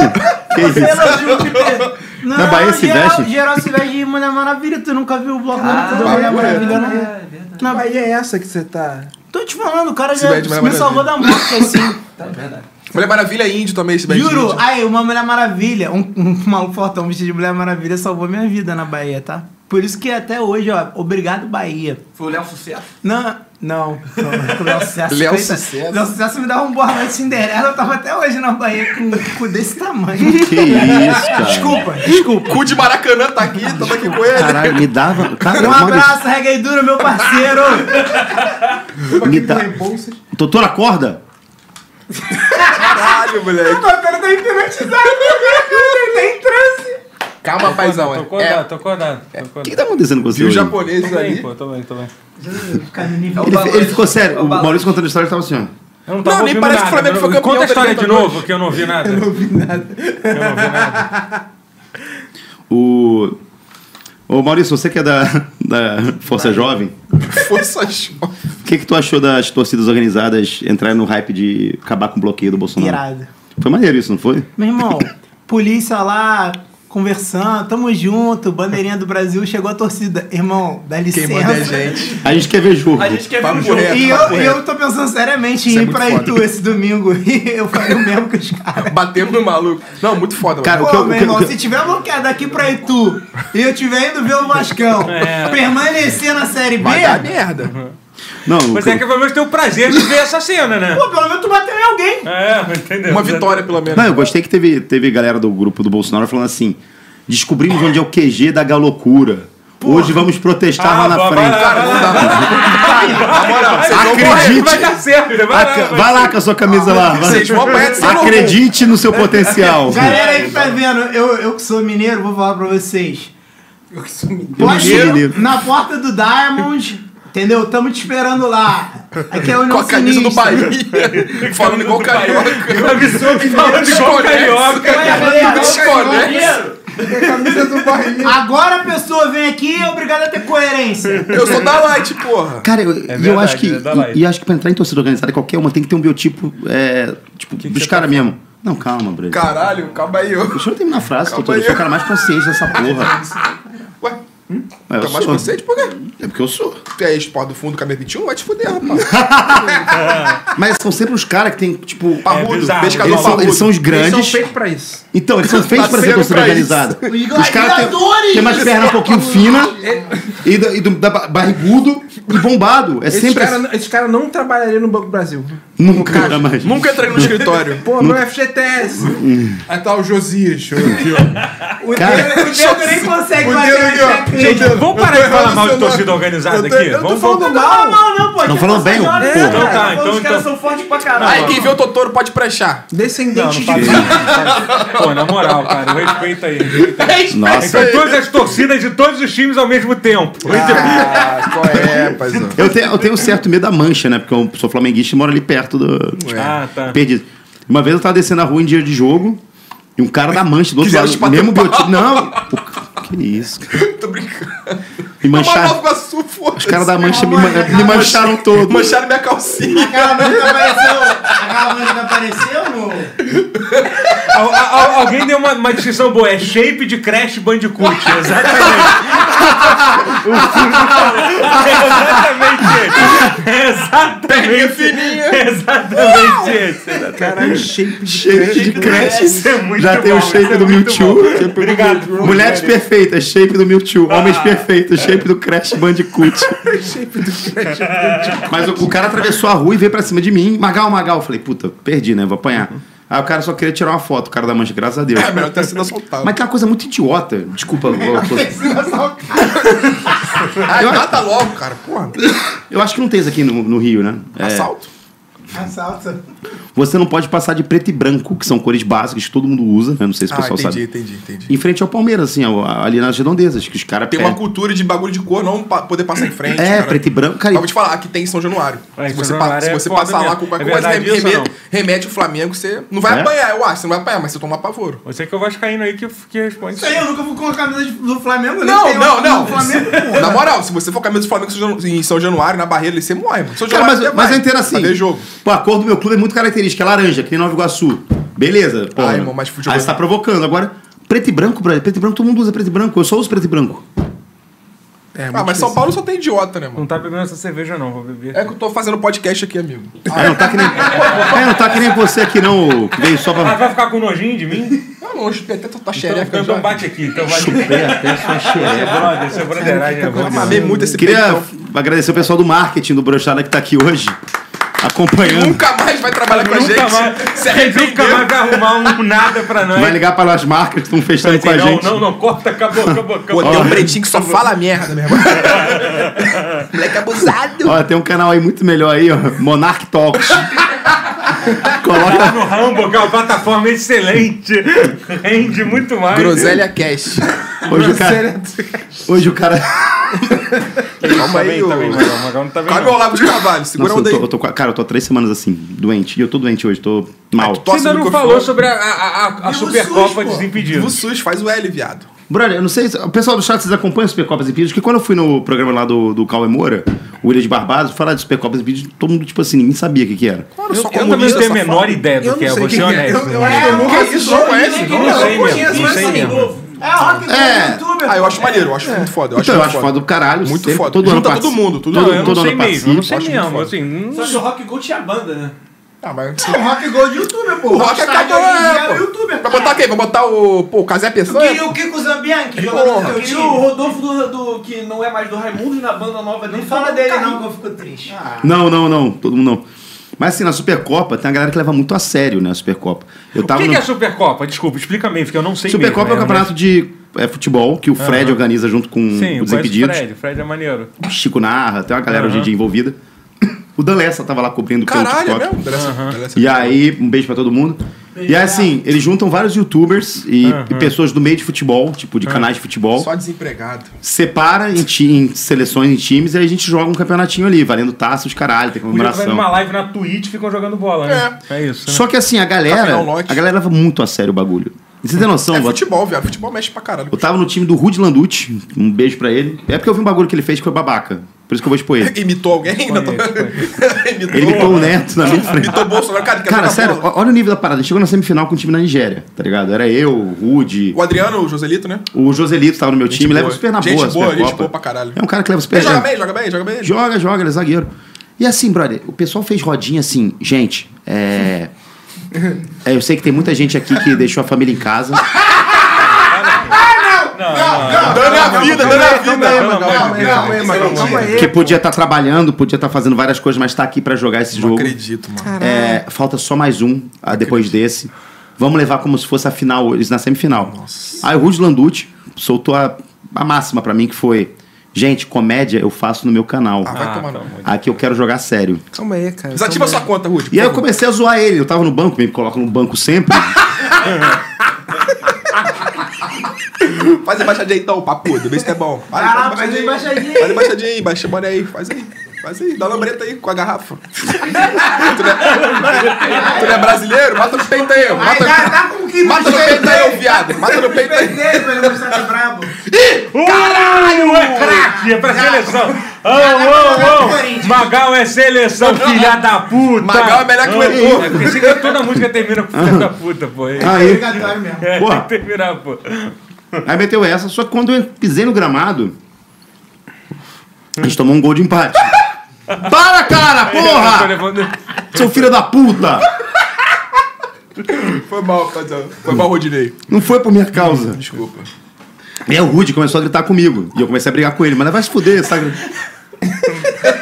Speaker 1: Que isso?
Speaker 6: Pela Júpiter. Não,
Speaker 1: Na Bahia se
Speaker 6: geral,
Speaker 1: veste?
Speaker 6: Geral se veste de Mulher Maravilha. Tu nunca viu o bloco bonito da Mulher Maravilha, né?
Speaker 3: Na Bahia é essa que você tá.
Speaker 6: Tô te falando, o cara
Speaker 2: Se
Speaker 6: já
Speaker 2: veste de Mulher
Speaker 6: me salvou da morte, assim.
Speaker 2: Mulher Maravilha é índio também, esse beijo.
Speaker 6: Juro, aí, uma Mulher Maravilha, um, um maluco fortão vestido de Mulher Maravilha salvou minha vida na Bahia, tá? Por isso que até hoje, ó, obrigado Bahia.
Speaker 5: Foi o Léo Sucesso.
Speaker 6: Não, não, não Léo Sucesso.
Speaker 2: Léo
Speaker 6: coitado.
Speaker 2: Sucesso.
Speaker 6: Léo Sucesso me dava um boa noite Cinderela, eu tava até hoje na Bahia com um cu desse tamanho.
Speaker 1: Que isso, cara.
Speaker 6: Desculpa, desculpa.
Speaker 2: Cu de Maracanã tá aqui, tamo aqui com ele.
Speaker 1: Caralho, me dava... Cara,
Speaker 6: Um
Speaker 1: uma das-
Speaker 6: abraço, Reggae Duro, meu parceiro.
Speaker 1: me da...
Speaker 6: um
Speaker 1: Doutor, acorda.
Speaker 2: Caralho, moleque.
Speaker 6: O cara tá hipnotizado, ele tá em transe.
Speaker 2: Calma, paizão. é-
Speaker 4: Tô
Speaker 2: É,
Speaker 4: acordado, tô acordado. Tô
Speaker 1: O que, que
Speaker 4: acordado.
Speaker 1: tá acontecendo com você
Speaker 2: viu É os
Speaker 1: hoje?
Speaker 2: japoneses
Speaker 4: Tô bem,
Speaker 2: ali.
Speaker 4: pô, tô bem, tô bem.
Speaker 6: Ficar no nível.
Speaker 1: Ele, ele ficou sério. O Maurício contando a história, ele tava assim, ó.
Speaker 4: Eu não tava
Speaker 2: Não, nem
Speaker 4: ouvindo
Speaker 2: parece que o
Speaker 4: nada.
Speaker 2: Flamengo foi campeão
Speaker 4: Conta a
Speaker 2: da
Speaker 4: história de
Speaker 2: Libertadores.
Speaker 4: novo, que eu não ouvi nada. Eu não ouvi nada. Eu não ouvi nada.
Speaker 1: O... Ô, Maurício, você que é da, da Força Jovem,
Speaker 2: Força né, jovem.
Speaker 1: o que, que tu achou das torcidas organizadas entrarem no hype de acabar com o bloqueio do Bolsonaro?
Speaker 6: Irado.
Speaker 1: Foi maneiro isso, não foi?
Speaker 6: Meu irmão, polícia lá, conversando, tamo junto, bandeirinha do Brasil, chegou a torcida. Irmão, dá licença.
Speaker 2: Quem manda é a gente.
Speaker 1: A gente quer ver jogo.
Speaker 6: A gente quer ver
Speaker 2: Papo
Speaker 6: o jogo.
Speaker 2: reto,
Speaker 6: e eu,
Speaker 2: papo
Speaker 6: e
Speaker 2: reto.
Speaker 6: eu tô pensando seriamente
Speaker 2: Isso
Speaker 6: em
Speaker 2: é
Speaker 6: ir
Speaker 2: muito
Speaker 6: pra
Speaker 2: foda.
Speaker 6: Itu esse domingo. E eu falei o mesmo que os caras.
Speaker 2: Batemos no maluco. Não, muito foda,
Speaker 1: Cara,
Speaker 2: mano.
Speaker 1: o que eu-
Speaker 6: Pô,
Speaker 1: o
Speaker 6: meu
Speaker 1: que- o
Speaker 6: irmão,
Speaker 1: que-
Speaker 6: se tiver bloqueado daqui pra Itu e eu tiver indo ver o Vascão
Speaker 4: É.
Speaker 6: permanecer na Série B,
Speaker 2: Vai dar merda.
Speaker 1: Não,
Speaker 4: Mas é que pelo menos tem o prazer de ver essa cena, né?
Speaker 6: pô, pelo menos tu bateu em alguém.
Speaker 4: É, entendeu?
Speaker 2: Uma vitória, pelo menos.
Speaker 1: não, eu gostei que teve, teve galera do grupo do Bolsonaro falando assim: descobrimos onde é o QG da galocura. Hoje vamos protestar
Speaker 4: Ah,
Speaker 1: lá na
Speaker 4: vai- vai
Speaker 1: frente.
Speaker 4: lá,
Speaker 2: Cara, não dá, mano. Na moral, vocês vão
Speaker 1: Acredite.
Speaker 2: morrer.
Speaker 4: Vai dar certo, né? Vai
Speaker 1: Aca-
Speaker 4: lá, vai
Speaker 1: vai lá com a sua camisa lá. vai.
Speaker 2: Vocês vão apanhar de Sailor Moon.
Speaker 1: Acredite no seu potencial.
Speaker 6: Galera aí que
Speaker 4: É,
Speaker 6: tá vendo, eu, eu que sou mineiro, vou falar pra vocês. Eu que
Speaker 1: Eu sou
Speaker 6: sou mineiro.
Speaker 1: mineiro.
Speaker 6: Pode ir na porta do Diamond, entendeu? Tamo te esperando lá. Aqui é a União
Speaker 2: Com a camisa do
Speaker 6: Sinistra.
Speaker 2: Bahia. Falando igual carioca.
Speaker 4: Avisou que falou de gol carioca.
Speaker 6: Vai, vai, vai,
Speaker 2: Desconecta.
Speaker 6: Agora a pessoa vem aqui e é obrigada a ter coerência.
Speaker 2: Eu sou da Light, porra.
Speaker 1: Cara, eu, e eu
Speaker 4: verdade,
Speaker 1: acho que.
Speaker 4: né? Dá lá
Speaker 1: E, e acho que pra entrar em torcida organizada, qualquer uma tem que ter um biotipo é, tipo, dos caras mesmo. Não, calma, Breno.
Speaker 2: Caralho, calma aí, ô.
Speaker 1: Deixa eu terminar a frase, que eu tô
Speaker 2: Calma aí.
Speaker 1: deixando o cara mais consciente dessa porra.
Speaker 2: Ué,
Speaker 1: Mas eu
Speaker 2: tá mais
Speaker 1: sou.
Speaker 2: consciente? Por quê?
Speaker 1: É porque eu sou.
Speaker 2: Tu é esporte do fundo, cabelo 21? Vai te fuder, rapaz.
Speaker 1: Mas são sempre os caras que tem,
Speaker 2: É,
Speaker 1: tipo,
Speaker 2: Parrudo,
Speaker 4: bizarro.
Speaker 1: Eles são,
Speaker 2: pescador
Speaker 1: eles são
Speaker 2: parrudo.
Speaker 1: os
Speaker 3: Eles são
Speaker 1: grandes.
Speaker 3: feitos pra isso.
Speaker 1: Então, eles são feitos para ser
Speaker 2: Nasceram
Speaker 1: torcida
Speaker 2: pra
Speaker 1: organizada.
Speaker 6: isso.
Speaker 1: Os caras têm,
Speaker 6: Gladiadores!
Speaker 1: têm umas pernas um pouquinho finas e, do, e do- da ba- barrigudo e bombado. É
Speaker 3: Esses
Speaker 1: sempre.
Speaker 3: caras cara não trabalhariam no Banco do Brasil.
Speaker 1: Nunca era mais.
Speaker 2: Nunca entrei no escritório.
Speaker 3: Pô, meu FGTS.
Speaker 2: Aí tá o Josias. Aqui, ó.
Speaker 6: O
Speaker 3: é
Speaker 1: Cara.
Speaker 6: dedo, o dedo nem consegue
Speaker 2: O
Speaker 6: bater
Speaker 2: dedo
Speaker 6: na
Speaker 2: aqui, ó.
Speaker 3: um
Speaker 6: chacrinha.
Speaker 2: Meu Deus.
Speaker 4: Vamos parar de
Speaker 2: Eu tô
Speaker 4: falar mal de
Speaker 2: emocionado.
Speaker 4: torcida organizada
Speaker 2: Eu tô-
Speaker 4: aqui?
Speaker 2: eu tô
Speaker 4: Vamos
Speaker 2: falando
Speaker 4: voltar.
Speaker 6: Não fala mal, não, pô. aqui
Speaker 1: Não
Speaker 6: é
Speaker 1: falando bem,
Speaker 6: Força Jovem,
Speaker 1: pô.
Speaker 6: cara.
Speaker 4: Então tá,
Speaker 6: Os
Speaker 4: então-
Speaker 6: caras
Speaker 4: então.
Speaker 6: são fortes pra caralho.
Speaker 2: Aí quem vê o Totoro pode prechar.
Speaker 3: Descendente de.
Speaker 4: Pô, na moral, cara, eu respeito aí. Respeito aí.
Speaker 1: Nossa.
Speaker 4: São todas as torcidas de todos os times ao mesmo tempo.
Speaker 2: Ah, qual é, paizão?
Speaker 1: Eu tenho, eu tenho um certo medo da mancha, né? Porque eu sou flamenguista e moro ali perto do.
Speaker 4: Ah, tá.
Speaker 1: Perdido. Uma vez eu tava descendo a rua em dia de jogo e um cara da mancha do outro
Speaker 2: Quiseram te
Speaker 1: lado.
Speaker 2: bater
Speaker 1: Mesmo
Speaker 2: pau.
Speaker 1: biotipo. Não! O- Que isso, cara.
Speaker 2: Tô brincando.
Speaker 1: Me
Speaker 2: Manchar...
Speaker 1: mancharam.
Speaker 2: Nova Iguaçu, foda
Speaker 1: Os caras da mancha me, man- me mancharam todo.
Speaker 2: Mancharam minha calcinha.
Speaker 6: Aquela música apareceu. Aquela música apareceu no.
Speaker 4: Al- al- alguém deu uma, uma descrição boa. É shape de Crash Bandicoot. Exatamente. O filme fala- é exatamente esse. É Exatamente. É exatamente esse.
Speaker 3: Caralho, shape de...
Speaker 1: Shape de creche.
Speaker 4: Isso é muito
Speaker 1: Já tem
Speaker 4: bom,
Speaker 1: o shape
Speaker 4: isso é
Speaker 1: do
Speaker 4: muito
Speaker 1: Mewtwo.
Speaker 4: bom.
Speaker 1: shape do
Speaker 4: Obrigado,
Speaker 1: Mewtwo.
Speaker 4: Bruno.
Speaker 1: Mulheres perfeitas, shape do Mewtwo. Homens perfeitos, shape do Crash Bandicoot. Mas o, o cara atravessou a rua e veio pra cima de mim. Magal, Magal. Eu falei, puta, perdi, né? Vou apanhar. Aí o cara só queria tirar uma foto, o cara da mancha, graças a Deus.
Speaker 2: É melhor ter sido assaltado.
Speaker 1: Mas tem uma coisa muito idiota. Desculpa. eu-
Speaker 2: Ah, nada logo, cara. Porra.
Speaker 4: É,
Speaker 1: Eu acho que não tem isso aqui no, no Rio, né? É,
Speaker 2: Assalto.
Speaker 5: Assalta.
Speaker 1: Você não pode passar de preto e branco, que são cores básicas que todo mundo usa, né? Não sei se o
Speaker 2: Ah,
Speaker 1: pessoal
Speaker 2: entendi,
Speaker 1: sabe.
Speaker 2: entendi, entendi.
Speaker 1: Em frente ao Palmeiras, assim, ao- ali nas redondezas, que os caras
Speaker 2: Tem
Speaker 4: É.
Speaker 2: uma cultura de bagulho de cor, não pa- poder passar em frente.
Speaker 1: É,
Speaker 2: cara.
Speaker 1: preto e branco, cara.
Speaker 2: Mas vou te falar, aqui tem em São Januário.
Speaker 4: É, em
Speaker 2: se
Speaker 4: São
Speaker 2: você, pa-
Speaker 4: Januário
Speaker 2: se
Speaker 4: é
Speaker 2: você
Speaker 4: foda
Speaker 2: passar lá
Speaker 4: mesmo.
Speaker 2: com qualquer
Speaker 4: É
Speaker 2: coisa,
Speaker 4: verdade isso
Speaker 2: remete,
Speaker 4: ou não?
Speaker 2: remete, remete o Flamengo, você não vai
Speaker 1: É?
Speaker 2: apanhar, eu acho. Você não vai apanhar, mas você toma pavor.
Speaker 4: Você que é o vascaíno aí que, que responde.
Speaker 6: Isso aí, eu nunca fui com a camisa de- do Flamengo, nem
Speaker 2: Não, um
Speaker 6: tenho
Speaker 2: não,
Speaker 6: uma camisa
Speaker 2: não.
Speaker 6: do Flamengo.
Speaker 2: Na moral, se você for camisa do Flamengo em São Janu- em São Januário, na barreira, ali, você morre, mano. São
Speaker 1: Cara,
Speaker 2: Januário,
Speaker 1: mas,
Speaker 2: você
Speaker 1: mas
Speaker 4: é
Speaker 2: vai
Speaker 1: eu entendo assim.
Speaker 2: pra ver jogo.
Speaker 1: Pô, a cor do meu clube é muito característica. É laranja, que nem Nova Iguaçu. Beleza, pô.
Speaker 2: Ai, Ah, irmão, mas futebol-
Speaker 1: Aí você tá provocando. Agora, preto e branco, brother. Preto e branco, todo mundo usa preto e branco. Eu só uso preto e branco.
Speaker 4: É
Speaker 2: ah, mas São Paulo só tem idiota, né, mano?
Speaker 4: Não tá bebendo essa cerveja, não. Vou beber.
Speaker 2: É que eu tô fazendo podcast aqui, amigo. Ah,
Speaker 1: Aí não tá que nem, aí não tá que nem você aqui, não, que veio só
Speaker 4: Ah,
Speaker 1: pra...
Speaker 4: vai ficar com nojinho de mim?
Speaker 2: Eu não, eu chutei é até tua
Speaker 4: Então,
Speaker 2: xereca
Speaker 4: então
Speaker 2: já.
Speaker 4: bate aqui. Então bate aqui. É brother, isso é brotheragem. é
Speaker 2: Eu
Speaker 4: brother.
Speaker 2: mamei muito esse
Speaker 1: Queria
Speaker 2: peitão.
Speaker 1: agradecer o pessoal do marketing do Brochada que tá aqui hoje, acompanhando.
Speaker 2: Nunca mais vai trabalhar com a gente.
Speaker 4: Nunca mais, você
Speaker 2: Se
Speaker 4: nunca
Speaker 2: arrependeu.
Speaker 4: mais vai arrumar um nada pra nós.
Speaker 1: Vai ligar para as marcas que estão fechando com a
Speaker 4: não,
Speaker 1: gente.
Speaker 4: não, não, corta, acabou, acabou, acabou.
Speaker 2: Pô, tem um pretinho que só fala merda, meu irmão. Moleque abusado.
Speaker 1: Ó, tem um canal aí muito melhor aí, ó. Monarch Talks. Coloca.
Speaker 4: No Rambo, que é uma plataforma excelente. Rende muito mais.
Speaker 2: Groselha Cash.
Speaker 1: Hoje o cara. Hoje o cara.
Speaker 2: Calma
Speaker 4: Tá bem,
Speaker 2: aí, ô.
Speaker 4: tá bem, Magal. Magal não tá bem.
Speaker 2: Calma é o
Speaker 4: Não.
Speaker 2: Olavo de Carvalho, segura
Speaker 1: Nossa,
Speaker 2: o
Speaker 1: eu
Speaker 2: daí.
Speaker 1: tô, eu tô qua- cara, eu tô há três semanas assim, doente. E eu tô doente hoje, tô mal.
Speaker 2: tu
Speaker 4: Você
Speaker 2: tosse
Speaker 4: ainda
Speaker 2: no
Speaker 4: não
Speaker 2: microfone.
Speaker 4: falou sobre a, a, a, a
Speaker 5: o SUS,
Speaker 4: Supercopa
Speaker 5: pô.
Speaker 2: O
Speaker 4: Desimpedidos.
Speaker 2: SUS Tipo, faz o L, viado.
Speaker 1: Brother, eu não sei. se- O pessoal do chat, vocês acompanham o Supercopas e Pedidos? Porque quando eu fui no programa lá do, do Cauê Moura, o William de Barbados, falar de Supercopas e Pedidos, todo mundo, tipo assim, ninguém sabia o que, que era.
Speaker 2: Claro, só
Speaker 4: Eu também não tenho a menor ideia do que é, vou ser honesto.
Speaker 2: Eu nunca assisti não conhece.
Speaker 4: Eu não sei mesmo, não sei mesmo.
Speaker 6: É o rock do
Speaker 1: É.
Speaker 6: youtuber.
Speaker 2: Ah, eu acho maneiro, eu acho muito foda. Eu acho
Speaker 1: Então, eu
Speaker 2: muito
Speaker 1: acho foda do caralho.
Speaker 2: Muito
Speaker 1: sempre,
Speaker 2: foda.
Speaker 1: Todo ano
Speaker 2: Junta todo
Speaker 1: participa.
Speaker 2: mundo, tudo
Speaker 1: todo,
Speaker 2: ano.
Speaker 4: Eu não
Speaker 1: todo
Speaker 4: sei
Speaker 1: ano
Speaker 4: mesmo, eu não sei
Speaker 1: participa.
Speaker 4: mesmo. Assim, não-
Speaker 8: Só que o Rock Gold tinha banda, né?
Speaker 2: Ah, mas...
Speaker 5: O Rock Gold de youtuber, pô.
Speaker 2: O Rock
Speaker 4: tá
Speaker 5: Rockstar
Speaker 2: acabou,
Speaker 5: de hoje em dia
Speaker 2: é,
Speaker 5: é
Speaker 2: pô.
Speaker 5: youtuber.
Speaker 2: Vai botar quem? Vai botar o... Pô, o Casé Pessanha?
Speaker 6: Queria o Kiko Zambianchi jogando
Speaker 2: Porra.
Speaker 6: no teu
Speaker 8: E o
Speaker 6: time.
Speaker 8: Rodolfo, do, do- que não é mais do Raimundo, na banda nova dele.
Speaker 6: Não fala
Speaker 8: tá
Speaker 6: dele
Speaker 8: caindo.
Speaker 6: não, que eu fico triste.
Speaker 1: Não, não, não. Todo mundo não. Mas assim, na Supercopa, tem uma galera que leva muito a sério, né, a Supercopa. Eu
Speaker 4: O
Speaker 1: tava
Speaker 4: que,
Speaker 1: no-
Speaker 4: que é Supercopa? Desculpa, explica bem, porque eu não sei
Speaker 1: Supercopa é
Speaker 4: mesmo. né?
Speaker 1: o campeonato de é, futebol que o Fred organiza junto com
Speaker 4: Sim, eu
Speaker 1: os
Speaker 4: conheço o
Speaker 1: impedidos.
Speaker 4: Fred, o Fred é maneiro.
Speaker 1: Chico Narra, tem uma galera hoje em
Speaker 4: Aham.
Speaker 1: dia envolvida. O Dan Lessa tava lá cobrindo pelo
Speaker 2: Caralho, é
Speaker 1: TikTok.
Speaker 2: mesmo? Deve ser- deve ser-
Speaker 1: E aí, um beijo pra todo mundo. E aí, assim, eles juntam vários youtubers e, e pessoas do meio de futebol, tipo, de canais de futebol.
Speaker 2: Só desempregado.
Speaker 1: Separa em, ti- em seleções, em times, e aí a gente joga um campeonatinho ali, valendo taça, os caralho, tem
Speaker 4: Podia fazer
Speaker 1: comemoração.
Speaker 4: uma live na Twitch e ficam jogando bola, né? É, isso. né?
Speaker 1: Só que assim, a galera.
Speaker 2: Tá final lote.
Speaker 1: A galera leva muito a sério o bagulho. Você tem noção,
Speaker 2: É
Speaker 1: Bota?
Speaker 2: futebol, viado. Futebol mexe pra caralho.
Speaker 1: Eu tava no time do Rudy Landucci, um beijo pra ele. É porque eu vi um bagulho que ele fez que foi babaca. Por isso que eu vou expor ele.
Speaker 2: Imitou alguém? Não, tô-
Speaker 4: Conheço, conheço.
Speaker 2: Imitou.
Speaker 1: Ele imitou o Neto na minha frente.
Speaker 2: Imitou o Bolsonaro. Cara, ele quer
Speaker 1: Cara,
Speaker 2: jogar
Speaker 1: sério,
Speaker 2: bola.
Speaker 1: ó- olha o nível da parada. A gente chegou na semifinal com o time da Nigéria, tá ligado? Era eu, o Rudy,
Speaker 2: O Adriano, o Joselito, né?
Speaker 1: o Joselito tava no meu time,
Speaker 2: boa.
Speaker 1: leva super na
Speaker 2: Gente
Speaker 1: boa,
Speaker 2: boa,
Speaker 1: Supercopa.
Speaker 2: gente boa pra caralho.
Speaker 1: É um cara que leva super
Speaker 2: Ele joga
Speaker 1: na
Speaker 2: bem, joga bem, joga bem.
Speaker 1: Joga, joga, ele é zagueiro. E assim, brother, o pessoal fez rodinha assim, gente, é... é, Eu sei que tem muita gente aqui que deixou a família em casa.
Speaker 2: Dando a vida, dando a vida.
Speaker 4: Pelo amor de
Speaker 3: Calma aí,
Speaker 4: Deus.
Speaker 3: calma aí, Magal, calma aí.
Speaker 1: Que podia estar trabalhando, podia estar fazendo várias coisas, mas tá aqui pra jogar esse
Speaker 2: Não
Speaker 1: jogo.
Speaker 2: acredito, mano.
Speaker 1: É, falta só mais um ah, depois desse. Vamos levar como se fosse a final, eles na semifinal. Aí o Rudy Landucci soltou a, a máxima pra mim, que foi: Gente, comédia eu faço no meu canal.
Speaker 2: Ah, vai tomar não.
Speaker 1: Aqui eu quero jogar sério.
Speaker 3: Calma aí, cara.
Speaker 2: Desativa sua conta, Rude.
Speaker 1: E aí eu comecei a zoar ele. Eu tava no banco, me coloca no banco sempre.
Speaker 2: Faz a baixadinha aí então, papudo. Vê se tá bom. Faz
Speaker 6: Ah,
Speaker 2: faz a
Speaker 6: faz a
Speaker 2: baixadinha aí.
Speaker 6: embaixadinha.
Speaker 2: Faz a baixadinha aí, baixa bora aí. Faz aí. Faz aí, dá lambreta aí com a garrafa. tu, não é, tu não é brasileiro? Mata no peito aí. Mata,
Speaker 6: Tá, tá com que
Speaker 2: mata no peito aí, ô viado. Mata no peito aí.
Speaker 6: Dele, pra ele não precisar de brabo.
Speaker 4: Caralho, é craque! É pra seleção! Oh, oh, oh! Magal é seleção, filha da puta!
Speaker 2: Magal é melhor que o Edu.
Speaker 4: É, porque se- toda música termina com filha da puta, pô. É,
Speaker 1: Aí,
Speaker 4: é, tem
Speaker 1: porra.
Speaker 4: que terminar, pô.
Speaker 1: Aí meteu essa, só que quando eu pisei no gramado, a gente tomou um gol de empate. Para, cara,
Speaker 4: Eu tô
Speaker 1: porra!
Speaker 4: levando-
Speaker 1: Seu filho da puta!
Speaker 2: Foi mal, rapaziada. Foi mal, Rodinei.
Speaker 1: Não foi por minha causa.
Speaker 2: Desculpa.
Speaker 1: E aí o Rude começou a gritar comigo. E eu comecei a brigar com ele, mas vai se fuder, sabe?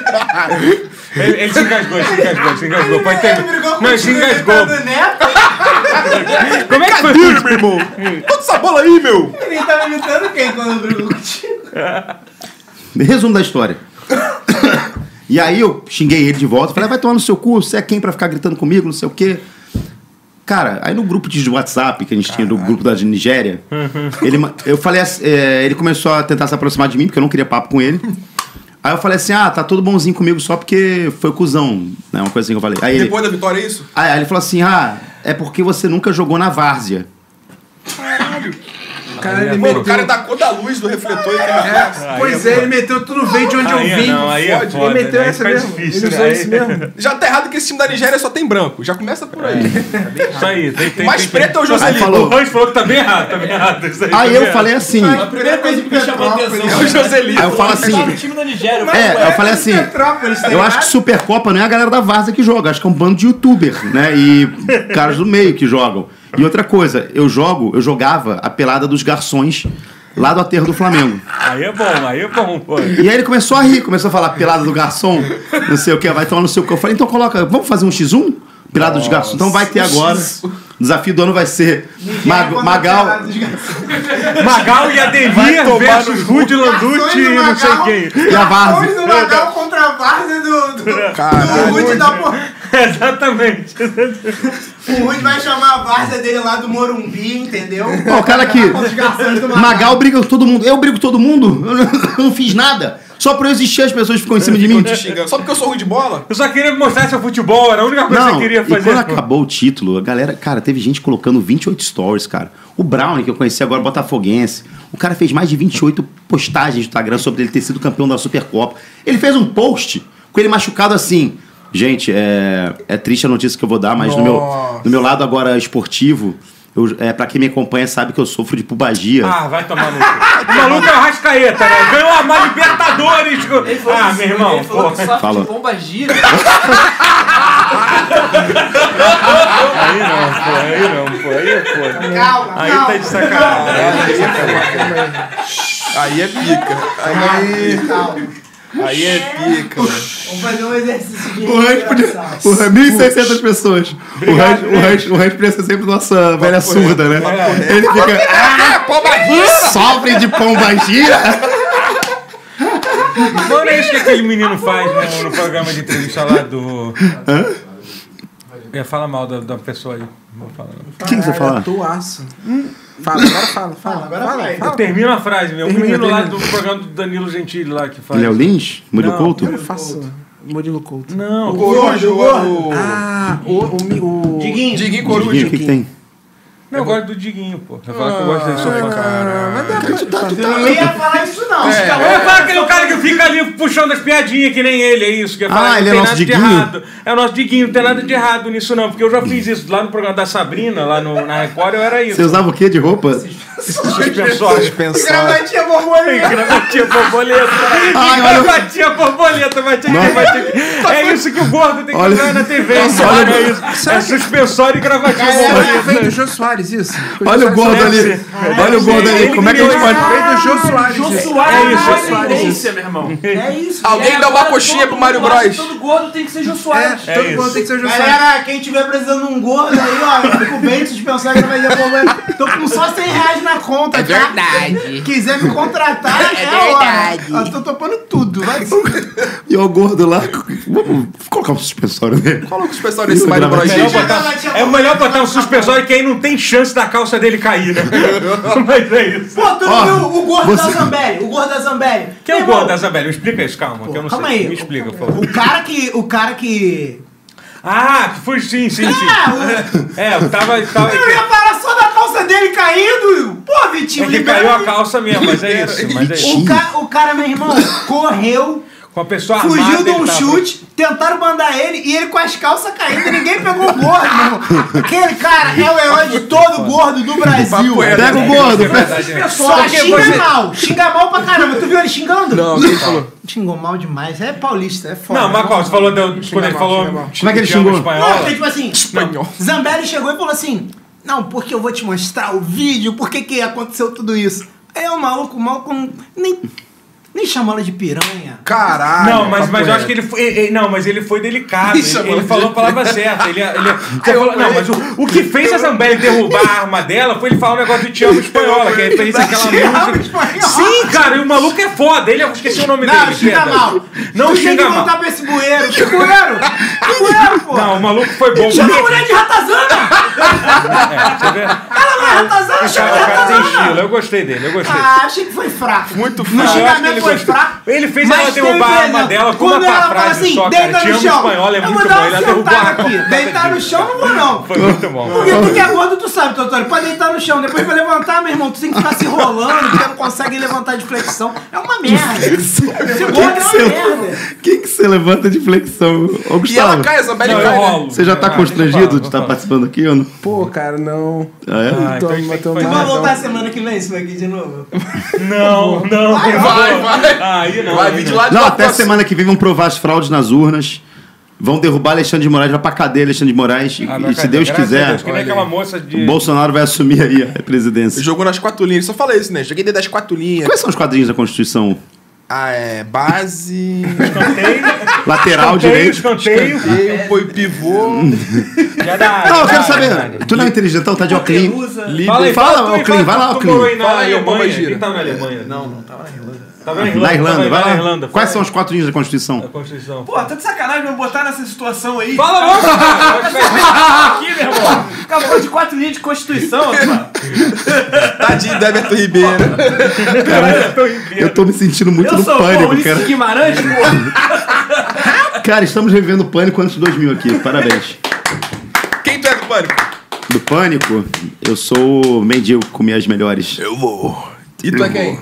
Speaker 4: Ele, ele se engasgou, ele se engasgou, se engasgou. Pode ter... Não, ele se
Speaker 6: tá
Speaker 4: engasgou. Como é que foi?
Speaker 2: Ih, meu irmão! Bota essa bola aí, meu!
Speaker 5: Ele
Speaker 8: tá
Speaker 5: tava imitando quem quando brigou contigo?
Speaker 1: Resumo da história. e aí eu xinguei ele de volta, falei, vai tomar no seu cu, você é quem pra ficar gritando comigo, não sei o quê. Cara, aí no grupo de WhatsApp que a gente tinha, do grupo da Nigéria, ele, ma- eu falei, assim, é, ele começou a tentar se aproximar de mim, porque eu não queria papo com ele. Aí eu falei assim, ah, tá todo bonzinho comigo só porque foi cuzão, né? Uma coisa assim que eu falei. Aí ele,
Speaker 2: Depois da vitória, é isso?
Speaker 1: aí ele falou assim, ah, é porque você nunca jogou na várzea.
Speaker 3: Cara, ele
Speaker 2: Mano, o
Speaker 3: meteu.
Speaker 2: cara da cor da luz do refletor e
Speaker 3: É, pois é, ele meteu tudo bem de onde eu
Speaker 4: Aí é
Speaker 3: vim.
Speaker 4: não, aí é
Speaker 3: Fode.
Speaker 4: foda,
Speaker 3: ele
Speaker 4: né?
Speaker 3: meteu
Speaker 4: Aí
Speaker 3: essa
Speaker 4: fica
Speaker 3: mesmo.
Speaker 4: difícil,
Speaker 3: ele
Speaker 4: né?
Speaker 3: usou
Speaker 4: Aí-
Speaker 3: isso mesmo.
Speaker 2: Já tá errado que esse time da Nigéria só tem branco. Já começa por aí.
Speaker 4: Isso aí, tem, tem,
Speaker 2: O mais
Speaker 4: tem, tem.
Speaker 2: preto é o
Speaker 1: Aí
Speaker 2: Joselito.
Speaker 4: O
Speaker 1: falou,
Speaker 4: Hans falou que tá bem errado, tá bem errado. Isso aí,
Speaker 1: aí
Speaker 4: tá
Speaker 1: eu
Speaker 4: bem
Speaker 1: falei assim,
Speaker 8: A primeira coisa que me chamou a atenção
Speaker 2: É o Joselito.
Speaker 1: aí eu falo assim,
Speaker 8: Tá no time da Nigéria.
Speaker 1: É, eu falei assim. Eu acho que Supercopa não é a galera da Varsa que joga, acho que é um bando de youtuber, né? E caras do meio que jogam. E outra coisa, eu jogo, eu jogava a pelada dos garçons lá do aterro do Flamengo.
Speaker 4: errado. Aí é bom, aí é bom, pô.
Speaker 1: E aí ele começou a rir, começou a falar pelada do garçom, não sei o que, vai tomar no seu cu. Eu falei, então coloca, vamos fazer um X1? Pelada dos garçons. Então vai ter agora. O desafio do ano vai ser Mag- Magal.
Speaker 4: Magal e Ademir
Speaker 2: tomar
Speaker 4: versus Rude Landucci e não sei quem.
Speaker 1: E a Varsa.
Speaker 5: do Magal contra a Várzea do, do, do Rude da porra.
Speaker 4: Exatamente.
Speaker 5: O Rude vai chamar a Várzea dele lá do Morumbi, entendeu?
Speaker 1: Ó, o cara aqui.
Speaker 5: Os garçons do Magal.
Speaker 1: Magal briga com todo mundo. Eu brigo com todo mundo? Eu não- eu não fiz nada. Só pra eu existir as pessoas ficam em cima de mim.
Speaker 2: Ficam
Speaker 4: é-
Speaker 2: te xingando. Só porque eu sou ruim de bola?
Speaker 4: Eu só queria mostrar seu futebol, era a única coisa que
Speaker 1: Não,
Speaker 4: eu queria
Speaker 1: e quando
Speaker 4: fazer. pô.
Speaker 1: acabou o título, a galera, cara, teve gente colocando 28 stories, cara. O Brown, que eu conheci agora, botafoguense, o cara fez mais de 28 postagens no Instagram sobre ele ter sido campeão da Supercopa. Ele fez um post com ele machucado assim. Gente, é, é triste a notícia que eu vou dar, mas no meu, no meu lado agora esportivo, eu, é, para quem me acompanha sabe que eu sofro de pubagia.
Speaker 4: Ah, vai tomar no cu. O maluco é o Rascaeta, né? Ganhou a mais Libertadores. Ah, meu irmão,
Speaker 8: Ele falou
Speaker 4: pô.
Speaker 8: que só
Speaker 1: Fala.
Speaker 8: de bomba gira.
Speaker 4: Aí não, pô, aí não, pô. Aí é foda. Calma, Aí tá de sacanagem.
Speaker 2: Aí é pica. Aí é pica.
Speaker 5: Vamos fazer um exercício de
Speaker 1: O Rancho podia. O Rancho, 1.600 é pessoas. O Rancho, o, Rancho, o Rancho podia ser sempre nossa velha surda, né? Ele fica.
Speaker 2: Ah, pombagira!
Speaker 1: Sofre de pombagira!
Speaker 4: Mano, é isso que aquele menino faz né, no, no programa de entrevista lá do. Eu ia falar mal da, da pessoa aí. Vou falar.
Speaker 1: O que que você fala?
Speaker 3: Atuaço. Fala, agora fala, fala. Agora fala, fala.
Speaker 4: Termina a frase, meu. O
Speaker 3: Ah, Termina,
Speaker 4: menino lá do
Speaker 3: termina.
Speaker 4: programa do Danilo Gentili lá que faz.
Speaker 1: Léo Lins? Murilo
Speaker 4: Não.
Speaker 1: Couto?
Speaker 3: Eu faço Murilo Couto.
Speaker 4: Não,
Speaker 2: Corujo, o...
Speaker 3: Ah, o. o, o
Speaker 2: Diguinho. Diguinho
Speaker 1: Diguinho,
Speaker 2: Corujo.
Speaker 1: o que, que tem?
Speaker 4: não, eu gosto do Diguinho, pô. Eu falo que eu gosto dele, sou fã.
Speaker 5: Não ia falar isso, não.
Speaker 4: Eu falo aquele cara que fica ali puxando as piadinhas que nem ele, é isso. Que eu
Speaker 1: Ah,
Speaker 4: falo, não
Speaker 1: ele é
Speaker 4: tem
Speaker 1: nosso
Speaker 4: nada
Speaker 1: Diguinho?
Speaker 4: de errado. É o nosso Diguinho, não tem nada de errado nisso não, porque eu já fiz isso lá no programa da Sabrina, lá no, na Record, eu era
Speaker 1: Você
Speaker 4: isso.
Speaker 1: usava o quê de roupa?
Speaker 4: Suspensório.
Speaker 5: Gravatinha borboleta.
Speaker 4: Gravatinha borboleta.
Speaker 1: Ai, olha-
Speaker 4: Gravatinha borboleta. Vai ter que,
Speaker 1: Nossa.
Speaker 4: vai ter que... É isso que o gordo tem que
Speaker 1: Olha-
Speaker 4: usar na TV.
Speaker 1: Nossa,
Speaker 4: cara,
Speaker 1: olha-
Speaker 4: é isso. É suspensório e gravatinha borboleta.
Speaker 3: Vem do Jô Soares, isso.
Speaker 1: Olha o gordo ali. Olha o gordo ali. Como é que a gente pode.
Speaker 3: Vem do Jô Soares.
Speaker 8: Jô
Speaker 3: isso.
Speaker 8: Soares
Speaker 4: É isso,
Speaker 8: é
Speaker 4: Jô
Speaker 8: a
Speaker 4: Soares,
Speaker 8: tendência, meu irmão.
Speaker 5: É isso.
Speaker 2: Alguém
Speaker 8: É,
Speaker 2: dá uma
Speaker 8: agora
Speaker 2: coxinha
Speaker 8: todo
Speaker 2: pro Mário
Speaker 8: mundo acha que
Speaker 2: Bros.
Speaker 8: Todo gordo tem que ser Jô Soares.
Speaker 3: É, todo mundo tem que ser o Jô Soares.
Speaker 5: Galera, quem tiver precisando de um gordo aí, ó, fico bem dispensado que vai borboleta. Tô com só 100 reais na conta, é
Speaker 9: verdade.
Speaker 5: Quiser me contratar, é,
Speaker 9: verdade.
Speaker 5: a hora. Eu tô topando tudo, vai.
Speaker 1: E o gordo lá. Vamos colocar um suspensório nele.
Speaker 2: Coloca os pessoal nesse Mário Bros.
Speaker 1: Melhor
Speaker 4: É melhor
Speaker 2: gente.
Speaker 4: botar- É melhor botar um suspensório que aí não tem chance da calça dele cair, né? Mas é isso.
Speaker 5: Pô, tu
Speaker 1: Ó,
Speaker 5: não viu o gordo
Speaker 1: você-
Speaker 5: da Zambelli? O gordo da Zambelli.
Speaker 4: Quem é o
Speaker 5: Meu irmão,
Speaker 4: gordo, Isabel? Me explica isso, calma, que eu não
Speaker 5: calma
Speaker 4: sei.
Speaker 5: aí.
Speaker 4: Me explica, por favor.
Speaker 5: O cara que. O cara que.
Speaker 4: Ah, que foi sim, sim, sim.
Speaker 5: Ah, o-
Speaker 4: É, eu tava... tava
Speaker 5: Eu ia falar só da calça dele caindo! Pô, Vitinho,
Speaker 4: é que
Speaker 5: libera
Speaker 4: caiu a
Speaker 5: ele.
Speaker 4: calça mesmo, mas é isso. Mas é isso.
Speaker 5: O, ca... o cara, meu irmão, correu.
Speaker 4: Com Com a pessoa
Speaker 6: Fugiu
Speaker 4: armada,
Speaker 6: de
Speaker 4: Tá ele
Speaker 6: um
Speaker 4: tava-
Speaker 6: chute, tentaram mandar ele e ele com as calças caindo e ninguém pegou o gordo, irmão. Aquele cara é o herói de todo gordo do Brasil.
Speaker 2: Papo é,
Speaker 1: Pega o gordo.
Speaker 4: né?
Speaker 3: É.
Speaker 5: é
Speaker 6: Só
Speaker 4: Porque
Speaker 6: xinga
Speaker 4: você-
Speaker 6: mal, xinga mal pra caramba. Tu viu ele xingando? Não, ele falou. Xingou mal demais, é paulista, é foda.
Speaker 4: Não, mas qual? Você falou do- quando ele falou.
Speaker 1: Como é que ele
Speaker 4: chama
Speaker 1: xingou?
Speaker 6: Não,
Speaker 4: espanhola?
Speaker 6: porque tipo assim, Zambelli chegou e falou assim: Não, porque eu vou te mostrar o vídeo, por que que aconteceu tudo isso. Aí o maluco, o maluco nem, nem chamou ela de piranha.
Speaker 2: Caralho.
Speaker 4: Não, mas,
Speaker 2: papo
Speaker 4: mas eu
Speaker 2: reto.
Speaker 4: acho que ele foi. ele- não, mas ele foi delicado.
Speaker 2: Isso,
Speaker 5: é
Speaker 4: Ele,
Speaker 2: mano.
Speaker 4: ele falou a palavra certa. Ele, ele, você falou- não, mas o, o que fez a Zambelli derrubar a arma dela foi ele falar um negócio de te amo espanhola, que é ele fez aquela música. Sim, cara, e o maluco é foda. Ele eu esqueci o nome
Speaker 6: Não,
Speaker 4: dele.
Speaker 6: xinga
Speaker 4: perdão.
Speaker 6: mal.
Speaker 4: Não
Speaker 6: tu tem que
Speaker 4: xinga
Speaker 6: voltar
Speaker 4: mal.
Speaker 6: pra esse bueiro. Que bueiro? Que bueiro, pô?
Speaker 4: Não, o maluco foi bom. É,
Speaker 6: Chama a mulher de ratazana!
Speaker 4: Você vê?
Speaker 6: Ela não é ratazana,
Speaker 4: O
Speaker 6: chama
Speaker 4: cara,
Speaker 6: de
Speaker 4: o cara tem
Speaker 6: ratazana!
Speaker 4: estilo. Eu gostei dele, eu gostei.
Speaker 6: Ah, achei que foi fraco.
Speaker 2: Muito
Speaker 6: No
Speaker 2: fraco.
Speaker 4: Eu acho que ele
Speaker 6: xingamento foi
Speaker 4: gostou.
Speaker 6: fraco.
Speaker 4: Ele fez
Speaker 6: mas
Speaker 4: ela
Speaker 6: teve
Speaker 4: derrubar a
Speaker 6: exemplo.
Speaker 4: arma dela com
Speaker 6: Quando
Speaker 4: uma
Speaker 6: ela fala
Speaker 4: frase
Speaker 6: assim,
Speaker 4: só, cara.
Speaker 6: deita
Speaker 4: Te
Speaker 6: no
Speaker 4: amo
Speaker 6: chão.
Speaker 4: espanhola, é
Speaker 6: Eu vou
Speaker 4: muito
Speaker 6: dar
Speaker 4: bom.
Speaker 6: uma
Speaker 4: Ele a derrubou a
Speaker 6: sentada
Speaker 4: arma.
Speaker 6: aqui. Deitar no chão, não vou não.
Speaker 4: Foi muito bom.
Speaker 6: Porque tu que é gordo, tu sabe, Totoro. Pra deitar no chão, depois pra levantar, meu irmão, tu tem que ficar se rolando, porque não consegue levantar de flexão. É uma merda. Ser gordo é uma merda.
Speaker 1: Quem que você levanta de flexão? Ô,
Speaker 2: E ela
Speaker 1: Gustavo,
Speaker 2: cai, a Zambelli
Speaker 4: Não, eu
Speaker 2: cai. né?
Speaker 4: rolo.
Speaker 1: você já tá
Speaker 4: Ah,
Speaker 1: constrangido
Speaker 4: deixa
Speaker 1: de
Speaker 4: eu
Speaker 1: estar
Speaker 4: falar,
Speaker 1: participando aqui ou não?
Speaker 3: Pô, cara, não.
Speaker 1: Ah, é?
Speaker 4: Ah, então a gente tem que
Speaker 3: Toma,
Speaker 4: fazer-
Speaker 3: toma.
Speaker 6: Vamos voltar semana que vem isso aqui de novo?
Speaker 4: Não, não.
Speaker 2: Vai, vai.
Speaker 4: Aí não.
Speaker 2: Vai
Speaker 4: aí
Speaker 2: vir de
Speaker 4: não.
Speaker 2: lá de
Speaker 1: Não,
Speaker 2: Mato
Speaker 1: até
Speaker 2: Grosso.
Speaker 1: semana que vem vão provar as fraudes nas urnas. Vão derrubar Alexandre de Moraes, vai pra cadeia Alexandre de Moraes. e-
Speaker 4: Ah,
Speaker 1: e
Speaker 4: vai,
Speaker 1: se
Speaker 4: cara,
Speaker 1: Deus
Speaker 4: graças a
Speaker 1: quiser,
Speaker 4: Deus, que nem aquela moça de.
Speaker 1: o Bolsonaro vai assumir aí a presidência.
Speaker 2: Jogou nas quatro linhas. Só fala isso, né? Joguei dentro das quatro linhas.
Speaker 1: Quais são os quadrinhos da Constituição?
Speaker 2: Ah, é. Base.
Speaker 4: Escanteio,
Speaker 1: Lateral, direito?
Speaker 4: escanteio.
Speaker 2: Veio, foi pivô.
Speaker 4: Já dá.
Speaker 1: Não, eu
Speaker 4: já
Speaker 1: quero
Speaker 4: dá, né?
Speaker 1: saber. Tu não é inteligentão, tá de óculos.
Speaker 4: Fala aí,
Speaker 1: Fala,
Speaker 4: tu aí,
Speaker 1: Alclin, vai lá,
Speaker 4: tu, tu
Speaker 1: Alclin.
Speaker 4: morou aí na
Speaker 2: Fala aí, ô
Speaker 4: Alemanha.
Speaker 2: bobagira.
Speaker 4: Quem tava na Alemanha? Não, não, tava na Irlanda.
Speaker 1: Na Irlanda, vai lá.
Speaker 4: Irlanda.
Speaker 1: Quais são os quadrinhos da Constituição?
Speaker 4: a Constituição?
Speaker 8: Pô, tá de sacanagem me botar nessa situação aí.
Speaker 4: Fala logo, cara. Aqui, meu irmão.
Speaker 8: Acabou de quatro linhas de Constituição, mano.
Speaker 2: Tadinho da Everton Ribeiro.
Speaker 1: Eu tô me sentindo muito
Speaker 8: Eu
Speaker 1: no
Speaker 8: sou pô,
Speaker 1: pânico,
Speaker 8: Ulisses
Speaker 1: cara.
Speaker 8: Guimarães, pô.
Speaker 1: Cara, estamos revivendo o pânico antes de 2000 aqui. Parabéns.
Speaker 2: Quem tu é do pânico?
Speaker 1: Do pânico, eu sou o mendigo que comia as melhores.
Speaker 2: Eu vou. E tu é quem?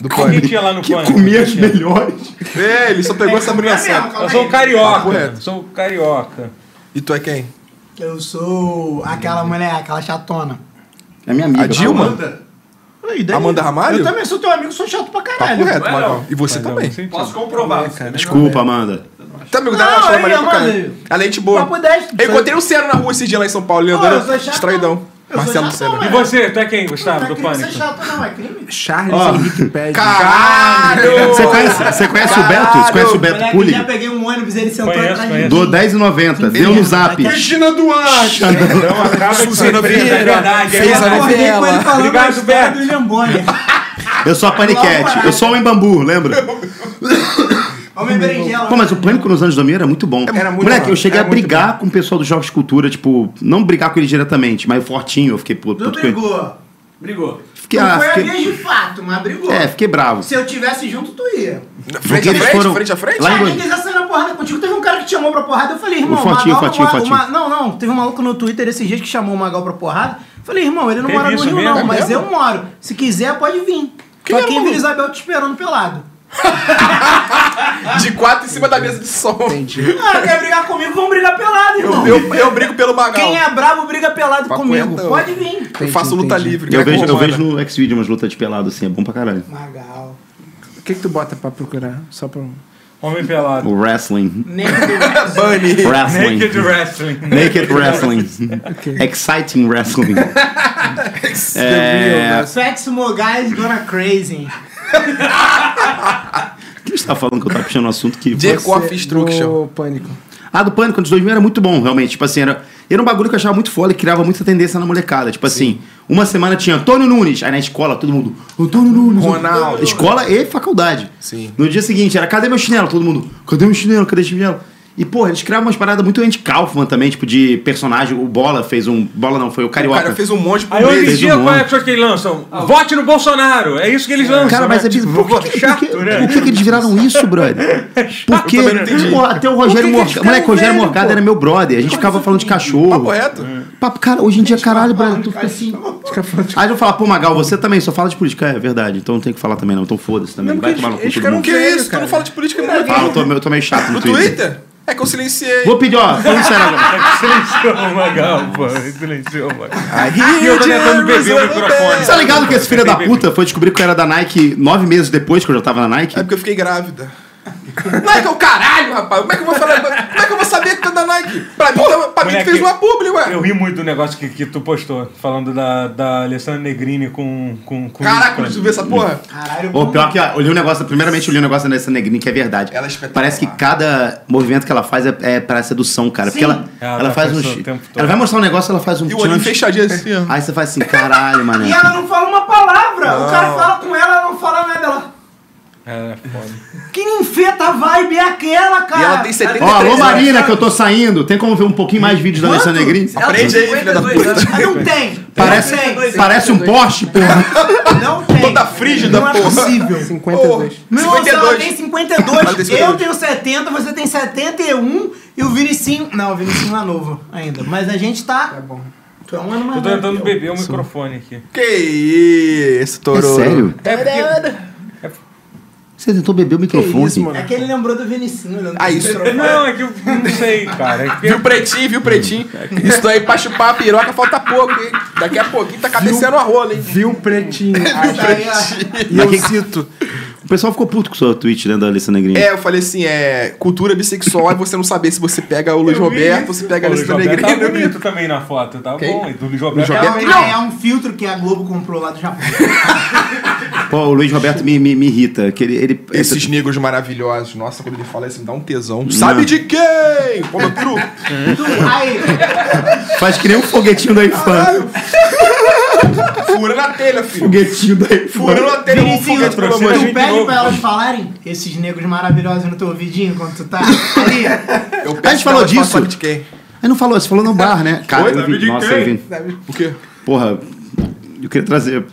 Speaker 2: Do
Speaker 4: Quem
Speaker 2: pânico.
Speaker 4: tinha lá no pânico? né?
Speaker 1: Comia as melhores?
Speaker 2: É, ele só pegou essa brincadeira.
Speaker 4: Eu sou um
Speaker 1: tá
Speaker 4: carioca.
Speaker 2: Correto.
Speaker 4: Sou um carioca.
Speaker 2: E tu é quem?
Speaker 6: Eu sou aquela mulher, aquela chatona.
Speaker 1: É minha amiga.
Speaker 2: A Dilma? Amanda Ramalho?
Speaker 6: Eu também sou teu amigo, sou chato pra
Speaker 2: Tá
Speaker 6: caralho.
Speaker 2: correto,
Speaker 8: Não é
Speaker 2: Magal.
Speaker 8: não.
Speaker 2: E você
Speaker 4: Mas não,
Speaker 2: também.
Speaker 4: sim,
Speaker 8: Posso comprovar.
Speaker 1: Desculpa, Amanda.
Speaker 2: Tá amigo dela?
Speaker 6: Não,
Speaker 2: Acho ela
Speaker 6: aí,
Speaker 2: maneira pra
Speaker 6: Amanda,
Speaker 2: caralho. Ela é gente boa.
Speaker 6: Papo 10.
Speaker 2: Eu encontrei o Cero na rua esse dia lá em São Paulo, ele
Speaker 6: Pô, eu
Speaker 2: andando
Speaker 6: sou chatão.
Speaker 2: distraidão.
Speaker 6: Eu sou
Speaker 2: Marcelo
Speaker 6: chatão,
Speaker 2: Cero.
Speaker 4: E
Speaker 6: é.
Speaker 4: você, tu é quem, Gustavo,
Speaker 6: Não é
Speaker 4: do
Speaker 6: crime ser
Speaker 4: Pânico?
Speaker 6: chato, não, é crime.
Speaker 3: Charles
Speaker 1: Ó.
Speaker 3: Henrique Pérez.
Speaker 2: Caralho!
Speaker 1: Você conhece, você conhece o Beto? Você conhece o Beto
Speaker 6: Moleque, já
Speaker 1: Pulli?
Speaker 6: peguei um ônibus, ele sentou
Speaker 4: Conheço,
Speaker 6: atrás de
Speaker 4: conheço.
Speaker 6: mim.
Speaker 1: Dou 10,90. Deu no zap.
Speaker 2: Cristina Duarte!
Speaker 4: Então acaba de
Speaker 2: Suzana
Speaker 4: surpresa, é
Speaker 2: Vieira.
Speaker 4: verdade.
Speaker 2: Fez
Speaker 4: é
Speaker 2: a
Speaker 4: verdade.
Speaker 6: Acordei com
Speaker 2: Ela.
Speaker 6: ele falando
Speaker 4: Obrigado,
Speaker 6: a história
Speaker 4: Beto.
Speaker 6: do William Bonner.
Speaker 1: Eu sou a Paniquete. Eu sou o Homem Bambu, lembra?
Speaker 6: Homem berinjela.
Speaker 1: Pô, mas o Pânico nos anos 2000 era muito bom.
Speaker 3: Era muito
Speaker 1: Moleque,
Speaker 3: bom,
Speaker 1: eu cheguei
Speaker 3: era
Speaker 1: a
Speaker 3: muito
Speaker 1: brigar com o pessoal dos Jogos de Cultura, tipo, não brigar com ele diretamente, mas o Fortinho, eu fiquei puto,
Speaker 6: Tu
Speaker 1: puto com ele.
Speaker 6: brigou.
Speaker 8: Brigou.
Speaker 1: Fiquei,
Speaker 6: não
Speaker 1: é ah,
Speaker 6: foi
Speaker 1: fiquei-
Speaker 6: amigo de fato, mas brigou.
Speaker 1: é, fiquei bravo.
Speaker 6: Se eu tivesse junto, tu ia.
Speaker 2: Frente
Speaker 1: Porque
Speaker 2: a
Speaker 1: eles
Speaker 2: frente?
Speaker 1: foram-
Speaker 2: Frente a frente?
Speaker 1: Lá em
Speaker 6: Cara,
Speaker 1: Goiânia.
Speaker 6: ninguém já saiu na porrada contigo. Teve um cara que te chamou pra porrada. Eu falei, irmão,
Speaker 1: O Fotinho,
Speaker 6: Magal não
Speaker 1: Fotinho,
Speaker 6: mora-
Speaker 1: Fotinho.
Speaker 6: uma- Não, não. Teve um maluco no Twitter esses dias que chamou o Magal pra porrada. Eu Falei, irmão, ele não
Speaker 4: Teve
Speaker 6: mora no
Speaker 4: isso
Speaker 6: Rio,
Speaker 4: mesmo?
Speaker 6: não,
Speaker 4: É
Speaker 6: mas
Speaker 2: mesmo?
Speaker 6: eu moro. Se quiser, pode vir. Só que em Vila Isabel te esperando pelado.
Speaker 2: De quatro em cima da mesa de som.
Speaker 6: Ah, quer brigar comigo? Vamos brigar pelado, irmão.
Speaker 2: Eu, eu brigo pelo Magal.
Speaker 6: Quem é brabo briga pelado
Speaker 2: Papo
Speaker 6: comigo.
Speaker 2: reto.
Speaker 6: Pode vir.
Speaker 2: Eu faço luta
Speaker 3: Entendi,
Speaker 2: livre.
Speaker 1: Eu vejo, eu
Speaker 2: greco-romana.
Speaker 1: vejo no X-Video umas lutas de pelado, assim, é bom pra caralho.
Speaker 6: Magal.
Speaker 3: O que, que tu bota pra procurar? Só pra um.
Speaker 4: Homem pelado.
Speaker 1: O wrestling.
Speaker 2: Bunny.
Speaker 1: Wrestling.
Speaker 4: Naked wrestling.
Speaker 1: Naked wrestling. Exciting wrestling. é...
Speaker 3: né?
Speaker 6: Sex more guys gonna crazy.
Speaker 1: O que você tá falando que eu tava puxando um assunto que...
Speaker 2: Jack Off Instruction.
Speaker 3: Do Pânico.
Speaker 1: Ah, do Pânico, anos 2000 era muito bom, realmente. Tipo assim, era, era um bagulho que eu achava muito foda e criava muita tendência na molecada. Tipo assim, uma semana tinha Antônio Nunes, aí na escola todo mundo, Antônio Nunes,
Speaker 2: Ronaldo.
Speaker 1: Escola e faculdade.
Speaker 2: Sim.
Speaker 1: No dia seguinte era, cadê meu chinelo? Todo mundo, cadê meu chinelo? Cadê meu chinelo? E, porra, eles criavam umas paradas muito anti-Kaufman também, tipo de personagem. O Bola fez um. Bola não, foi o
Speaker 2: O
Speaker 1: Carioca.
Speaker 2: cara fez um monte por
Speaker 4: Aí hoje em
Speaker 1: Fez
Speaker 2: mês.
Speaker 1: um
Speaker 4: dia, qual é
Speaker 1: monte.
Speaker 4: a coisa que eles lançam? Vote no Bolsonaro! É isso que eles lançam.
Speaker 1: Cara, mas
Speaker 4: né?
Speaker 1: é bizarro. Por que, que-
Speaker 4: chato,
Speaker 1: por que-
Speaker 4: né?
Speaker 1: por que que eles viraram isso, brother? Porque,
Speaker 2: também não entendi.
Speaker 1: porra, até o
Speaker 3: que que
Speaker 1: Rogério
Speaker 3: eles
Speaker 1: Morgado.
Speaker 3: ficaram
Speaker 1: Moleque, o Rogério
Speaker 3: velho,
Speaker 1: Morgado
Speaker 3: pô?
Speaker 1: era meu brother. A gente ficava falando de cachorro.
Speaker 3: Uhum.
Speaker 2: Correto?
Speaker 1: Papo, cara, hoje em dia, caralho, brother, tu fica assim.
Speaker 3: fica falando de...
Speaker 1: Aí eu falar, pô, Magal, você também só fala de política. É, é verdade, então não tem que falar também, não. Então foda-se também.
Speaker 3: Não,
Speaker 1: Vai
Speaker 3: porque
Speaker 1: tomar no cu
Speaker 3: eles-
Speaker 1: todo
Speaker 3: eles
Speaker 1: mundo.
Speaker 2: Que
Speaker 3: Sério,
Speaker 2: isso? Tu
Speaker 3: cara?
Speaker 2: não fala de política em lugar
Speaker 1: Fala, eu
Speaker 2: nenhum.
Speaker 1: tô, eu tô meio chato no
Speaker 2: No
Speaker 1: Twitter.
Speaker 2: Twitter? É que eu silenciei.
Speaker 1: Vou pedir, ó, falando sério agora.
Speaker 4: Silenciou o Magal, pô. Silenciou o Magal.
Speaker 2: Aí,
Speaker 4: E eu tô tentando beber o
Speaker 1: Você tá
Speaker 4: microfone.
Speaker 1: ligado que esse filho da puta foi descobrir que eu era da Nike nove meses depois que eu já tava na Nike?
Speaker 2: É porque eu fiquei grávida. Nike é o caralho, rapaz. Como é que eu vou falar? Como é que eu vou saber que tu é da Nike? Pra mim, tava- pra mim tu
Speaker 4: Moleque,
Speaker 2: fez uma publi, ué.
Speaker 4: Eu ri muito do negócio que, que tu postou, falando da, da Alessandra Negrini com. com, com
Speaker 2: Caraca,
Speaker 4: com-
Speaker 2: deixa eu ver essa porra.
Speaker 6: Caralho,
Speaker 1: Ô, pior que, ó, eu li um negócio, primeiramente eu li um negócio da Nessa Negrini que é verdade.
Speaker 2: Ela é espetacular.
Speaker 1: Parece que cada movimento que ela faz é, é pra sedução, cara. Porque ela,
Speaker 4: Ela
Speaker 1: ela,
Speaker 4: tá
Speaker 1: faz um.
Speaker 4: pensando o tempo todo.
Speaker 1: Ela vai mostrar um negócio, ela faz um.
Speaker 2: E o olhinho
Speaker 1: tchan.
Speaker 2: fechadinho assim, ó.
Speaker 1: Aí você faz assim, caralho, mané.
Speaker 6: E ela não fala uma palavra. O cara fala com ela, ela não fala nada. Ela...
Speaker 4: É, foda.
Speaker 6: Que ninfeta vibe é aquela, cara?
Speaker 2: E ela
Speaker 1: Ah,
Speaker 2: tem
Speaker 1: Ó,
Speaker 2: 73
Speaker 1: alô
Speaker 2: anos.
Speaker 1: Marina, que eu tô saindo. Tem como ver um pouquinho mais vídeos da Alessandra
Speaker 6: Quanto?
Speaker 1: Negrini?
Speaker 6: Ela
Speaker 2: Aprende aí,
Speaker 6: tem
Speaker 2: filha da
Speaker 6: 52 anos.
Speaker 2: puta.
Speaker 6: Não tem.
Speaker 1: Parece,
Speaker 6: Não tem.
Speaker 1: parece um Porsche, porra.
Speaker 6: Não tem.
Speaker 2: Toda frígida,
Speaker 6: Não é
Speaker 2: porra.
Speaker 6: possível.
Speaker 3: 52.
Speaker 6: Meu irmão, se ela
Speaker 2: 52.
Speaker 6: tem 52, eu
Speaker 2: 52.
Speaker 6: tenho 70, você tem 71 e o Vinicinho... Não, o Vinicinho não é novo ainda. Mas a gente tá... Tá bom. Tu é um ano mais
Speaker 4: Eu tô
Speaker 6: velho que
Speaker 4: tentando
Speaker 6: eu.
Speaker 4: beber o microfone aqui.
Speaker 2: Que isso, Tororo.
Speaker 4: É porque.
Speaker 1: Você tentou beber o microfone?
Speaker 3: isso, mano.
Speaker 6: É que ele lembrou do Vinicinho. olhando
Speaker 2: Ah,
Speaker 6: pro
Speaker 2: isso.
Speaker 6: microfone.
Speaker 4: Não, é que eu não sei, cara. É que
Speaker 2: Viu pretinho, viu pretinho? Isso daí pra chupar a piroca falta pouco, hein? Daqui a pouquinho tá cabeceando a rola, hein?
Speaker 3: Viu pretinho.
Speaker 6: Tá aí, ó.
Speaker 3: e eu cito.
Speaker 1: O pessoal ficou puto com o seu tweet, né, da Alessandra Negrini.
Speaker 2: É, eu falei assim, é cultura bissexual é você não saber se você pega o Luiz
Speaker 4: eu vi
Speaker 2: Roberto ou
Speaker 4: isso.
Speaker 2: se pega a
Speaker 4: Pô, o Luiz
Speaker 2: Alessandra
Speaker 4: Roberto
Speaker 2: Negrini.
Speaker 4: Tá bonito também na foto, tá
Speaker 2: Quem?
Speaker 4: bom. E do Luiz Roberto.
Speaker 2: Roberto.
Speaker 4: é
Speaker 6: É um-
Speaker 2: Não.
Speaker 6: É um filtro que a Globo comprou lá do Japão.
Speaker 1: Pô, o Luiz Roberto me, me, me irrita. Que ele, ele,
Speaker 2: Esses negros maravilhosos. Nossa, quando ele fala isso, me dá um tesão. Sabe de quem? Pô, meu peru.
Speaker 6: Tu, aí,
Speaker 1: Faz que nem um foguetinho da infância.
Speaker 2: Fura na telha, filho.
Speaker 1: Foguetinho da
Speaker 2: Fura
Speaker 1: infância.
Speaker 2: na telha, um foguete pelo amor de
Speaker 6: tu
Speaker 4: gente
Speaker 6: pede
Speaker 4: novo.
Speaker 6: pra elas falarem esses negros maravilhosos no teu ouvidinho quando tu tá ali.
Speaker 1: A
Speaker 2: Eu
Speaker 1: gente falou
Speaker 2: pra elas falar,
Speaker 1: disso?
Speaker 2: Sabe de quem?
Speaker 1: Aí não falou, você falou no bar, né? Cara,
Speaker 2: Oi,
Speaker 1: eu
Speaker 2: sabe
Speaker 1: vi,
Speaker 2: de
Speaker 1: nossa,
Speaker 2: quem?
Speaker 1: eu vi.
Speaker 2: O quê?
Speaker 1: Porra, eu queria trazer.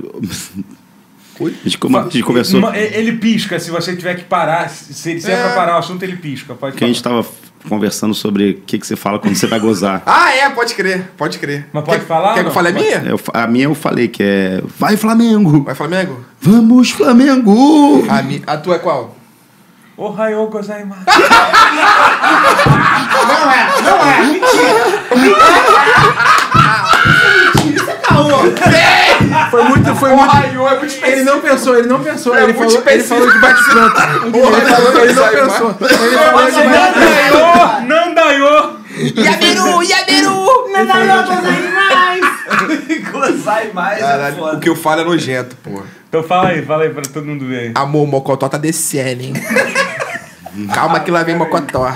Speaker 2: Oi? é-
Speaker 1: A gente, como- a gente conversou
Speaker 4: Ma- e- Ele pisca, se você tiver que parar, se se ele se é pra parar o assunto, ele pisca. Pode
Speaker 1: que a
Speaker 4: falar.
Speaker 1: gente tava conversando sobre o que, que você fala quando você vai gozar.
Speaker 2: Ah, é, pode crer, pode crer.
Speaker 4: Mas pode
Speaker 2: Quer-
Speaker 4: falar,
Speaker 2: Quer que eu
Speaker 4: não?
Speaker 2: fale a minha?
Speaker 1: Eu- a minha eu falei que é. Vai, Flamengo!
Speaker 2: Vai, Flamengo?
Speaker 1: Vamos, Flamengo!
Speaker 2: A, mi... a tua é qual?
Speaker 4: O Raio Gozaimasu.
Speaker 6: Não é, não é.
Speaker 3: Foi muito, foi muito.
Speaker 2: Ai, eu é muito
Speaker 3: Ele não pensou, ele não pensou.
Speaker 2: É
Speaker 3: ele,
Speaker 2: muito
Speaker 3: falou, ele
Speaker 2: específico.
Speaker 3: falou de bate-pronto. Ele falou, ele não
Speaker 2: Gozaimasu.
Speaker 3: pensou. Ele falou de bate-pronto.
Speaker 4: Nandaiô! Nandaiô!
Speaker 2: Yabiru, Yabiru!
Speaker 6: Não, não, não, não, não, não.
Speaker 8: Gozar mais é
Speaker 2: Caralho, o
Speaker 8: foda.
Speaker 2: que eu falo é nojento, pô.
Speaker 4: Então fala aí, fala aí pra todo mundo ver aí.
Speaker 2: Amor, Mocotó tá descendo, hein? Calma que lá vem Mocotó.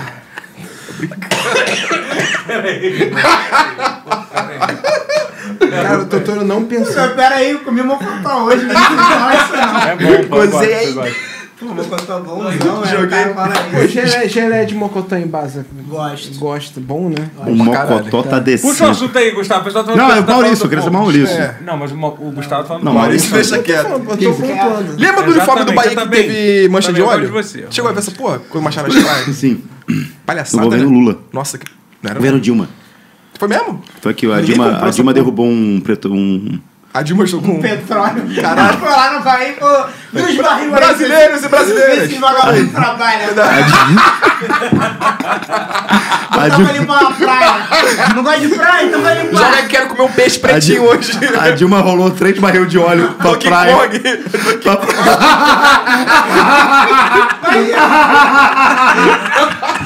Speaker 3: Cara, o Totoro não pensou.
Speaker 6: Mas Pera aí, eu comi uma foto hoje, né? Não fala isso não.
Speaker 4: É bom, pô, eu gosto,
Speaker 2: Gozei.
Speaker 4: eu gosto.
Speaker 6: Pô, meu copo tá bom, não, é,
Speaker 2: Joguei.
Speaker 6: o cara fala
Speaker 3: Pô,
Speaker 6: isso.
Speaker 3: gelé, gelé de mocotó em base.
Speaker 6: Gosto.
Speaker 3: Gosta, bom, né?
Speaker 1: O Mocotó tá
Speaker 4: Puxa o
Speaker 1: descendo.
Speaker 4: assunto aí, Gustavo. O pessoal tá
Speaker 1: Não,
Speaker 4: tá
Speaker 1: é o
Speaker 4: falando
Speaker 1: Maurício,
Speaker 4: do
Speaker 1: eu queria ser
Speaker 4: Paul.
Speaker 1: Maurício.
Speaker 2: É.
Speaker 4: Não, mas o, Ma- o Gustavo tá falando
Speaker 1: Não,
Speaker 4: do Paul.
Speaker 2: Maurício deixa quieto.
Speaker 3: Eu tô pontuando.
Speaker 2: Lembra do uniforme do
Speaker 4: Exatamente,
Speaker 2: Bahia
Speaker 4: eu
Speaker 2: que
Speaker 4: também.
Speaker 2: teve mancha de
Speaker 4: Também gosto
Speaker 2: óleo?
Speaker 4: de você,
Speaker 2: Chegou a ver essa porra? é Quando macharam as praias?
Speaker 1: Sim.
Speaker 2: Palhaçada,
Speaker 1: No governo
Speaker 2: né?
Speaker 1: Lula.
Speaker 2: Nossa, que... Não era
Speaker 1: Governo Dilma.
Speaker 2: Foi mesmo?
Speaker 1: Foi aqui, a
Speaker 2: Ninguém
Speaker 1: Dilma,
Speaker 2: comprou
Speaker 1: a Dilma
Speaker 2: essa
Speaker 1: derrubou um preto. Um...
Speaker 2: A Dilma jogou um...
Speaker 6: Petróleo. Caralho. Foi lá no Bahia e falou, e os barril aí,
Speaker 2: Brasileiros e brasileiras.
Speaker 6: Esse vagabundo trabalha.
Speaker 2: Ah,
Speaker 1: A Dilma,
Speaker 6: Então vai limpar a praia. Não gosta de praia? Então vai
Speaker 2: Já
Speaker 6: limpar.
Speaker 2: não quero comer um peixe
Speaker 1: a
Speaker 2: pretinho
Speaker 1: Dilma,
Speaker 2: hoje.
Speaker 1: a Dilma rolou três barril de óleo pra
Speaker 2: Donkey
Speaker 1: praia.
Speaker 2: Kong.
Speaker 1: Pra praia.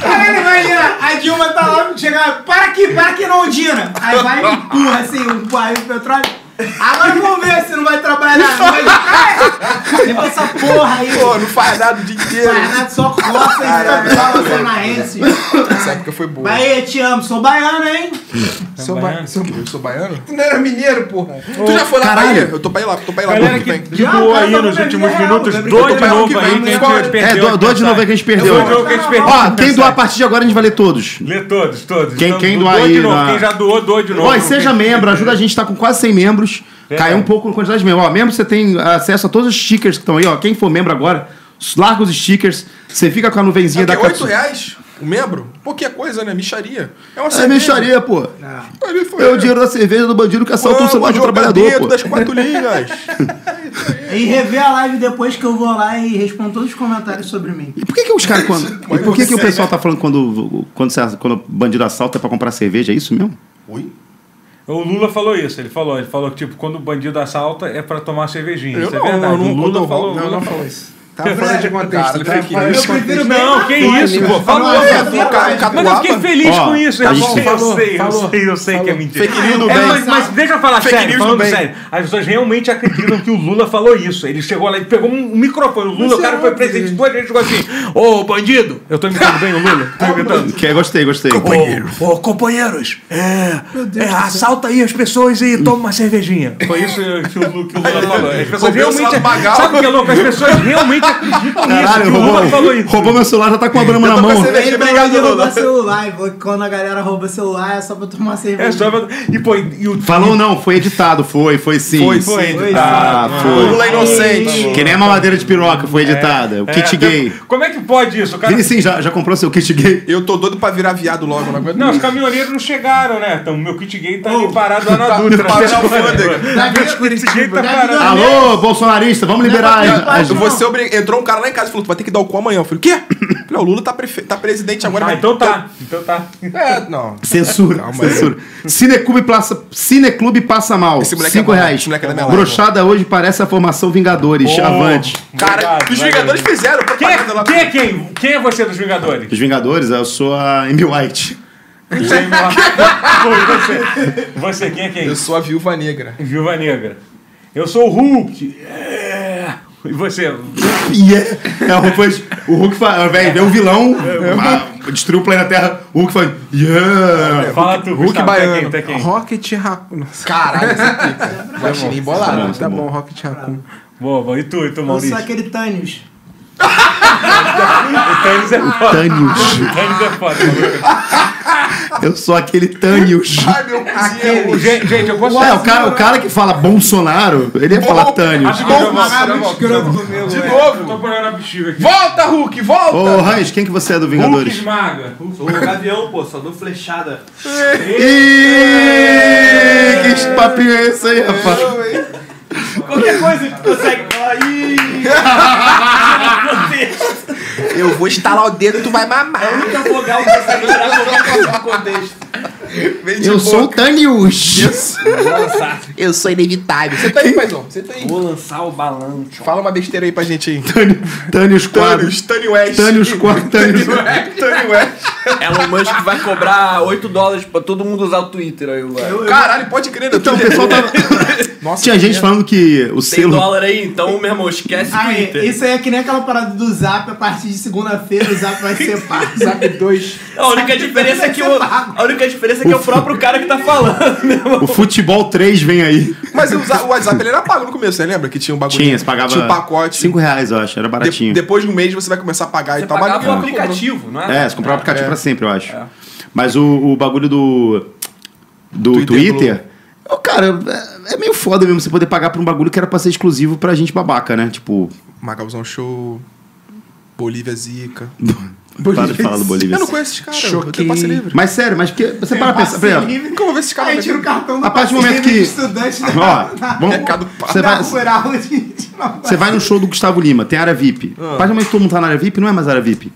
Speaker 6: Caralho, imagina. A Dilma tá lá, chega, para aqui, para aqui na Ondina. Aí vai e empurra assim, um barril de petróleo. Agora vamos ver se não vai trabalhar nada. Não vai de praia. Limpa essa porra aí.
Speaker 2: Pô, não faz nada o dia inteiro.
Speaker 6: Baianato só coça e capital nacionaense.
Speaker 2: Essa época foi boa.
Speaker 6: é Bahia, te amo. Sou baiano, hein?
Speaker 3: Sou
Speaker 4: né?
Speaker 1: é,
Speaker 3: ba- sou-
Speaker 2: Eu sou baiano?
Speaker 3: Tu não era mineiro, porra.
Speaker 2: Tu já foi lá
Speaker 1: Caralho.
Speaker 2: Bahia? Eu tô pra ir lá, tô pra ir lá.
Speaker 4: Galera
Speaker 2: muito
Speaker 4: que,
Speaker 2: bem.
Speaker 4: que
Speaker 6: Não,
Speaker 4: doou
Speaker 6: cara,
Speaker 4: aí
Speaker 6: tá
Speaker 4: nos
Speaker 6: bem
Speaker 4: últimos
Speaker 6: real,
Speaker 4: minutos,
Speaker 6: né?
Speaker 4: dois
Speaker 2: Eu tô
Speaker 4: de novo
Speaker 2: pegando
Speaker 4: aí
Speaker 2: que
Speaker 4: que
Speaker 2: vai,
Speaker 4: a gente
Speaker 1: É,
Speaker 4: perdeu.
Speaker 1: do- dois de novo aí que a gente perdeu.
Speaker 4: Dois de novo que a gente perdeu.
Speaker 1: Ó, quem doar a partir de agora a gente vai ler todos.
Speaker 4: Lê todos, todos.
Speaker 1: Quem- quem
Speaker 4: doa
Speaker 1: doar aí
Speaker 4: de novo.
Speaker 1: na-
Speaker 4: Quem já doou, doa de novo.
Speaker 1: Ó, e seja
Speaker 4: Quem-
Speaker 1: membro, ajuda a gente, tá com quase 100 membros. Caiu um pouco a quantidade de membros. Ó, membro você tem acesso a todos os stickers que estão aí, ó. Quem for membro agora, larga os stickers, você fica com a nuvenzinha
Speaker 2: Aqui,
Speaker 1: da
Speaker 2: oito
Speaker 1: capsu-
Speaker 2: reais? O membro? Pouquinha coisa, né? Micharia. É uma
Speaker 1: É mexaria, pô.
Speaker 2: Ele foi- né?
Speaker 1: É o dinheiro da cerveja do bandido que assaltou o celular do
Speaker 2: Vamos jogar
Speaker 1: trabalhador,
Speaker 2: dentro
Speaker 1: pô.
Speaker 2: das quatro linhas.
Speaker 6: E rever a live depois que eu vou lá e respondo todos os comentários sobre mim.
Speaker 1: E por que, que os caras quando. E por que, que o pessoal tá falando quando, quando, você- quando o bandido assalta é pra comprar cerveja? É isso mesmo?
Speaker 2: Oi?
Speaker 4: O Lula falou isso, ele falou, ele falou que tipo, quando o bandido assalta é pra tomar uma cervejinha.
Speaker 2: Eu
Speaker 4: isso
Speaker 2: não,
Speaker 4: é verdade.
Speaker 2: eu não-
Speaker 4: o Lula
Speaker 2: eu não-
Speaker 4: falou,
Speaker 3: Não,
Speaker 4: Lula
Speaker 3: não falou isso. Tava fora de contexto.
Speaker 2: tá Cara,
Speaker 3: tava
Speaker 2: fake
Speaker 3: fora de
Speaker 2: news.
Speaker 3: contexto.
Speaker 4: Não, que isso, pô. Falou,
Speaker 2: Não, é,
Speaker 4: falou.
Speaker 2: no ca- em
Speaker 4: Mas eu fiquei
Speaker 2: Catuaba.
Speaker 4: feliz
Speaker 1: Ó,
Speaker 4: com isso,
Speaker 1: a
Speaker 4: eu
Speaker 1: gente-
Speaker 4: sei,
Speaker 3: falou,
Speaker 4: eu sei,
Speaker 3: falou.
Speaker 4: eu sei, eu sei que é mentira.
Speaker 2: Fake news do
Speaker 4: É,
Speaker 2: bem.
Speaker 4: mas, mas deixa eu falar
Speaker 2: Fake
Speaker 4: sério,
Speaker 2: news do
Speaker 4: falando
Speaker 2: bem.
Speaker 4: sério. As pessoas realmente acreditam que o Lula falou isso. Ele chegou lá e pegou um microfone. O Lula, o cara foi presidente duas vezes e chegou assim: Ô, bandido! Eu tô imitando bem o Lula? Tô imitando?
Speaker 1: Que, é, gostei, gostei.
Speaker 4: Ô, ô, companheiros, é, é, assalta aí as pessoas e toma uma cervejinha. Foi isso que o, Lu- que o Lula falou. As pessoas
Speaker 2: Compensa
Speaker 4: realmente.
Speaker 2: Magal.
Speaker 4: Sabe o que é louco? As pessoas realmente acreditam nisso. Que
Speaker 1: Caralho,
Speaker 4: o Lula falou
Speaker 1: roubou,
Speaker 4: isso.
Speaker 1: roubou meu celular, já tá com a brama na
Speaker 2: tô com
Speaker 1: mão.
Speaker 2: a cerveja.
Speaker 6: Ele
Speaker 2: Obrigado,
Speaker 6: falou de roubar
Speaker 2: Lula.
Speaker 6: celular, e falou que quando a galera rouba celular é só pra tomar cerveja.
Speaker 4: É só pra- E, pô, e o.
Speaker 1: Falou não, foi editado, foi, foi sim.
Speaker 2: Foi, foi.
Speaker 6: Foi,
Speaker 1: Ah,
Speaker 2: Lula
Speaker 1: foi.
Speaker 2: inocente.
Speaker 1: Que nem a mamadeira de piroca foi editada. O kit
Speaker 4: É,
Speaker 1: gay.
Speaker 4: Como é que pode isso? O cara
Speaker 1: Vini, sim, já, já comprou seu kit gay?
Speaker 2: Eu tô doido pra virar viado logo, não aguento.
Speaker 4: Não, os caminhoneiros não chegaram, né? Então, meu kit gay tá ali parado lá na Dutra.
Speaker 2: parado na alfândega.
Speaker 4: Meu kit gay tá parado.
Speaker 1: Alô, bolsonarista, vamos liberar as,
Speaker 2: Eu
Speaker 1: as-
Speaker 2: vou ser obri- Entrou um cara lá em casa e falou: Tu vai ter que dar o cu amanhã. Eu falei: O quê? Eu falei, o Lula tá, prefe- tá presidente agora.
Speaker 4: Ah,
Speaker 2: vai-
Speaker 4: então tá. Então tá.
Speaker 2: É, não.
Speaker 1: Censura, censura. Cineclube passa, Cineclube passa mal.
Speaker 2: Esse moleque
Speaker 1: Cinco
Speaker 2: é bom,
Speaker 1: reais.
Speaker 2: esse moleque é da minha live.
Speaker 1: Brochada hoje parece a formação Vingadores. Avante.
Speaker 2: Cara,
Speaker 4: Obrigado,
Speaker 2: os
Speaker 4: vai,
Speaker 2: Vingadores fizeram
Speaker 4: Quem é,
Speaker 2: propaganda lá.
Speaker 4: quem é quem? Quem é você dos Vingadores?
Speaker 1: Os Vingadores, eu sou a Amy White.
Speaker 4: é Foi você. Você, quem é quem?
Speaker 2: Eu sou a viúva negra.
Speaker 4: Viúva Negra. Eu sou o Hulk. É. E você?
Speaker 1: E é. é, depois, o Hulk fala, velho, vê o um vilão, ah, destruiu o planeta Terra. O Hulk fala, yeah.
Speaker 4: Fala tu, Hulk
Speaker 2: baiano.
Speaker 4: Tá quem? Tá quem?
Speaker 3: Rocket Raccoon. Nossa,
Speaker 2: Caralho, esse pica. Guaxinim bolado.
Speaker 3: tá bom, Rocket Raccoon.
Speaker 4: Boa, boa. E tu, e tu,
Speaker 6: Eu sou
Speaker 4: Maurício?
Speaker 6: aquele Tânios.
Speaker 4: O Tênis é foda.
Speaker 1: Tânios.
Speaker 4: O Tênis é foda. Maurício.
Speaker 1: Eu sou aquele Tânios.
Speaker 2: Ai, meu é um cozinheiro.
Speaker 4: Gente, gente, eu posso...
Speaker 1: Ué, o cara, é o cara que fala Bolsonaro, ele ia falar Tânios.
Speaker 4: Rapidinho, eu vou-
Speaker 1: né?
Speaker 2: De
Speaker 4: eu
Speaker 2: novo.
Speaker 4: Tô parando a bexiga aqui.
Speaker 2: é. Volta, Hulk,
Speaker 1: Ô,
Speaker 2: volta!
Speaker 1: Hans, quem que você é do
Speaker 4: Hulk
Speaker 1: Vingadores?
Speaker 4: esmaga.
Speaker 8: Sou o Gavião, pô, só dou flechada.
Speaker 1: Ih, que papinho é esse aí, rapaz?
Speaker 8: Qualquer coisa que tu consegue falar. Ih!
Speaker 2: Eu vou estalar o dedo e tu vai
Speaker 8: É o
Speaker 2: mamar.
Speaker 8: único vogal que consegue tirar qualquer coisa do contexto.
Speaker 2: Vem de
Speaker 1: Eu
Speaker 2: boa.
Speaker 1: sou um o Tanius.
Speaker 2: Eu sou inevitável. Você tá aí, paizão. Você tá aí.
Speaker 8: Vou lançar o balão, tio.
Speaker 2: Fala uma besteira aí pra gente aí.
Speaker 1: Tanius 4.
Speaker 2: Tony West.
Speaker 1: Tanius 4. Tanius
Speaker 2: Tony West.
Speaker 8: Elon Musk vai cobrar 8 dólares pra todo mundo usar o Twitter aí, mano.
Speaker 2: Caralho, pode crer, né?
Speaker 1: Então, o pessoal tava. Tinha gente
Speaker 2: é.
Speaker 1: falando que o
Speaker 8: Tem
Speaker 1: selo.
Speaker 8: dólar aí, então, meu irmão, esquece o
Speaker 6: Aí,
Speaker 8: Twitter.
Speaker 6: isso aí é que nem aquela parada do Zap, a partir de segunda-feira o Zap vai ser pago.
Speaker 3: Zap 2.
Speaker 8: A única diferença é que o. A única diferença é que é o próprio cara que tá falando, meu irmão.
Speaker 1: O futebol 3 vem aí.
Speaker 2: Mas o Za- o WhatsApp ele era pago no começo, você lembra? Que tinha um bagulho.
Speaker 1: Tinha, você pagava.
Speaker 2: Tinha um pacote.
Speaker 1: 5 reais, eu acho. Era
Speaker 2: De-
Speaker 1: baratinho.
Speaker 2: depois de um mês você vai começar a pagar e
Speaker 8: Você
Speaker 2: tal. mas
Speaker 8: pagava o
Speaker 2: ninguém comprou.
Speaker 8: aplicativo, não é?
Speaker 1: É, você comprava o aplicativo pra sempre, eu acho. Mas o, o bagulho do. Do
Speaker 2: Twitter
Speaker 1: Twitter. eu, cara, é, é meio foda mesmo você poder pagar por um bagulho que era pra ser exclusivo pra gente babaca, né? Tipo.
Speaker 2: Magalzão Show. Bolívia Zica.
Speaker 1: Para de falar do Bolívia.
Speaker 2: Eu não conheço esses caras. Eu tenho
Speaker 3: Choquei.
Speaker 2: passe livre.
Speaker 1: Mas sério, mas porque. Você para pra pensar.
Speaker 2: Assim,
Speaker 1: por exemplo,
Speaker 2: Como eu vou ver esses caras?
Speaker 6: Aí tira o
Speaker 2: daqui?
Speaker 6: cartão do
Speaker 1: A partir do momento que-
Speaker 6: parceiro de estudante da,
Speaker 1: Ó, vamos-
Speaker 2: Mercado
Speaker 1: você
Speaker 6: da
Speaker 1: vai,
Speaker 6: rural de, de Nova
Speaker 1: você vai no show do Gustavo Lima, tem área VIP. A partir do momento que todo mundo tá na área VIP, não é mais área VIP.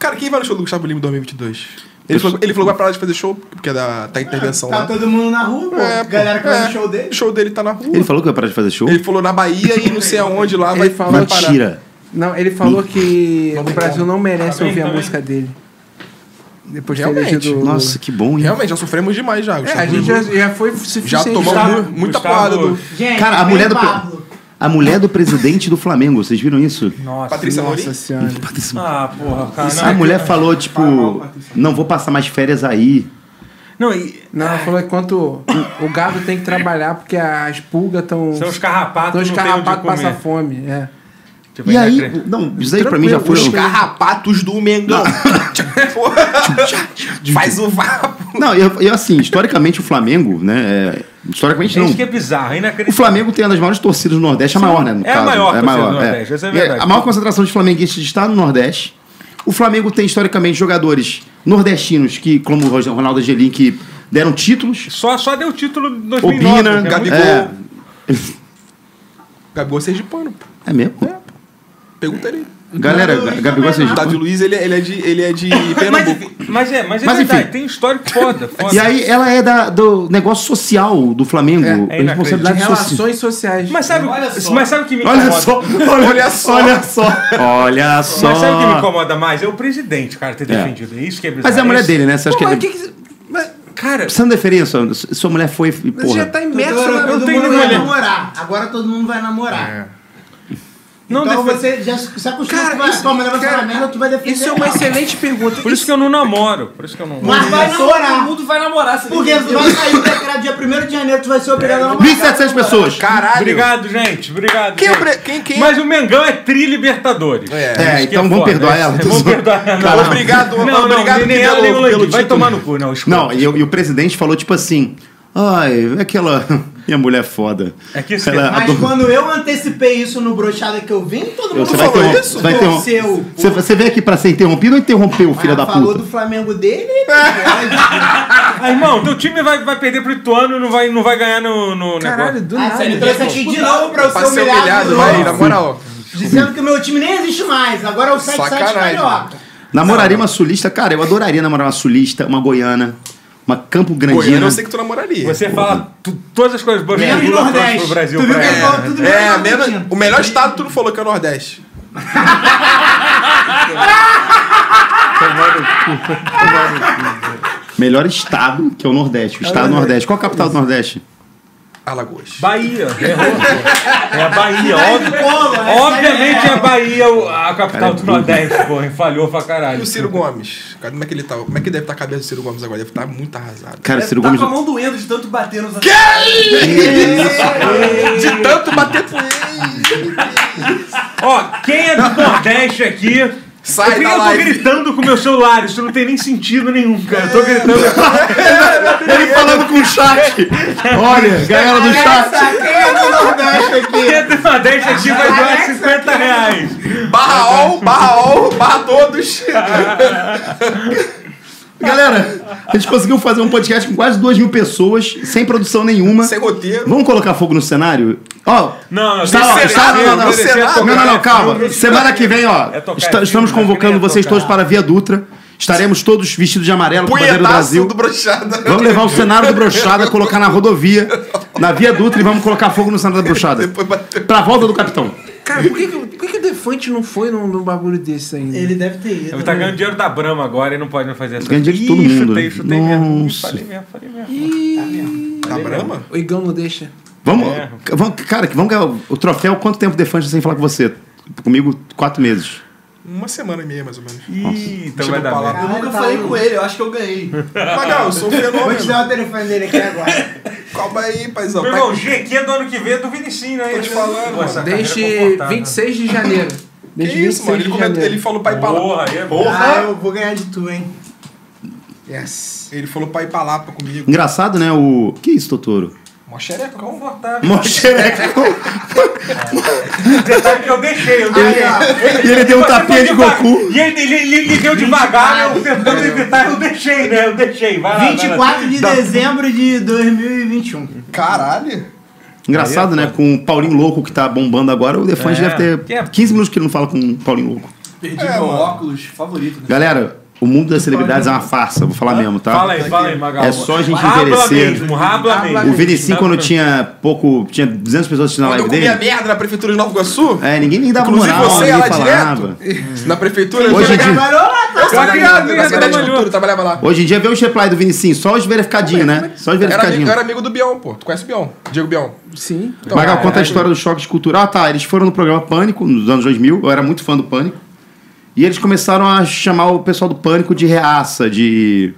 Speaker 2: Cara, quem vai no show do Gustavo Lima em 2022? Ele falou, ele falou que vai parar de fazer show porque é da, tá intervenção
Speaker 6: Tá
Speaker 2: lá.
Speaker 6: todo mundo na rua, pô.
Speaker 2: É, pô.
Speaker 6: Galera que vai
Speaker 2: É.
Speaker 6: no show dele.
Speaker 2: O show dele tá na rua.
Speaker 1: Ele falou que vai parar de fazer show?
Speaker 2: Ele falou na Bahia e não sei aonde lá vai,
Speaker 3: Ele falou-
Speaker 2: vai parar.
Speaker 1: Mentira.
Speaker 3: Não, ele falou que o Brasil não merece
Speaker 4: Tá bem,
Speaker 3: ouvir
Speaker 4: tá
Speaker 3: a
Speaker 4: bem.
Speaker 3: música dele. Depois de ter
Speaker 2: Realmente.
Speaker 3: elegido... o-
Speaker 1: Nossa, que bom, hein?
Speaker 2: Realmente, já sofremos demais já.
Speaker 3: É,
Speaker 2: Gustavo
Speaker 3: a gente
Speaker 2: Lima.
Speaker 3: já, já foi suficiente.
Speaker 2: já tomamos
Speaker 3: Tá?
Speaker 2: mu- muita
Speaker 4: Gustavo-
Speaker 2: porrada do
Speaker 6: Gente,
Speaker 1: Cara, a
Speaker 6: vem
Speaker 1: mulher do pre-
Speaker 6: Pablo.
Speaker 1: A mulher do presidente do Flamengo, vocês viram isso?
Speaker 4: Nossa.
Speaker 2: Patrícia Morim.
Speaker 3: Nossa senhora.
Speaker 4: Ah, porra, cara. não,
Speaker 1: A mulher falou, tipo, não vou passar mais férias aí.
Speaker 4: Não, e...
Speaker 3: Não, ela falou que quanto o gado tem que trabalhar porque as pulgas estão...
Speaker 4: São os carrapatos,
Speaker 3: Os
Speaker 4: não tem onde
Speaker 3: carrapatos passam
Speaker 4: comer.
Speaker 3: fome, é.
Speaker 4: Tipo,
Speaker 1: E
Speaker 4: ainda
Speaker 1: aí,
Speaker 4: acredito.
Speaker 1: não, isso aí pra mim já foi. um
Speaker 3: Tranquilo,
Speaker 2: Carrapatos do Mengão. Faz o vapo.
Speaker 1: Não, eu, eu, assim, historicamente o Flamengo, né? é, historicamente
Speaker 4: É
Speaker 1: não.
Speaker 4: isso que é bizarro, é
Speaker 1: O
Speaker 4: inacreditável.
Speaker 1: Flamengo tem uma das maiores torcidas do Nordeste, a maior, né? No
Speaker 4: É a
Speaker 1: caso.
Speaker 4: maior torcida do Nordeste, essa é a verdade.
Speaker 1: a maior concentração de flamenguistas está no Nordeste. O Flamengo tem, historicamente, jogadores nordestinos, que, como o Ronaldo Angelim, que deram títulos.
Speaker 4: Só, só deu o título em 2009.
Speaker 1: Obina,
Speaker 4: que é muito-
Speaker 2: Gabigol.
Speaker 1: É,
Speaker 2: Gabigol é sergipano, pô.
Speaker 1: é mesmo?
Speaker 2: Pergunta ele.
Speaker 1: Galera, Ga- Gabigol é
Speaker 2: O Davi
Speaker 1: sergipano.
Speaker 2: Luiz, ele, é- ele é de, ele é de
Speaker 4: Mas,
Speaker 2: Pernambuco.
Speaker 4: mas é, mas é
Speaker 1: Mas enfim.
Speaker 4: verdade, tem histórico foda, foda.
Speaker 1: E aí ela é da- do negócio social do Flamengo.
Speaker 4: É, é
Speaker 1: responsabilidade social.
Speaker 3: Relações sociais.
Speaker 4: Mas sabe, mas sabe o que me incomoda?
Speaker 1: Olha só, olha, só, olha só. Olha só.
Speaker 4: Mas sabe o que me incomoda mais? É o presidente, cara, ter defendido. É isso que é bizarro.
Speaker 1: Mas é a mulher
Speaker 4: Isso-
Speaker 1: dele, né? Você acha
Speaker 3: Pô, mas
Speaker 1: que
Speaker 3: que
Speaker 1: ele...
Speaker 3: que... Mas,
Speaker 4: Cara,
Speaker 1: Você não deferia sua, sua mulher foi e
Speaker 3: você já
Speaker 1: porra.
Speaker 3: tá imerso
Speaker 6: Agora
Speaker 3: na...
Speaker 6: todo
Speaker 4: tenho
Speaker 6: mundo vai
Speaker 4: mulher.
Speaker 6: namorar. Agora todo mundo vai namorar.
Speaker 4: não
Speaker 6: então
Speaker 4: defe-
Speaker 6: você já se acostuma
Speaker 3: Cara,
Speaker 6: com a
Speaker 3: isso-
Speaker 6: tua mulher vai
Speaker 3: cara,
Speaker 6: falar merda, tu vai defender.
Speaker 3: Isso é uma
Speaker 6: ela.
Speaker 3: excelente pergunta.
Speaker 4: Por isso que eu não namoro. Por isso é que eu não.
Speaker 6: Mas vai
Speaker 8: Todo
Speaker 6: namorar.
Speaker 8: mundo vai namorar, se
Speaker 6: Porque vai sair o decreto dia 1 de janeiro, tu vai ser obrigado a namorar.
Speaker 1: 1.700 pessoas.
Speaker 2: Caralho.
Speaker 4: Obrigado, gente. Obrigado.
Speaker 2: Quem é o
Speaker 4: gente.
Speaker 2: pre- quem- quem é-
Speaker 4: Mas o Mengão é tri-libertadores.
Speaker 2: É.
Speaker 1: É,
Speaker 4: Isso que
Speaker 1: então vamos
Speaker 4: foda.
Speaker 1: perdoar
Speaker 4: É,
Speaker 1: ela.
Speaker 4: Vamos perdoar ela.
Speaker 1: Caralho.
Speaker 2: Obrigado,
Speaker 4: Não, não,
Speaker 2: obrigado
Speaker 4: nem
Speaker 2: que
Speaker 4: ela, nem o
Speaker 2: pelo,
Speaker 4: Landim.
Speaker 2: pelo
Speaker 4: Vai
Speaker 2: título.
Speaker 4: tomar no cu, não. escuta.
Speaker 1: Não, e, o- e o presidente falou tipo assim: Ai, é aquela. Minha mulher é foda.
Speaker 4: É que isso que é-
Speaker 1: Ela
Speaker 6: Mas
Speaker 1: ador-
Speaker 6: quando eu antecipei isso no brochada que eu vim, todo mundo
Speaker 1: Você vai
Speaker 6: falou
Speaker 1: interrom-
Speaker 2: isso?
Speaker 1: vai interrom-
Speaker 6: Torceu,
Speaker 1: Você- Você veio aqui pra ser interrompido ou interrompeu o filho
Speaker 6: Ah,
Speaker 1: da
Speaker 6: falou
Speaker 1: puta?
Speaker 6: do Flamengo dele.
Speaker 4: Ah, irmão, teu time vai, vai perder pro Ituano e não vai, não vai ganhar no, no
Speaker 3: Caralho,
Speaker 4: negócio.
Speaker 3: do
Speaker 6: Ah,
Speaker 3: nada.
Speaker 6: você me trouxe aqui de novo pra eu
Speaker 2: Pra
Speaker 6: ser
Speaker 2: ser
Speaker 6: humilhado.
Speaker 2: humilhado,
Speaker 6: de
Speaker 2: vai,
Speaker 6: novo,
Speaker 2: na moral.
Speaker 6: Dizendo que o meu time nem existe mais. Agora é o 77
Speaker 2: Sacanagem.
Speaker 6: melhor.
Speaker 1: Namoraria uma sulista? Cara, eu adoraria namorar uma sulista, uma goiana, uma Campo
Speaker 2: Goiânia,
Speaker 1: Grandina.
Speaker 2: eu sei que tu namoraria.
Speaker 4: Você fala tu- todas as coisas boas que
Speaker 6: Menos
Speaker 4: o Lula trouxe pro
Speaker 6: Nordeste.
Speaker 4: Brasil.
Speaker 6: Tu viu
Speaker 4: pra
Speaker 6: que ele
Speaker 4: ela.
Speaker 6: falou tudo
Speaker 2: É,
Speaker 6: menos
Speaker 2: menos,
Speaker 6: Nordeste.
Speaker 2: o melhor estado tu não falou que é o Nordeste.
Speaker 1: Melhor estado, que é o Nordeste. O estado do Nordeste. Qual a capital do Nordeste?
Speaker 2: Alagoas.
Speaker 4: Bahia. Errou, pô. É a Bahia, óbvio.
Speaker 6: Pô, essa
Speaker 4: Obviamente é a Bahia o- a capital do Nordeste, porra. Falhou pra
Speaker 2: E
Speaker 4: caralho.
Speaker 2: o Ciro Gomes? Cara, Como é que ele tava? Como é que deve estar a cabeça do Ciro Gomes agora? Deve estar muito arrasado.
Speaker 6: É,
Speaker 1: Cara, é Ciro
Speaker 4: é
Speaker 8: tá
Speaker 1: Gomes.
Speaker 8: com a mão doendo de tanto bater nos...
Speaker 2: De tanto bater punheta.
Speaker 4: Ó, quem é do Nordeste aqui?
Speaker 2: Sai
Speaker 4: eu,
Speaker 2: da
Speaker 4: eu tô
Speaker 2: live.
Speaker 4: gritando com o meu celular, isso não tem nem sentido nenhum, cara.
Speaker 2: É,
Speaker 4: Eu tô gritando.
Speaker 1: Ele falando com o chat. Olha, galera do chat.
Speaker 4: Quem é do Nordeste aqui vai doar
Speaker 2: né?
Speaker 4: 50 reais.
Speaker 2: Barra all, barra all, barra todos.
Speaker 1: Galera, a gente conseguiu fazer um podcast com quase 2 mil pessoas, sem produção nenhuma.
Speaker 2: Sem roteiro.
Speaker 1: Vamos colocar fogo no cenário? Ó,
Speaker 4: Não, não,
Speaker 1: está,
Speaker 4: tem
Speaker 1: ó,
Speaker 4: que ser
Speaker 1: está,
Speaker 4: assim,
Speaker 1: não, não,
Speaker 4: tem
Speaker 1: não,
Speaker 4: que ser
Speaker 2: Senado,
Speaker 4: tocar.
Speaker 1: não, não, não, calma.
Speaker 4: Não,
Speaker 1: Semana que vem, ó,
Speaker 4: É tocar,
Speaker 1: esta-
Speaker 4: é
Speaker 1: estamos
Speaker 4: filme,
Speaker 1: convocando
Speaker 4: é
Speaker 1: vocês
Speaker 4: tocar.
Speaker 1: todos para a Via Dutra. Estaremos todos vestidos de amarelo com a bandeira do
Speaker 2: Punhetaço
Speaker 1: Brasil.
Speaker 2: do brochada.
Speaker 1: Vamos levar o cenário do Brochada, colocar na rodovia, na Via Dutra e vamos colocar fogo no cenário da Brochada. Pra volta do capitão.
Speaker 3: Cara, por que, que- por que, que o Defante não foi num, num bagulho desse ainda?
Speaker 6: Ele deve ter ido. né?
Speaker 4: Ele tá ganhando dinheiro da Brahma agora e não pode mais fazer essa
Speaker 1: Ganha dinheiro de todo
Speaker 4: Ih,
Speaker 1: mundo,
Speaker 4: Chutei,
Speaker 1: né?
Speaker 4: chutei mesmo. Ih,
Speaker 1: Nossa.
Speaker 4: Falei mesmo, falei mesmo.
Speaker 2: Da Brahma?
Speaker 3: O Igão não deixa.
Speaker 1: Vamos,
Speaker 2: É.
Speaker 1: vamos- cara, que vamos ganhar o- o troféu. Quanto tempo defante sem falar com você? Comigo, quatro meses.
Speaker 2: Uma semana e meia, mais ou menos.
Speaker 4: Ih, então vai
Speaker 2: Deixa eu é.
Speaker 4: dar
Speaker 2: falar.
Speaker 4: merda.
Speaker 8: Eu nunca falei com ele, eu acho que eu ganhei.
Speaker 2: Magal, eu sou um
Speaker 6: tá Vou te
Speaker 2: fenômeno.
Speaker 6: dar o telefone dele aqui agora.
Speaker 2: Calma aí, paizão.
Speaker 4: Meu
Speaker 2: Tá-
Speaker 4: irmão, o G5 do ano que vem é do Vinicinho, hein?
Speaker 2: Tô te falando,
Speaker 4: Pô, essa carreira
Speaker 3: Desde
Speaker 4: confortável.
Speaker 3: 26 de janeiro.
Speaker 2: Que
Speaker 3: Desde
Speaker 2: isso, mano? Ele,
Speaker 3: de
Speaker 2: comentou,
Speaker 3: janeiro.
Speaker 2: ele falou pai pra lá.
Speaker 4: Porra, aí é bom.
Speaker 2: Porra.
Speaker 6: Ah, eu vou ganhar de tu, hein?
Speaker 3: Yes.
Speaker 2: Ele falou pai pra lá pra comigo.
Speaker 1: Engraçado, né? O. Que isso, Totoro? né,
Speaker 2: Mó xereca, calma.
Speaker 4: Confortável.
Speaker 1: Moxereco.
Speaker 4: Detalhe que eu deixei, eu deixei.
Speaker 1: E ele deu um
Speaker 4: Você
Speaker 1: tapinha
Speaker 4: foi
Speaker 1: de
Speaker 4: devagar.
Speaker 1: Goku.
Speaker 4: E ele, ele, ele, ele deu devagar, né? eu tentando evitar, eu deixei, né? Eu deixei, vai lá. vai lá.
Speaker 6: 24 de dezembro de 2021.
Speaker 2: Caralho.
Speaker 1: Engraçado,
Speaker 2: é
Speaker 1: né? Com o Paulinho Louco que tá bombando agora, o Defante
Speaker 4: É.
Speaker 1: deve
Speaker 4: Que é-
Speaker 1: ter 15 minutos que ele não fala com o Paulinho Louco.
Speaker 8: Perdi
Speaker 2: É,
Speaker 8: meu óculos favorito. Né?
Speaker 1: Galera, o mundo das celebridades é uma farsa, vou falar mesmo, tá?
Speaker 4: Fala aí, fala aí, Magal.
Speaker 1: É só a gente
Speaker 4: rabla
Speaker 1: envelhecer.
Speaker 4: Mesmo, rabla
Speaker 3: Rabla
Speaker 1: O
Speaker 4: mesmo.
Speaker 1: Vinicius, quando tinha pouco. Tinha 200 pessoas assistindo a
Speaker 2: Quando eu
Speaker 1: live
Speaker 2: comia
Speaker 1: dele.
Speaker 2: merda na prefeitura de Nova Iguaçu,
Speaker 1: É, ninguém nem dava
Speaker 2: Inclusive
Speaker 1: moral,
Speaker 2: você,
Speaker 1: ninguém
Speaker 2: ela
Speaker 1: falava.
Speaker 2: na prefeitura... eu
Speaker 1: Hoje em dia.
Speaker 6: Trabalhou lá, tá?
Speaker 2: Eu trabalhava
Speaker 4: criado,
Speaker 2: na-
Speaker 4: eu
Speaker 2: na Secretaria de
Speaker 4: trabalhou.
Speaker 2: Cultura, eu trabalhava lá.
Speaker 1: Hoje em dia vê os replies do Vinicinho, só os verificadinhos, né? Só os
Speaker 2: Eu Era amigo,
Speaker 1: verificadinhos.
Speaker 2: eu era amigo do Bion, pô. Tu conhece o Bion? Diego Bion.
Speaker 3: Sim.
Speaker 2: Então,
Speaker 1: Magal, conta a história do choque cultural. Ah, tá, eles foram no programa Pânico, nos anos 2000, eu era muito fã do Pânico. E eles começaram a chamar o pessoal do Pânico de reaça, de...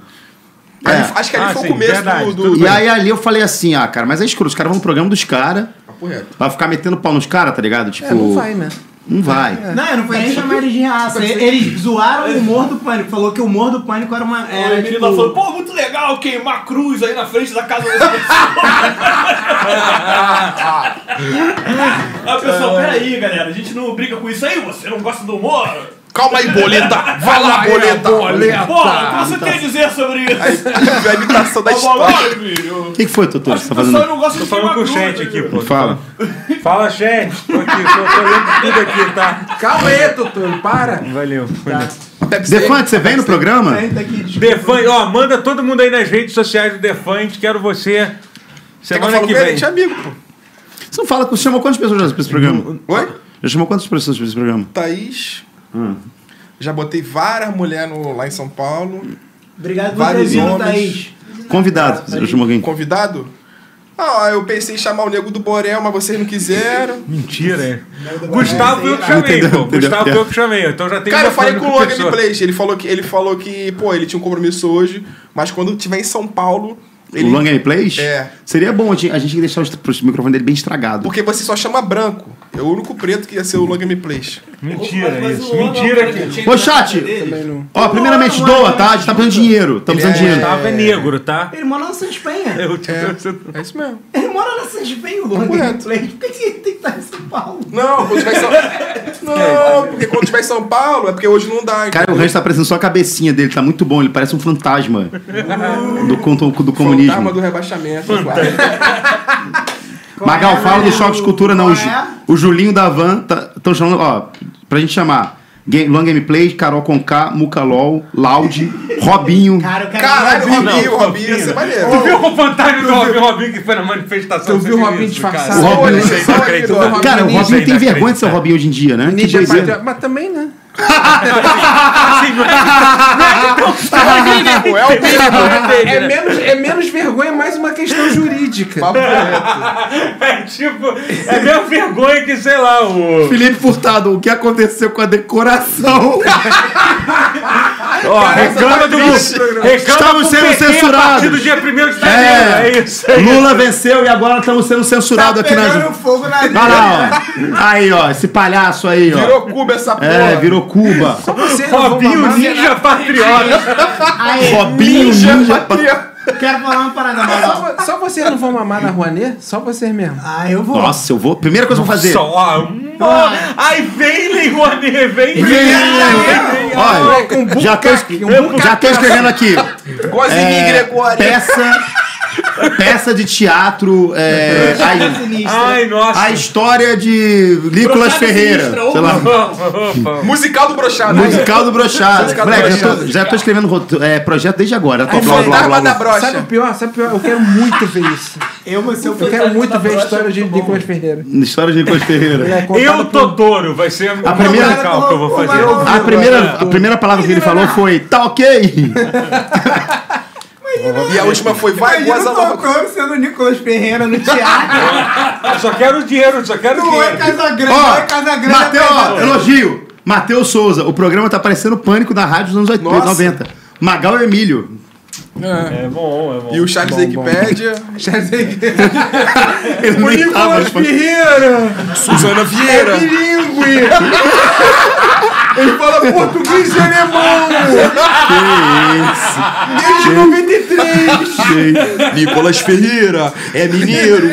Speaker 2: Ali-
Speaker 1: É.
Speaker 2: Acho que ali
Speaker 4: Ah,
Speaker 2: foi
Speaker 4: sim,
Speaker 2: o começo
Speaker 4: verdade,
Speaker 2: do... do,
Speaker 4: tudo
Speaker 1: E aí ali eu falei assim, ah, cara, mas é escuro, os caras vão no programa dos caras,
Speaker 2: Papo reto.
Speaker 1: vai ficar metendo pau nos caras, tá ligado? Tipo,
Speaker 3: É, não vai, né?
Speaker 1: Não vai.
Speaker 6: Não, eu não foi nem chamar eles de raça. Eles zoaram o humor do pânico. Falou que o humor do pânico era uma.
Speaker 8: Aí
Speaker 6: Era,
Speaker 8: o
Speaker 4: tá
Speaker 8: menino lá
Speaker 6: tipo,
Speaker 8: falou, tá pô, muito legal queimar cruz aí na frente da casa da pessoa. a pessoa, peraí, galera, a gente não briga com isso aí, você não gosta do humor?
Speaker 2: Calma aí, boleta! Vai lá, boleta!
Speaker 8: Porra, o que você tem a dizer sobre isso? Tá
Speaker 2: A imitação da história.
Speaker 1: O que, que foi, doutor? Você tá
Speaker 8: Eu
Speaker 1: fazendo?
Speaker 8: só não gosto
Speaker 4: Tô
Speaker 8: de
Speaker 4: falando com o
Speaker 8: queimadura,
Speaker 4: chat aqui,
Speaker 8: entendeu?
Speaker 4: pô.
Speaker 1: Fala.
Speaker 8: né?
Speaker 4: Fala, chat. Tô aqui, tô, tô lendo tudo aqui, tá?
Speaker 3: Calma aí, doutor, para.
Speaker 4: Valeu.
Speaker 1: Defante, você vem no programa?
Speaker 6: tá
Speaker 4: Defante, ó, manda todo mundo aí nas redes sociais do Defante. Quero você semana que
Speaker 2: A
Speaker 4: vem.
Speaker 2: gente é amigo, pô.
Speaker 1: Você não fala, você chamou quantas pessoas já pra esse programa?
Speaker 2: Oi?
Speaker 1: Já chamou quantas pessoas pra esse programa?
Speaker 2: Thaís.
Speaker 1: Hum.
Speaker 2: Já botei várias mulheres no- lá em São Paulo.
Speaker 6: Obrigado por ter
Speaker 2: Vários
Speaker 6: vindo,
Speaker 2: homens.
Speaker 6: Thaís.
Speaker 1: Convidado, já chamou
Speaker 2: Um
Speaker 1: alguém?
Speaker 2: convidado? Ah, eu pensei em chamar o nego do Borel, mas vocês não quiseram.
Speaker 4: Mentira, hein? Gustavo foi eu que chamei,
Speaker 1: Entendeu,
Speaker 4: pô.
Speaker 1: entendeu,
Speaker 4: Gustavo foi eu
Speaker 1: piada.
Speaker 4: que chamei. Então já tem
Speaker 2: Cara,
Speaker 4: uma
Speaker 2: eu falei
Speaker 4: fã
Speaker 2: com o
Speaker 4: de
Speaker 2: Logan
Speaker 4: pessoa.
Speaker 2: Plays, ele falou que ele falou que, pô, ele tinha um compromisso hoje, mas quando tiver em São Paulo, ele
Speaker 1: O Long Gameplays?
Speaker 2: É.
Speaker 1: Seria bom, a gente a gente tem que deixar os- o microfone dele bem estragado.
Speaker 2: porque você só chama branco. É o único preto que ia ser o Logan Plays.
Speaker 4: Mentira
Speaker 8: Mas
Speaker 4: isso.
Speaker 8: o Luan é
Speaker 4: Mentira
Speaker 8: um cara
Speaker 4: que.
Speaker 8: tinha
Speaker 1: Ô,
Speaker 8: que dar
Speaker 1: chat!
Speaker 8: na vida dele.
Speaker 1: Ó, primeiramente, doa, tá? A gente tá precisando de dinheiro. Estamos precisando de dinheiro.
Speaker 4: Gustavo é negro, tá?
Speaker 6: Ele mora na Santos Penha.
Speaker 4: Eu te
Speaker 2: É isso mesmo.
Speaker 6: Ele mora na Santos Penha, o Luan Gameplay. Por que que ele tem que estar em São Paulo?
Speaker 2: Não, quando tiver em São Não, porque quando tiver em São Paulo é porque hoje não dá.
Speaker 1: Cara, o
Speaker 2: entendeu?
Speaker 1: Range tá parecendo só a cabecinha dele, tá muito bom, ele parece um fantasma do, conto- do
Speaker 2: Fantasma
Speaker 1: comunismo.
Speaker 2: do rebaixamento. claro.
Speaker 1: Magal,
Speaker 6: é,
Speaker 1: fala do
Speaker 6: meu?
Speaker 1: Choque de Cultura, não. O,
Speaker 6: Qual
Speaker 1: Ju-
Speaker 6: é?
Speaker 1: o Julinho da Van, tá, tão chamando, ó, pra gente chamar. Game, Long Gameplay, Carol Conká, Mucalol, Laude, Robinho.
Speaker 6: Cara, eu quero
Speaker 2: Caralho,
Speaker 6: ver.
Speaker 2: Robinho, Robinho, ia ser maneiro.
Speaker 4: Tu viu o fantasma do Robinho Robinho que foi na manifestação?
Speaker 3: Tu viu o
Speaker 4: Você
Speaker 3: Robinho
Speaker 4: isso, cara?
Speaker 3: disfarçado?
Speaker 1: O Robinho-
Speaker 2: Olha, isso aí,
Speaker 3: acredito.
Speaker 2: olha,
Speaker 1: Cara, o
Speaker 3: Ninja,
Speaker 1: Robinho tem
Speaker 4: ainda
Speaker 1: vergonha de ser o
Speaker 4: acredita.
Speaker 1: Robinho hoje em dia, né?
Speaker 3: Ninja
Speaker 1: que
Speaker 3: é
Speaker 1: doideira.
Speaker 3: patri- Mas também, né?
Speaker 2: Não é o mínimo.
Speaker 3: É menos, é menos vergonha, mais uma questão jurídica.
Speaker 4: É tipo, é meio vergonha que, sei lá, o.
Speaker 1: Felipe Furtado, o que aconteceu com a decoração?
Speaker 4: Ó, reclama do
Speaker 1: é Estamos sendo censurados.
Speaker 4: A partir do dia 1 de janeiro, é,
Speaker 1: É,
Speaker 4: isso aí.
Speaker 1: Lula venceu e agora estamos sendo censurados aqui na.
Speaker 6: Tá Pegando fogo na
Speaker 1: Olha lá, ó. Aí, ó, esse palhaço aí, ó.
Speaker 2: Virou Cuba essa porra.
Speaker 1: É, virou Cuba.
Speaker 3: Vocês não vão
Speaker 4: Robinho
Speaker 3: mamar-
Speaker 4: Ninja Patriota.
Speaker 1: Robinho Ninja.
Speaker 6: Quero falar uma parada,
Speaker 3: Só,
Speaker 6: Magal.
Speaker 3: vo- só vocês não vão mamar na Rouanet? Só vocês mesmo.
Speaker 6: Ah, eu vou.
Speaker 1: Nossa, eu vou. Primeira coisa que eu vou fazer.
Speaker 4: Só, ó, mó- Ai, vem, Leiguane, vem.
Speaker 1: Vem, vem, vem.
Speaker 4: vem.
Speaker 1: Olha,
Speaker 3: Coloca um bucaque,
Speaker 1: já tô,
Speaker 3: um
Speaker 1: es- já tô escrevendo aqui.
Speaker 2: Gozini
Speaker 1: É,
Speaker 2: Gregório.
Speaker 1: peça, peça de teatro. é, a,
Speaker 4: Ai, nossa.
Speaker 1: a história de Nicolas Ferreira. Sei lá.
Speaker 2: Musical do Brochado. né?
Speaker 1: Musical do Brochado.
Speaker 2: Musical do
Speaker 1: Moleque, já tô,
Speaker 2: Brochado.
Speaker 1: já tô escrevendo roto- é, projeto desde agora. já tô
Speaker 2: O
Speaker 1: blá, blá, blá, blá.
Speaker 2: fantasma da brocha.
Speaker 3: Sabe o pior? Sabe o pior? Eu quero muito ver isso.
Speaker 6: Eu vou ser o
Speaker 3: Eu quero muito ver a
Speaker 8: brocha
Speaker 3: história de Nicolas Ferreira.
Speaker 1: História de Nicolas Ferreira.
Speaker 3: É, contada
Speaker 4: Eu,
Speaker 3: por-
Speaker 4: Totoro, vai ser a
Speaker 1: primeira-
Speaker 4: musical que eu vou fazer.
Speaker 1: A primeira, a primeira palavra que ele falou foi tá ok.
Speaker 2: É, E a última foi, vai,
Speaker 6: Imagina
Speaker 2: goza
Speaker 6: o
Speaker 2: logo.
Speaker 6: Falcão sendo o Nicolas Ferreira no teatro.
Speaker 4: Eu Ah, só quero dinheiro, só quero
Speaker 6: Não é
Speaker 4: dinheiro.
Speaker 6: Casa Grande, não é Casa
Speaker 1: Ó,
Speaker 6: Grande.
Speaker 1: Mateus,
Speaker 6: é
Speaker 1: ó, elogio. Matheus Souza, o programa tá parecendo pânico da rádio dos anos 80,
Speaker 2: Nossa.
Speaker 1: 90. Magal e Emílio.
Speaker 4: É bom, é bom.
Speaker 2: E o Charles Wikipedia.
Speaker 1: Ele nem tava, mas foi-
Speaker 2: Suzana Vieira.
Speaker 3: Ele fala português e alemão! Desde 93!
Speaker 2: Nicolas Ferreira. É mineiro.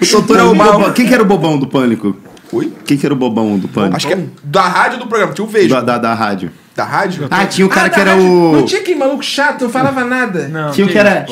Speaker 2: Então,
Speaker 1: Doutor é o bobão. Quem que era o bobão do pânico?
Speaker 2: Oi?
Speaker 1: Quem que era o bobão do pânico?
Speaker 2: Acho que é da rádio do programa. Tinha o
Speaker 1: da,
Speaker 2: Vejo.
Speaker 1: da, da rádio.
Speaker 2: Da rádio?
Speaker 1: Ah, tinha o cara
Speaker 3: Ah,
Speaker 1: que era
Speaker 3: na verdade,
Speaker 1: o.
Speaker 3: Não tinha aquele maluco chato, não falava nada. Não.
Speaker 1: Tinha o que era.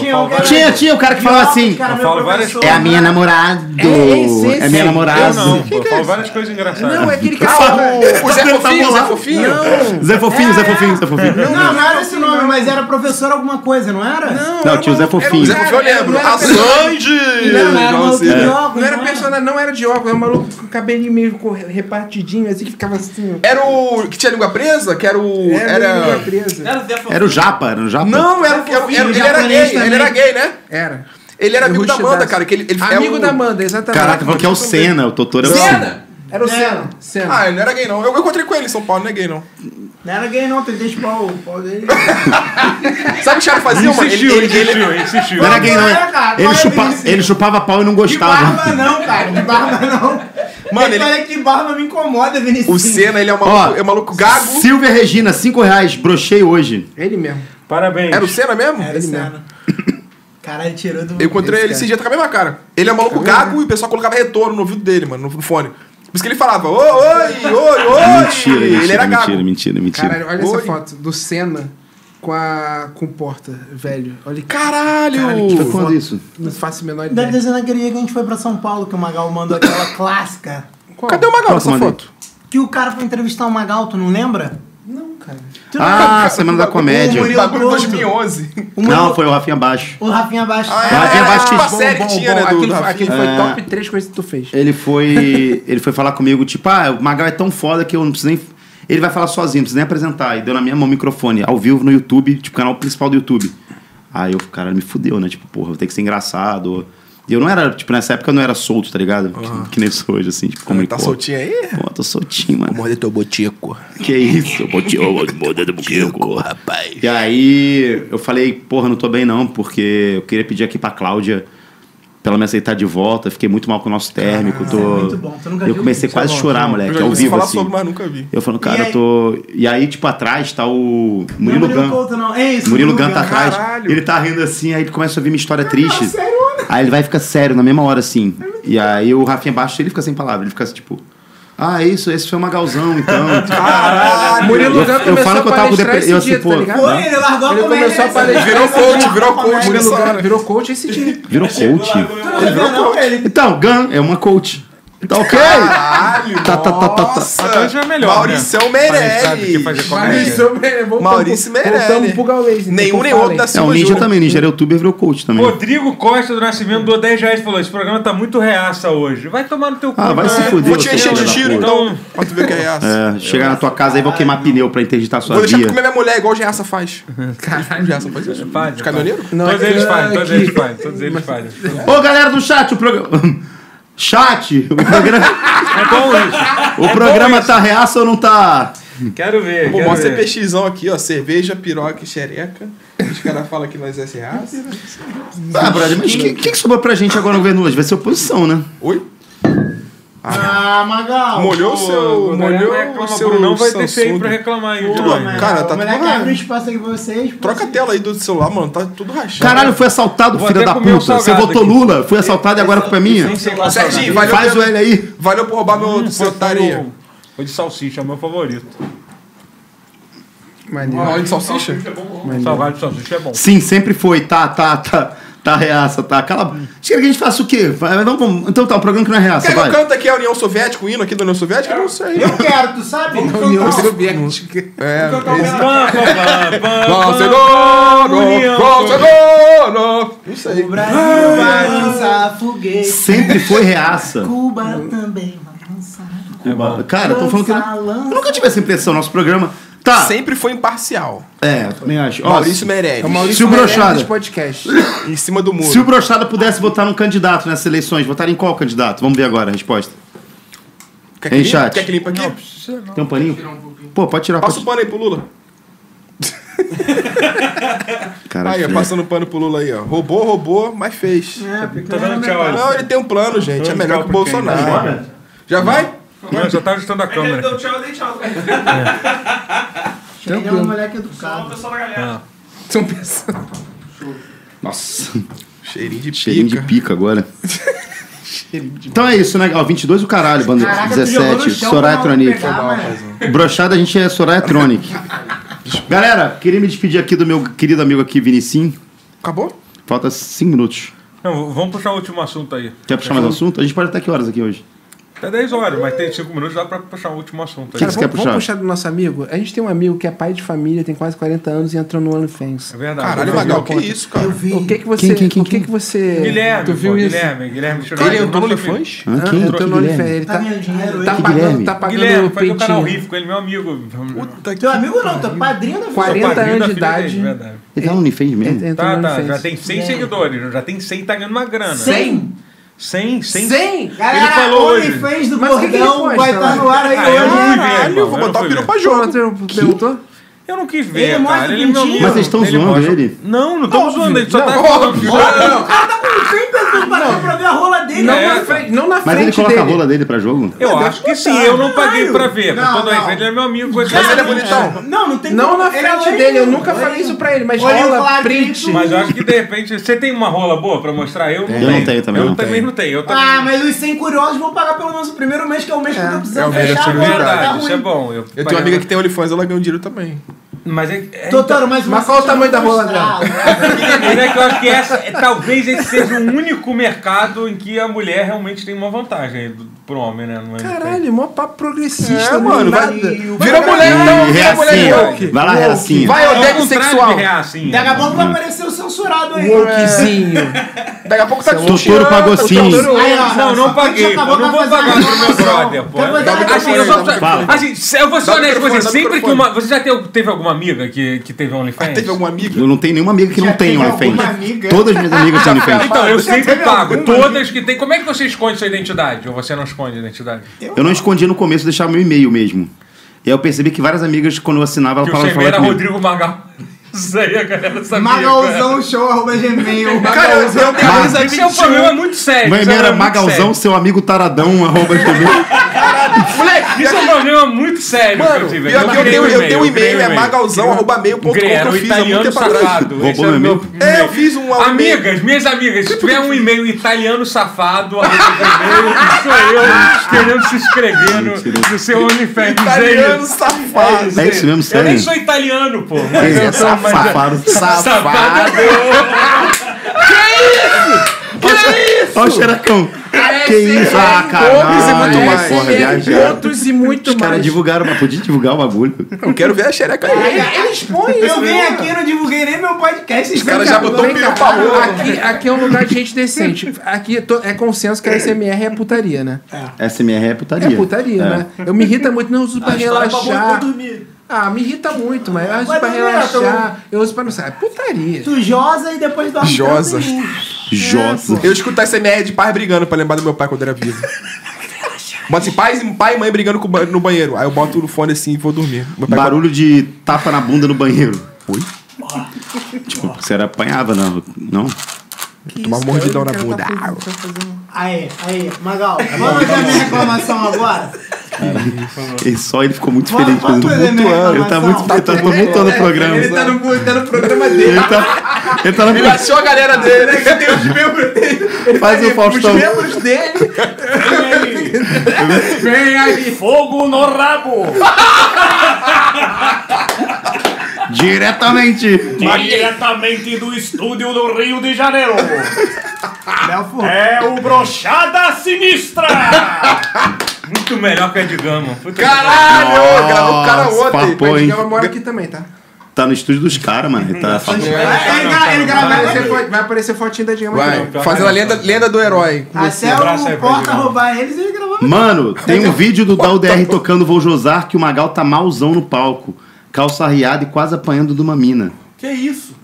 Speaker 1: Tinha, tinha o cara que falava assim.
Speaker 4: Eu falo várias
Speaker 1: É a minha namorada.
Speaker 3: É, é, sim,
Speaker 1: É minha
Speaker 3: sim.
Speaker 1: namorada.
Speaker 4: Eu não, pô, falo várias coisas engraçadas.
Speaker 3: é aquele
Speaker 2: Ah,
Speaker 3: cara.
Speaker 2: o, o Zé
Speaker 1: Tá
Speaker 2: Fofinho, o Zé
Speaker 1: bolado.
Speaker 2: Fofinho. É.
Speaker 1: Zé Fofinho, Zé Fofinho, Zé Fofinho.
Speaker 6: Não, não era esse nome, mas era professor alguma coisa, não era?
Speaker 3: Não,
Speaker 1: Não,
Speaker 3: era
Speaker 1: tinha o Zé
Speaker 3: maluco- era
Speaker 1: Fofinho.
Speaker 3: um
Speaker 2: Zé
Speaker 3: cara-
Speaker 2: Fofinho, é eu lembro.
Speaker 3: não era
Speaker 2: A Sandy.
Speaker 6: Não, era um
Speaker 2: Nossa,
Speaker 6: outro
Speaker 2: é.
Speaker 6: jogo,
Speaker 3: Não era
Speaker 6: não
Speaker 3: personagem, não era de óculos, era um maluco com o cabelinho meio cor- repartidinho, assim, que ficava assim.
Speaker 2: Era o. Que tinha língua presa? Que era o.
Speaker 3: ó. É, Era. meio
Speaker 2: Era.
Speaker 3: presa.
Speaker 8: Era o Zé Fofinho.
Speaker 1: Era o Japa, era o Japa.
Speaker 2: Não, era, era, era, ele era
Speaker 3: japonês
Speaker 2: gay. Ele era
Speaker 3: também.
Speaker 2: gay, né?
Speaker 3: Era.
Speaker 2: Ele era amigo da
Speaker 3: Rustidaço.
Speaker 2: banda, cara. Que ele, ele, é
Speaker 3: Amigo
Speaker 2: o-
Speaker 3: da Amanda, exatamente.
Speaker 1: Caraca, falou que é o Senna, o Totoro é o Senna.
Speaker 3: Senna! Era o Senna. Senna.
Speaker 2: Ah, ele não era gay, não. Eu, eu encontrei com ele em São Paulo, não é gay, não.
Speaker 6: Não era gay, não, tem que pau o pau dele.
Speaker 2: Sabe o que o Thiago fazia, mano? Ele,
Speaker 4: Insistiu,
Speaker 2: ele, ele,
Speaker 4: insistiu, insistiu.
Speaker 1: Não era gay, não.
Speaker 6: Não, cara,
Speaker 1: Ele
Speaker 6: qual é
Speaker 1: chupa-
Speaker 6: isso?
Speaker 1: Ele chupava pau e não
Speaker 6: De
Speaker 1: gostava.
Speaker 6: barba não, cara, de barba não.
Speaker 2: Mano,
Speaker 6: Mano, ele
Speaker 2: ele-
Speaker 6: fala que barba me incomoda, Vinicius.
Speaker 2: o Senna, ele é um maluco, é um maluco gago.
Speaker 1: Silvia Regina, 5 reais, brochei hoje.
Speaker 3: Ele mesmo.
Speaker 4: Parabéns.
Speaker 2: Era o Senna mesmo?
Speaker 6: Era o Senna. Caralho, tirou do...
Speaker 2: Eu encontrei ele esse dia tá com a mesma cara. Ele é um maluco gago e o pessoal colocava retorno no ouvido dele, mano, no no fone. Tipo isso que ele falava, oi, oi, oi, oi.
Speaker 1: Mentira,
Speaker 2: ele
Speaker 1: mentira,
Speaker 2: era gago.
Speaker 1: mentira, mentira, mentira.
Speaker 3: Caralho, olha essa
Speaker 2: Oi.
Speaker 3: foto do Senna com a com o Porta, velho. Olha que
Speaker 2: Caralho!
Speaker 1: Foi quando isso?
Speaker 3: não faço a menor
Speaker 6: Deve
Speaker 3: ideia.
Speaker 6: ter sido naquele dia que a gente foi pra São Paulo, que o Magal mandou aquela clássica.
Speaker 2: Cadê o Magal nessa
Speaker 1: Próxima
Speaker 2: foto?
Speaker 6: Que o cara foi entrevistar o Magal, tu não lembra?
Speaker 3: Não, cara.
Speaker 6: Tu não lembra?
Speaker 1: Ah, Semana da Comédia.
Speaker 6: O Murilo
Speaker 2: Bagulho
Speaker 6: Couto.
Speaker 2: 2011.
Speaker 6: O Murilo-
Speaker 1: Não, foi o Rafinha Baixo.
Speaker 6: O Rafinha Baixo.
Speaker 2: Ah,
Speaker 1: Mas
Speaker 2: é,
Speaker 1: eu acho
Speaker 2: tipo
Speaker 1: que-
Speaker 2: a série que tinha, né? do-
Speaker 3: Aquele,
Speaker 2: do Rafinha.
Speaker 3: aquele foi
Speaker 1: É.
Speaker 3: top 3 coisas que tu fez.
Speaker 1: Ele foi, ele foi falar comigo, tipo, ah, o Magal é tão foda que eu não preciso nem... Ele vai falar sozinho, não precisa nem apresentar. E deu na minha mão o microfone, ao vivo no YouTube, tipo, canal principal do YouTube. Aí eu, cara, me fudeu, né? Tipo, porra, vou ter que ser engraçado. E eu não era, tipo, nessa época eu não era solto, tá ligado? Que, que nem eu sou hoje, assim, tipo, como
Speaker 2: Tá soltinho aí?
Speaker 1: Pô, tô soltinho, mano.
Speaker 2: Morder teu botico.
Speaker 1: Que isso, eu vou te eu vou te morder do buqueco, rapaz. E aí eu falei, porra, não tô bem não, porque eu queria pedir aqui pra Cláudia pra ela me aceitar de volta. Fiquei muito mal com o nosso térmico. tô...
Speaker 6: Ah, é muito bom. Tu nunca
Speaker 1: eu
Speaker 6: viu
Speaker 1: comecei
Speaker 6: isso?
Speaker 1: quase a chorar,
Speaker 2: Eu
Speaker 1: moleque,
Speaker 2: já
Speaker 1: ao
Speaker 2: ouvi
Speaker 1: vivo
Speaker 2: falar
Speaker 1: assim.
Speaker 2: sobre, mas nunca vi.
Speaker 1: Eu falando, cara,
Speaker 6: aí?
Speaker 1: eu tô. E aí, tipo, atrás tá o
Speaker 6: Não é
Speaker 1: Murilo
Speaker 6: Murilo
Speaker 1: Gan.
Speaker 6: Couto, não. É isso.
Speaker 1: Murilo Gan tá atrás.
Speaker 2: caralho.
Speaker 1: Ele tá rindo assim, aí ele começa a ouvir minha história triste.
Speaker 6: Ah,
Speaker 1: Aí ele vai ficar sério na mesma hora, assim.
Speaker 6: É
Speaker 1: E aí o Rafinha Baixo, ele fica sem palavra. Ele fica assim, tipo... Ah, isso, esse foi uma galzão, então.
Speaker 6: Ah,
Speaker 2: Caralho!
Speaker 3: Murilo
Speaker 1: Eu-
Speaker 3: Gan
Speaker 1: eu
Speaker 3: começou
Speaker 1: falo que eu
Speaker 3: a
Speaker 1: tava com
Speaker 3: palestrar esse
Speaker 1: depressão,
Speaker 3: dia,
Speaker 1: assim,
Speaker 3: tá
Speaker 1: pô.
Speaker 3: ligado?
Speaker 6: Foi, ele largou
Speaker 3: Ele
Speaker 6: a comédia. Ah,
Speaker 3: começou a palestrar.
Speaker 2: Virou coach, virou coach.
Speaker 3: Murilo
Speaker 2: nessa
Speaker 3: Gan
Speaker 2: hora.
Speaker 3: virou coach esse dia.
Speaker 1: Virou coach.
Speaker 4: né?
Speaker 6: Tu não viu, não? Ele
Speaker 1: Então, Gan é uma coach. Tá ok?
Speaker 2: Caralho!
Speaker 1: Tá, tá, tá, tá, tá.
Speaker 4: Então já é melhor,
Speaker 2: Mauricião
Speaker 4: né?
Speaker 2: Meirelles.
Speaker 4: Sabe que fazer comédia.
Speaker 3: Maurício Meirelles. voltamos-
Speaker 2: Maurício Meirelles.
Speaker 3: Voltamos pro Gaules. então,
Speaker 2: Nenhum
Speaker 3: por
Speaker 2: nem outro
Speaker 3: falem.
Speaker 2: da
Speaker 1: É, o
Speaker 2: Silva
Speaker 1: Ninja
Speaker 2: Júnior.
Speaker 1: também. Ninja era youtuber, virou coach também.
Speaker 4: Rodrigo Costa do Nascimento do 10 reais e falou: esse programa tá muito reaça hoje. Vai tomar no teu cu.
Speaker 1: Ah, vai se
Speaker 4: né?
Speaker 1: fuder.
Speaker 2: Vou te
Speaker 1: seu
Speaker 2: encher de
Speaker 1: filho da
Speaker 2: tiro,
Speaker 1: puta.
Speaker 2: então. Pra tu ver que é essa.
Speaker 1: É, chegar na tua casa aí, vou queimar pneu pra interditar sua
Speaker 2: Vou deixar tu
Speaker 1: via.
Speaker 2: comer minha mulher, igual o Geaça faz. Caralho. O Geaça faz isso.
Speaker 4: Faz,
Speaker 2: Os caminhoneiros?
Speaker 4: faz. Todos
Speaker 3: é
Speaker 4: eles
Speaker 3: que-
Speaker 4: fazem, todos eles fazem, todos eles fazem.
Speaker 1: Ô, galera do chat, o programa... Chat, o programa,
Speaker 4: É bom isso.
Speaker 1: o programa tá reaça ou não tá?
Speaker 4: Quero ver.
Speaker 2: Pô,
Speaker 4: quero
Speaker 2: mó
Speaker 4: ver.
Speaker 2: CPXzão aqui, ó. Cerveja, piroca e xereca. Os caras falam que nós é sem raça.
Speaker 4: Tá,
Speaker 1: Ah, brother, mas o que, que, que sobrou pra gente agora no governo hoje? Vai ser oposição, né?
Speaker 2: Oi?
Speaker 6: Ah, Magal.
Speaker 2: Molhou o
Speaker 4: Pô,
Speaker 2: seu.
Speaker 4: a galera
Speaker 2: Molhou
Speaker 4: reclama,
Speaker 2: o seu.
Speaker 4: Brunão vai
Speaker 2: Samsung.
Speaker 4: descer aí pra reclamar aí.
Speaker 2: Tudo
Speaker 4: de nós.
Speaker 2: bem.
Speaker 6: Magal,
Speaker 2: Cara, tá
Speaker 6: o
Speaker 2: tudo
Speaker 6: moleque
Speaker 2: raro.
Speaker 6: abriu espaço aqui pra vocês. pô.
Speaker 2: Troca a tela aí do celular, mano. Tá tudo rachado.
Speaker 1: Caralho, fui assaltado,
Speaker 4: Vou
Speaker 1: filha
Speaker 4: até
Speaker 1: da
Speaker 4: comer um
Speaker 1: puta. Você
Speaker 4: salgado
Speaker 1: votou
Speaker 4: aqui.
Speaker 1: Lula, fui assaltado e agora a culpa é minha?
Speaker 2: Serginho, Tá valeu.
Speaker 1: Faz o
Speaker 2: pelo-
Speaker 1: L aí.
Speaker 2: Valeu por roubar meu
Speaker 4: Foi-
Speaker 2: secretário.
Speaker 4: foi Hum, o- Foi de salsicha, é o meu favorito.
Speaker 3: Maneiro.
Speaker 2: Olha de salsicha.
Speaker 4: Salgado de salsicha é bom.
Speaker 1: Sim, sempre foi. Tá, tá, tá. Tá reaça, tá. Cala. Você quer que a gente faça o quê? Vai, vamos, vamos. Então tá, um programa que não é reaça,
Speaker 2: Quer que eu
Speaker 1: vai.
Speaker 2: cante aqui a União Soviética, o hino aqui da União Soviética? Eu não sei.
Speaker 6: Eu quero, tu sabe?
Speaker 3: União Soviética.
Speaker 2: É.
Speaker 4: Pam, pam, pam, pam,
Speaker 2: Barcelona!
Speaker 4: União.
Speaker 2: Barcelona! Não sei.
Speaker 6: O Brasil vai lançar foguete.
Speaker 1: Sempre foi reaça.
Speaker 6: Cuba também né? vai lançar.
Speaker 1: Cuba. Cara, tô falando que.
Speaker 6: Lança,
Speaker 1: Eu
Speaker 6: lança.
Speaker 1: nunca tive essa impressão, nosso programa. Tá.
Speaker 2: Sempre foi imparcial.
Speaker 1: É, eu também acho. Ó,
Speaker 2: Maurício
Speaker 3: É o
Speaker 2: Meirelles.
Speaker 3: Maurício
Speaker 1: Se o
Speaker 3: Meirelles
Speaker 1: brochada.
Speaker 3: dos podcasts.
Speaker 2: Em cima do
Speaker 1: se o
Speaker 2: muro.
Speaker 1: Brochada pudesse votar num candidato nessas eleições, votar em qual candidato? Vamos ver agora a resposta.
Speaker 2: Quer que
Speaker 1: Hein,
Speaker 2: limpe?
Speaker 1: chat?
Speaker 2: Quer que limpa aqui?
Speaker 1: Tem um paninho? Pô, pode tirar.
Speaker 2: Passa
Speaker 1: Pode...
Speaker 2: o pano aí pro Lula.
Speaker 1: Cara, é,
Speaker 2: Aí, ó,
Speaker 1: filha.
Speaker 2: passando pano pro Lula aí, ó. Roubou, roubou, mas fez.
Speaker 6: É,
Speaker 4: Tô dando tchau. olha.
Speaker 2: Não, ele tem um plano, gente. É melhor que o Bolsonaro. Já vai?
Speaker 4: Não, eu só tá ajustando a
Speaker 8: Ele
Speaker 4: câmera.
Speaker 8: deu então, tchau, eu dei tchau.
Speaker 6: Ele é um moleque educado.
Speaker 8: Pessoal da galera.
Speaker 3: São pessoas.
Speaker 1: Nossa,
Speaker 2: Cheirinho de
Speaker 1: cheirinho de
Speaker 2: pica.
Speaker 1: pica agora. Então é isso, né? Ó, 22 o caralho, banda
Speaker 6: Caraca, tu jogou no
Speaker 1: 17,
Speaker 6: chão
Speaker 1: Soraya
Speaker 6: pra um
Speaker 1: Tronic.
Speaker 6: pegar, mas-
Speaker 1: Brochada, a gente é Soraya Tronic. Galera, queria me despedir aqui do meu querido amigo aqui, Vinicim.
Speaker 2: Acabou?
Speaker 1: Falta 5 minutos.
Speaker 4: Não, vamos puxar o último assunto aí.
Speaker 1: Quer puxar mais assunto? A gente pode até que horas aqui hoje?
Speaker 4: Até 10 horas, mas tem 5 minutos, dá pra puxar o último assunto aí.
Speaker 1: Que-
Speaker 3: Cara,
Speaker 1: você quer
Speaker 3: vamos, vamos
Speaker 1: puxar?
Speaker 3: puxar do nosso amigo? A gente tem um amigo que é pai de família, tem quase 40 anos e entrou no OnlyFans.
Speaker 4: É verdade.
Speaker 2: Caralho, Magal, que isso, cara?
Speaker 3: O que que você...
Speaker 1: Quem, quem, quem,
Speaker 3: o que que você...
Speaker 4: Guilherme,
Speaker 3: tu viu
Speaker 4: pô,
Speaker 3: isso?
Speaker 4: Guilherme, Guilherme. deixa eu ver. é
Speaker 2: Ele entrou no
Speaker 4: Nossa,
Speaker 2: OnlyFans?
Speaker 1: Hã?
Speaker 3: Ah,
Speaker 1: Quem
Speaker 3: entrou no OnlyFans. Ele
Speaker 6: Tá
Speaker 3: tá,
Speaker 6: ganhando dinheiro aí.
Speaker 3: tá
Speaker 1: Que
Speaker 3: pagando,
Speaker 1: Guilherme?
Speaker 3: tá pagando
Speaker 4: Guilherme, faz o
Speaker 3: peitinho.
Speaker 4: canal Riff com ele, meu amigo.
Speaker 2: Puta que
Speaker 6: Teu amigo não, teu padrinho da
Speaker 3: 40
Speaker 4: Sou padrinho
Speaker 3: anos
Speaker 4: da
Speaker 3: de
Speaker 4: filha dele,
Speaker 3: idade.
Speaker 4: verdade.
Speaker 1: Ele tá no OnlyFans mesmo?
Speaker 3: Entrou
Speaker 4: Tá,
Speaker 3: no
Speaker 4: tá, já
Speaker 3: OnlyFans.
Speaker 4: tem 100 seguidores, já tem 100 tá ganhando uma grana.
Speaker 6: 100?
Speaker 4: 100, 100.
Speaker 3: 100?
Speaker 6: Galera,
Speaker 4: Ele falou
Speaker 6: o
Speaker 4: hoje.
Speaker 6: OnlyFans do
Speaker 3: Mas o que que ele
Speaker 6: Gordão
Speaker 3: posta
Speaker 6: vai
Speaker 3: lá?
Speaker 6: estar no ar aí
Speaker 4: Ah, eu não
Speaker 6: hoje.
Speaker 4: fui
Speaker 2: Caralho,
Speaker 4: ver, irmão,
Speaker 2: vou
Speaker 4: eu não
Speaker 2: botar
Speaker 4: fui
Speaker 2: o peru
Speaker 4: ver.
Speaker 2: pra
Speaker 3: Pô,
Speaker 2: jogo.
Speaker 3: tu perguntou?
Speaker 4: Eu não quis ver,
Speaker 6: Ele mostra
Speaker 4: cara. Ele é meu
Speaker 6: o
Speaker 4: amigo.
Speaker 6: pintinho. Mas
Speaker 1: vocês estão
Speaker 4: Ele
Speaker 1: zoando
Speaker 4: mostra-
Speaker 1: ele?
Speaker 4: Não, não estamos zoando ele, só tá
Speaker 2: Óbvio.
Speaker 6: O cara tá com 100 pessoas pagando pra ver a rola dele.
Speaker 3: Não,
Speaker 4: É,
Speaker 3: na frente, não na
Speaker 1: Mas ele
Speaker 3: frente
Speaker 1: coloca a
Speaker 3: dele.
Speaker 1: rola dele pra jogo?
Speaker 4: Eu acho que sim, eu não paguei pra ver.
Speaker 6: Não,
Speaker 4: Não, todo
Speaker 6: não.
Speaker 4: respeito, ele é meu amigo. Mas
Speaker 2: Mas ele é bonitão.
Speaker 6: Não, não tem
Speaker 3: Não
Speaker 6: como-
Speaker 3: na
Speaker 6: ele é
Speaker 3: frente
Speaker 6: loirinho,
Speaker 3: dele, eu nunca
Speaker 6: loirinho.
Speaker 3: falei isso pra ele, mas
Speaker 6: Olhinho
Speaker 3: rola
Speaker 6: claro,
Speaker 3: print.
Speaker 6: bonito.
Speaker 4: Mas eu acho que de repente. Você tem uma rola boa pra mostrar? Eu não
Speaker 1: Eu
Speaker 4: tenho.
Speaker 1: não tenho também,
Speaker 4: Eu
Speaker 1: não
Speaker 4: também
Speaker 1: tenho.
Speaker 4: não tenho. Eu também.
Speaker 6: Ah, mas os 100 curiosos vão pagar pelo nosso primeiro mês, que é o mês que eu tô
Speaker 2: É o
Speaker 6: precisando
Speaker 2: mês da
Speaker 6: fechar
Speaker 4: É
Speaker 6: agora. tá
Speaker 4: verdade,
Speaker 6: ruim.
Speaker 4: isso é bom. Eu,
Speaker 2: Eu tenho uma amiga que tem OnlyFans, ela ganhou dinheiro também.
Speaker 4: Mas é. é
Speaker 6: Doutor, mas...
Speaker 3: Mas
Speaker 6: você
Speaker 3: qual o tamanho
Speaker 6: tá
Speaker 3: da rola
Speaker 6: frustrado.
Speaker 4: Mas é que eu acho que essa, é, talvez esse seja o único mercado em que a mulher realmente tem uma vantagem do- pro homem, né? Não é
Speaker 3: Caralho, mó papo progressista,
Speaker 2: É, mano,
Speaker 3: mano.
Speaker 2: vai-
Speaker 3: Nada.
Speaker 2: Vira mulher então, vira mulher.
Speaker 1: Reacinha. Vai lá, reacinha.
Speaker 2: Vai,
Speaker 4: É o
Speaker 2: odega
Speaker 4: assim, contrário
Speaker 2: sexual.
Speaker 4: de assim, reacinha.
Speaker 6: Daqui a pouco vai aparecer o censurado aí.
Speaker 3: Wokezinho.
Speaker 2: Daqui a pouco tá
Speaker 1: Totoro pagou sim.
Speaker 6: Aí, ó,
Speaker 4: Não, não
Speaker 6: só-
Speaker 4: paguei.
Speaker 6: só
Speaker 4: pô. Eu não vou
Speaker 6: fazer uma
Speaker 4: pagar pro meu
Speaker 6: reclamação.
Speaker 4: brother, pô.
Speaker 6: Quero fazer uma
Speaker 4: Assim, eu só,
Speaker 1: Fala.
Speaker 4: assim, se- eu vou ser
Speaker 2: Dá o
Speaker 4: honesto com você.
Speaker 2: microfone, dá o
Speaker 4: Sempre que
Speaker 2: microfone.
Speaker 4: uma. Você já teve, teve alguma amiga que, que teve OnlyFans?
Speaker 2: Ah, Teve algum amigo?
Speaker 1: Eu não tenho nenhuma amiga que não tenha
Speaker 6: alguma
Speaker 1: OnlyFans.
Speaker 6: amiga?
Speaker 1: Todas minhas amigas têm OnlyFans.
Speaker 4: Então, eu sempre
Speaker 6: teve
Speaker 4: pago.
Speaker 6: alguma?
Speaker 4: Todas que tem. Como é que você esconde sua identidade? Ou você não esconde a identidade?
Speaker 1: Eu não escondia no começo, eu deixava meu e-mail mesmo. E aí eu percebi que várias amigas, quando eu assinava, elas
Speaker 4: Que o
Speaker 1: falavam
Speaker 4: seu era
Speaker 1: comigo.
Speaker 4: Rodrigo Magal. Isso aí a galera sabia.
Speaker 6: Magalzão show arroba gmail.
Speaker 2: Cara, eu tenho
Speaker 1: Mas-
Speaker 2: amigos
Speaker 4: Isso é um problema muito sério.
Speaker 1: Meu
Speaker 4: isso é um
Speaker 1: e-mail era
Speaker 4: problema muito
Speaker 1: magalzão,
Speaker 4: sério.
Speaker 1: seu amigo taradão, arroba gmail.
Speaker 2: Moleque,
Speaker 4: Isso é um problema muito sério que eu
Speaker 2: mano,
Speaker 4: tive.
Speaker 2: pior que eu
Speaker 4: criei
Speaker 2: tenho
Speaker 4: um
Speaker 2: eu tenho um
Speaker 4: criei
Speaker 2: e-mail, é magalzão.meio.com que
Speaker 4: Criei, era
Speaker 2: eu
Speaker 4: um
Speaker 2: fiz há muito
Speaker 4: italiano
Speaker 2: tempo atrás.
Speaker 4: safado.
Speaker 1: Roubou
Speaker 4: Esse
Speaker 1: meu
Speaker 4: era o meu
Speaker 1: e-mail.
Speaker 4: e-mail.
Speaker 2: É, eu fiz um Tipo
Speaker 4: Amigas, minhas amigas, se tiver um e-mail italiano safado, arroba gmail, sou eu querendo se inscrever no, no seu OnlyFans.
Speaker 2: Italiano
Speaker 4: é isso.
Speaker 2: safado.
Speaker 1: É isso mesmo,
Speaker 4: Eu nem
Speaker 1: sério.
Speaker 4: sou italiano, pô.
Speaker 1: É,
Speaker 4: Mas eu sou mas-
Speaker 1: Safado, safado.
Speaker 4: Safado. é
Speaker 1: Olha o xeracão. Que isso?
Speaker 3: é
Speaker 1: Ah,
Speaker 2: Homens e muito
Speaker 1: caralho.
Speaker 2: mais.
Speaker 1: Porra, viajaram.
Speaker 3: Outros e muito
Speaker 1: Os caras
Speaker 3: é mais.
Speaker 1: divulgaram, mas podia divulgar o bagulho.
Speaker 2: Eu quero ver a xereca aí.
Speaker 6: Ele expõe Eu vim aqui e não divulguei nem meu podcast. Os
Speaker 2: caras já botou um milhão pra rola.
Speaker 3: Aqui, aqui é um lugar de gente decente. Aqui to- é consenso que a SMR é putaria, né?
Speaker 1: SMR é putaria.
Speaker 3: É putaria,
Speaker 1: É.
Speaker 3: né? Eu me irrita muito, não uso pra
Speaker 8: história pra bom,
Speaker 3: relaxar.
Speaker 8: vou dormir.
Speaker 3: Ah, me irrita muito, mas eu uso
Speaker 6: Mas
Speaker 3: pra
Speaker 6: não é,
Speaker 3: relaxar. Eu uso pra não sair. É putaria.
Speaker 6: Tu josa e depois dorme
Speaker 2: Josa.
Speaker 6: tranquilinho.
Speaker 1: Jossa.
Speaker 2: Eu escuto essa MR de pai brigando pra lembrar do meu pai quando era vivo. Bota assim, pais e- pai e mãe brigando com o ba- no banheiro. Aí eu boto no fone assim e vou dormir. Meu pai
Speaker 1: Barulho de tapa na bunda no banheiro. Oi? Tipo, você era apanhava, não? Não?
Speaker 2: tomava um mordidão na bunda.
Speaker 6: Aí, aí, Magal, vamos fazer a minha reclamação agora?
Speaker 1: E só ele ficou muito feliz com
Speaker 6: Vamos
Speaker 1: tudo.
Speaker 6: fazer a minha reclamação.
Speaker 1: Ele tá muito ele tá tumultuando o programa. Ele tá no, programa dele. Ele tá, ele tá no
Speaker 2: Ele achou a galera dele.
Speaker 1: Faz o Faustão.
Speaker 7: Fogo no rabo!
Speaker 1: Diretamente.
Speaker 7: Diretamente do estúdio do Rio de Janeiro.
Speaker 6: Léo Furlan.
Speaker 7: É o Brochada Sinistra!
Speaker 4: Muito melhor que a de Gama. Puta
Speaker 2: Caralho! Gravou o cara
Speaker 1: Nossa,
Speaker 2: ontem.
Speaker 1: papo, hein?
Speaker 3: Ela mora aqui também, tá?
Speaker 1: Tá no estúdio dos caras, mano. Ele tá
Speaker 6: Ele gra- ele
Speaker 3: Vai
Speaker 6: grava
Speaker 3: aparecer, fo- vai aparecer fotinho da Dilma. aqui,
Speaker 2: Vai,
Speaker 3: não.
Speaker 2: fazendo a lenda, lenda do herói.
Speaker 6: até
Speaker 4: abraça aí
Speaker 6: o
Speaker 4: pra
Speaker 6: Porta
Speaker 4: Edgar.
Speaker 6: roubar eles, ele gravou.
Speaker 1: Mano, tem um vídeo do da UDR tocando Vou Josar que o Magal tá malzão no palco. Calça arriada e quase apanhando de uma mina.
Speaker 2: Que isso?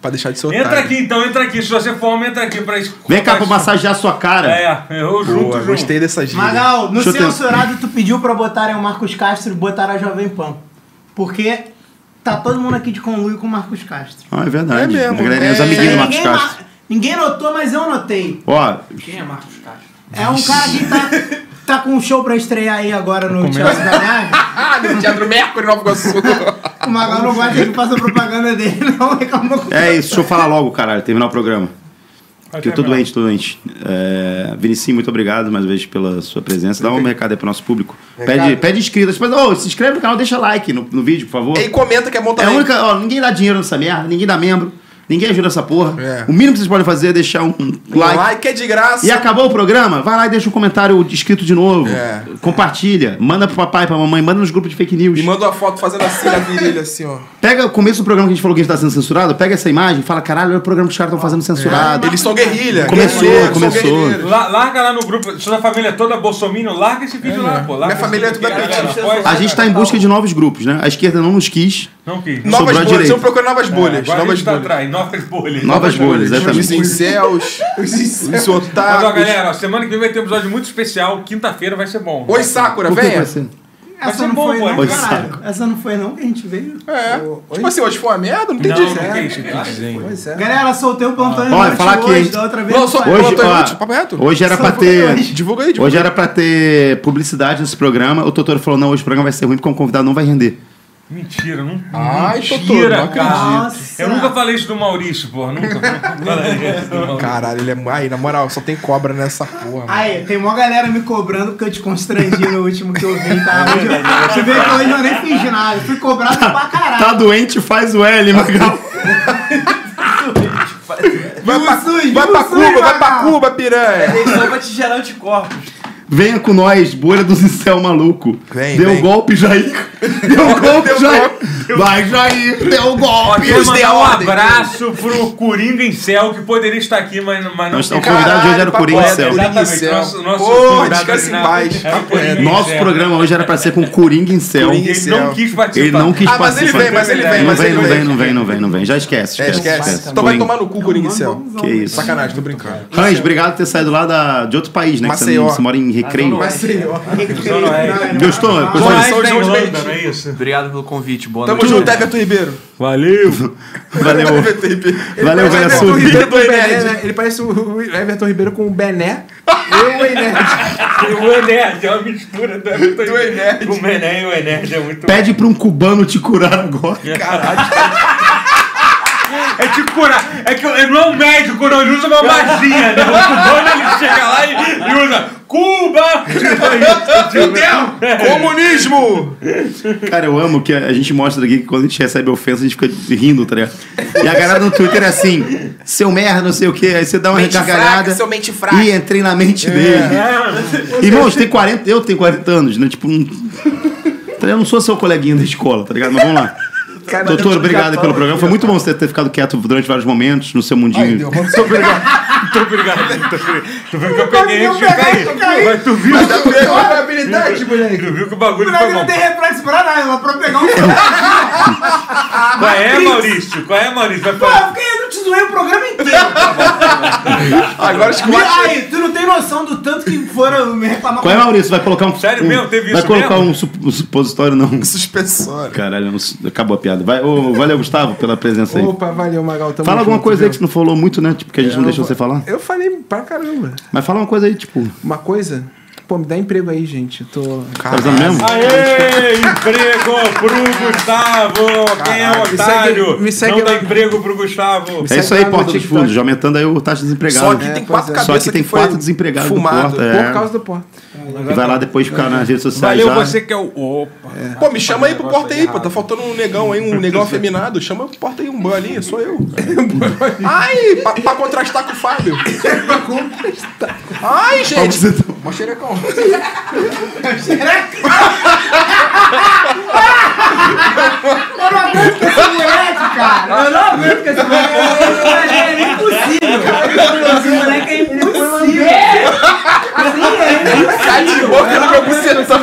Speaker 2: Pra deixar de ser otário.
Speaker 4: Entra aqui então, entra aqui. Se você for homem, entra aqui pra escutar.
Speaker 1: Vem cá pra massagear sua cara.
Speaker 4: É, eu junto,
Speaker 2: Boa,
Speaker 4: junto.
Speaker 2: gostei dessa gíria.
Speaker 6: Magal, no
Speaker 1: Deixa eu ter-
Speaker 6: censurado tu pediu pra botarem o Marcos Castro e botaram a Jovem Pan. Porque tá todo mundo aqui de conluio com o Marcos Castro.
Speaker 1: Ah, é verdade.
Speaker 2: É mesmo,
Speaker 1: A galerinha, Os
Speaker 2: é.
Speaker 1: amiguinhos do Marcos
Speaker 6: ninguém,
Speaker 1: Castro.
Speaker 6: mar- ninguém notou, mas eu notei.
Speaker 1: Ó,
Speaker 8: Quem é Marcos Castro?
Speaker 6: É um cara que tá, tá com um show pra estrear aí agora no Teatro da Nave.
Speaker 2: Ah, do Teatro Mercury Nova Iguaçu.
Speaker 6: O Magal não gosta que faça propaganda dele, não. Reclamou com
Speaker 1: é isso. Deixa eu falar logo, caralho. Terminar o programa. Que eu tô doente, tô doente. É, Vinicinho, muito obrigado mais uma vez pela sua presença. Dá um recado aí pro nosso público. Pede, pede inscritas. Mas, ô, se inscreve no canal, deixa like no, no vídeo, por favor.
Speaker 2: E comenta que é bom
Speaker 1: É a
Speaker 2: também.
Speaker 1: única. Ó, ninguém dá dinheiro nessa merda, ninguém dá membro, ninguém ajuda essa porra.
Speaker 2: É.
Speaker 1: O mínimo que vocês podem fazer é deixar um um
Speaker 2: Um
Speaker 1: like.
Speaker 2: like é de graça.
Speaker 1: E acabou o programa? Vai lá e deixa um comentário escrito de novo.
Speaker 2: É.
Speaker 1: Compartilha. Manda pro papai, pra mamãe, manda nos grupos de fake news.
Speaker 2: Me manda uma foto fazendo assim na virilha, assim, ó.
Speaker 1: Pega o começo do programa que a gente falou que a gente tá sendo censurado, pega essa imagem e fala: caralho, olha o programa que os caras estão fazendo censurado.
Speaker 2: Eles são guerrilha.
Speaker 1: Ah, Começou,
Speaker 2: guerrilheiros,
Speaker 1: começou.
Speaker 2: são guerrilheiros.
Speaker 4: La- larga lá no grupo, sua família é toda bolsominion, larga esse vídeo lá, pô. Larga
Speaker 2: Minha família
Speaker 4: esse
Speaker 2: é toda
Speaker 4: vídeo,
Speaker 2: petista.
Speaker 4: galera, apoia esse
Speaker 1: A gente tá
Speaker 4: cara.
Speaker 1: em busca de novos grupos, né? A esquerda não nos quis.
Speaker 4: Não quis.
Speaker 1: Sobrou
Speaker 2: Novas
Speaker 1: a
Speaker 2: bolhas,
Speaker 1: direita.
Speaker 2: eu procuro novas bolhas.
Speaker 4: Agora a
Speaker 2: novas
Speaker 4: gente tá
Speaker 2: bolhas.
Speaker 4: atrás, novas bolhas.
Speaker 1: Novas bolhas,
Speaker 2: Os
Speaker 1: exatamente.
Speaker 2: incels, os
Speaker 4: Mas ó,
Speaker 2: otakus.
Speaker 4: galera, ó, semana que vem vai ter um episódio muito especial. Quinta-feira vai ser bom.
Speaker 2: Oi, Sakura,
Speaker 1: Por que que
Speaker 2: venha.
Speaker 1: vai ser?
Speaker 6: Essa
Speaker 4: ser
Speaker 6: não
Speaker 4: bom,
Speaker 6: foi,
Speaker 4: pô,
Speaker 6: não,
Speaker 1: vai
Speaker 6: caralho. Essa não foi, não, que a gente veio.
Speaker 2: É. Tipo assim, hoje foi uma merda, não entendi.
Speaker 4: Não, não tem esse desenho.
Speaker 3: Pois é.
Speaker 6: Galera, soltei o plantão
Speaker 1: Ó,
Speaker 6: inútil
Speaker 1: falar aqui,
Speaker 6: hoje,
Speaker 1: hein?
Speaker 6: da outra vez.
Speaker 2: Não, só
Speaker 1: Hoje,
Speaker 2: plantão
Speaker 1: ó,
Speaker 2: inútil, papo reto.
Speaker 1: Hoje era
Speaker 6: Só
Speaker 1: pra
Speaker 6: foi
Speaker 1: ter.
Speaker 6: hoje.
Speaker 2: Divulga aí, divulga
Speaker 1: Hoje era pra ter publicidade nesse programa. O Totoro falou: não, hoje o programa vai ser ruim porque o convidado não vai render.
Speaker 4: Mentira, não.
Speaker 2: Ai, Totoro, não
Speaker 4: Mentira,
Speaker 2: acredito.
Speaker 4: cara.
Speaker 6: Nossa.
Speaker 4: Eu nunca falei isso do Maurício, porra. Nunca. nunca falei isso do Maurício.
Speaker 2: Caralho, ele é. Aí, na moral, só tem cobra nessa porra. mano.
Speaker 6: Aí, tem mó galera me cobrando porque eu te constrangi no último que eu vim, tá? Hoje eu- Você vê que hoje eu nem fiz nada. Fui cobrado pra caralho.
Speaker 1: Tá doente, faz o L, Magal.
Speaker 2: Vai pra,
Speaker 6: Sui,
Speaker 2: vai pra
Speaker 6: Sui,
Speaker 2: Cuba, vai
Speaker 6: Magal.
Speaker 2: pra Cuba, piranha.
Speaker 8: Ele só vai te gerar anticorpos.
Speaker 1: Venha com nós, bolha do Cicel maluco.
Speaker 2: Vem,
Speaker 1: deu
Speaker 2: vem.
Speaker 1: golpe, Jair. Deu golpe,
Speaker 2: Deu
Speaker 1: Jair. Vai, Jair. Deu golpe.
Speaker 2: Deus
Speaker 4: Quero
Speaker 2: dê
Speaker 4: mandar um
Speaker 2: ordem.
Speaker 4: abraço pro Coringa em Céu, que poderia estar aqui, mas, mas não
Speaker 1: Nós
Speaker 4: tem.
Speaker 1: estamos com- convidado de hoje era o
Speaker 2: Caralho,
Speaker 1: Coringa
Speaker 2: papo
Speaker 1: Céu.
Speaker 2: reto, Coringa
Speaker 4: Exatamente, nosso- nosso
Speaker 2: Pô,
Speaker 4: convidado
Speaker 2: descansa em
Speaker 4: original
Speaker 2: paz.
Speaker 4: era É o assim, Coringa em
Speaker 1: Nosso
Speaker 4: Céu.
Speaker 1: programa hoje era pra ser com Coringa em Céu.
Speaker 2: Coringa em
Speaker 4: Ele não
Speaker 2: Céu.
Speaker 4: quis participar.
Speaker 1: Ele não quis
Speaker 2: Ah, mas ele
Speaker 1: participar.
Speaker 2: vem, mas ele vem,
Speaker 1: Não
Speaker 2: mas ele
Speaker 1: não
Speaker 2: vem.
Speaker 1: vem, não vem, não vem, não vem. Já esquece,
Speaker 2: É,
Speaker 1: esquece.
Speaker 2: esquece. Então vai
Speaker 1: Coringa.
Speaker 2: tomar no cu, Coringa em céu.
Speaker 1: Que isso.
Speaker 2: Sacanagem, tô brincando.
Speaker 1: Hans, obrigado por ter saído lá da- de outro país, né? Que você, não-
Speaker 2: Maceió.
Speaker 1: você mora em Recreio.
Speaker 2: É assim,
Speaker 1: Gostou? Gostou?
Speaker 2: Boa.
Speaker 4: Mas
Speaker 2: São
Speaker 4: tá em
Speaker 2: João de
Speaker 4: Holanda,
Speaker 2: Meriti.
Speaker 4: não é isso?
Speaker 8: Obrigado pelo convite, boa
Speaker 2: Tamo
Speaker 8: noite.
Speaker 2: junto, Everton Ribeiro.
Speaker 4: Valeu.
Speaker 1: Valeu.
Speaker 2: Everton Ribeiro.
Speaker 1: Valeu,
Speaker 2: Ele
Speaker 1: velho
Speaker 2: parece Everton
Speaker 1: Açúcar.
Speaker 2: Ribeiro do né?
Speaker 3: Ele
Speaker 2: Ened.
Speaker 3: parece- né?
Speaker 1: né?
Speaker 3: Ele parece o Everton Ribeiro com o Bené né? e o Enerd.
Speaker 4: o Enerd, é uma mistura do Everton
Speaker 2: Do Enerd.
Speaker 4: com O Mené e o Enerd é muito.
Speaker 1: Pede pra um cubano te curar agora.
Speaker 4: É tipo curar. É que ele não é um médico, não. Ele usa uma magia, né? O cubano ele chega lá e, e usa Cuba!
Speaker 2: Meu Deus! Comunismo!
Speaker 1: Cara, eu amo que a gente mostra aqui que quando a gente recebe ofensa, a gente fica rindo, tá ligado? E a galera no Twitter é assim, seu merda, não sei o quê, aí você dá uma
Speaker 2: Mente
Speaker 1: recargalhada.
Speaker 2: fraca, seu mente fraca. É.
Speaker 1: E entrei na mente dele.
Speaker 4: É.
Speaker 1: Irmãos, tem 40. Eu tenho 40 anos, né? Tipo, não, tá ligado? eu não sou seu coleguinha da escola, tá ligado? Mas vamos lá. Doutor, obrigado pelo programa.
Speaker 2: né?
Speaker 1: Foi muito bom você ter ficado quieto durante vários momentos no seu mundinho.
Speaker 2: Muito obrigado.
Speaker 4: Muito obrigado. muito obrigado. Tu viu que eu peguei esse caí. Mas tu viu,
Speaker 2: Tá vendo a probabilidade, moleque?
Speaker 4: tu viu que o bagulho
Speaker 6: Não,
Speaker 4: foi
Speaker 6: não
Speaker 4: bom.
Speaker 6: tem reflexo pra nada, ela pra pegar um
Speaker 4: Qual é, Maurício? Qual é, Maurício? Vai
Speaker 6: Pô,
Speaker 4: falar.
Speaker 6: eu fiquei- eu te zoei o programa inteiro.
Speaker 2: Agora acho que eu acho.
Speaker 6: Aí, tu não tem noção do tanto que foram me reclamar.
Speaker 1: Qual é, Maurício? Vai colocar um.
Speaker 4: Sério
Speaker 1: um-
Speaker 4: mesmo? Teve
Speaker 1: Vai
Speaker 4: isso
Speaker 1: colocar
Speaker 4: mesmo?
Speaker 1: um, sup- um supositório, não.
Speaker 2: Suspensório.
Speaker 1: Caralho, não su- acabou a piada. Vai, ô, valeu, Gustavo, pela presença aí.
Speaker 3: Opa, valeu, Magal. tamo
Speaker 1: Fala alguma
Speaker 3: junto,
Speaker 1: coisa aí
Speaker 3: viu? É,
Speaker 1: que você não falou muito, né? Tipo, que a gente não deixou você falar.
Speaker 3: Eu falei pra caramba.
Speaker 1: Mas fala uma coisa aí, tipo.
Speaker 3: Uma coisa? Pô, me dá emprego aí, gente. Eu tô.
Speaker 1: Tá usando mesmo?
Speaker 4: Aê, emprego pro Gustavo! Quem é o
Speaker 3: Caralho, me
Speaker 4: otário?
Speaker 3: segue- me segue
Speaker 4: não dá
Speaker 3: lá.
Speaker 4: emprego pro Gustavo.
Speaker 1: É isso
Speaker 3: Sai
Speaker 1: aí,
Speaker 3: lá
Speaker 1: Porta
Speaker 3: no
Speaker 1: dos
Speaker 3: TikTok.
Speaker 1: Fundos, já aumentando aí o taxa de né? desempregados.
Speaker 2: Só que tem quatro
Speaker 3: pois
Speaker 1: Só
Speaker 2: cabeças
Speaker 1: que tem
Speaker 2: foi
Speaker 1: quatro desempregados do Porta,
Speaker 2: fumado.
Speaker 3: Por
Speaker 1: é.
Speaker 3: causa do porta.
Speaker 1: Vai lá depois ficar nas redes sociais
Speaker 4: Valeu
Speaker 1: já.
Speaker 4: você que é o. Opa!
Speaker 2: Pô, me chama aí pro porta aí, pô. Tá faltando um negão aí, um negão afeminado. Chama pro porta aí, um bolinha, sou eu. Ai, pra, pra contrastar com o Fábio. Ai, gente. Mó xerecão.
Speaker 6: esse moleque, cara. Eu não aguento com esse moleque. Esse moleque é impossível. Esse moleque é impossível. Assim, é
Speaker 2: Cai de boca no meu bucetão.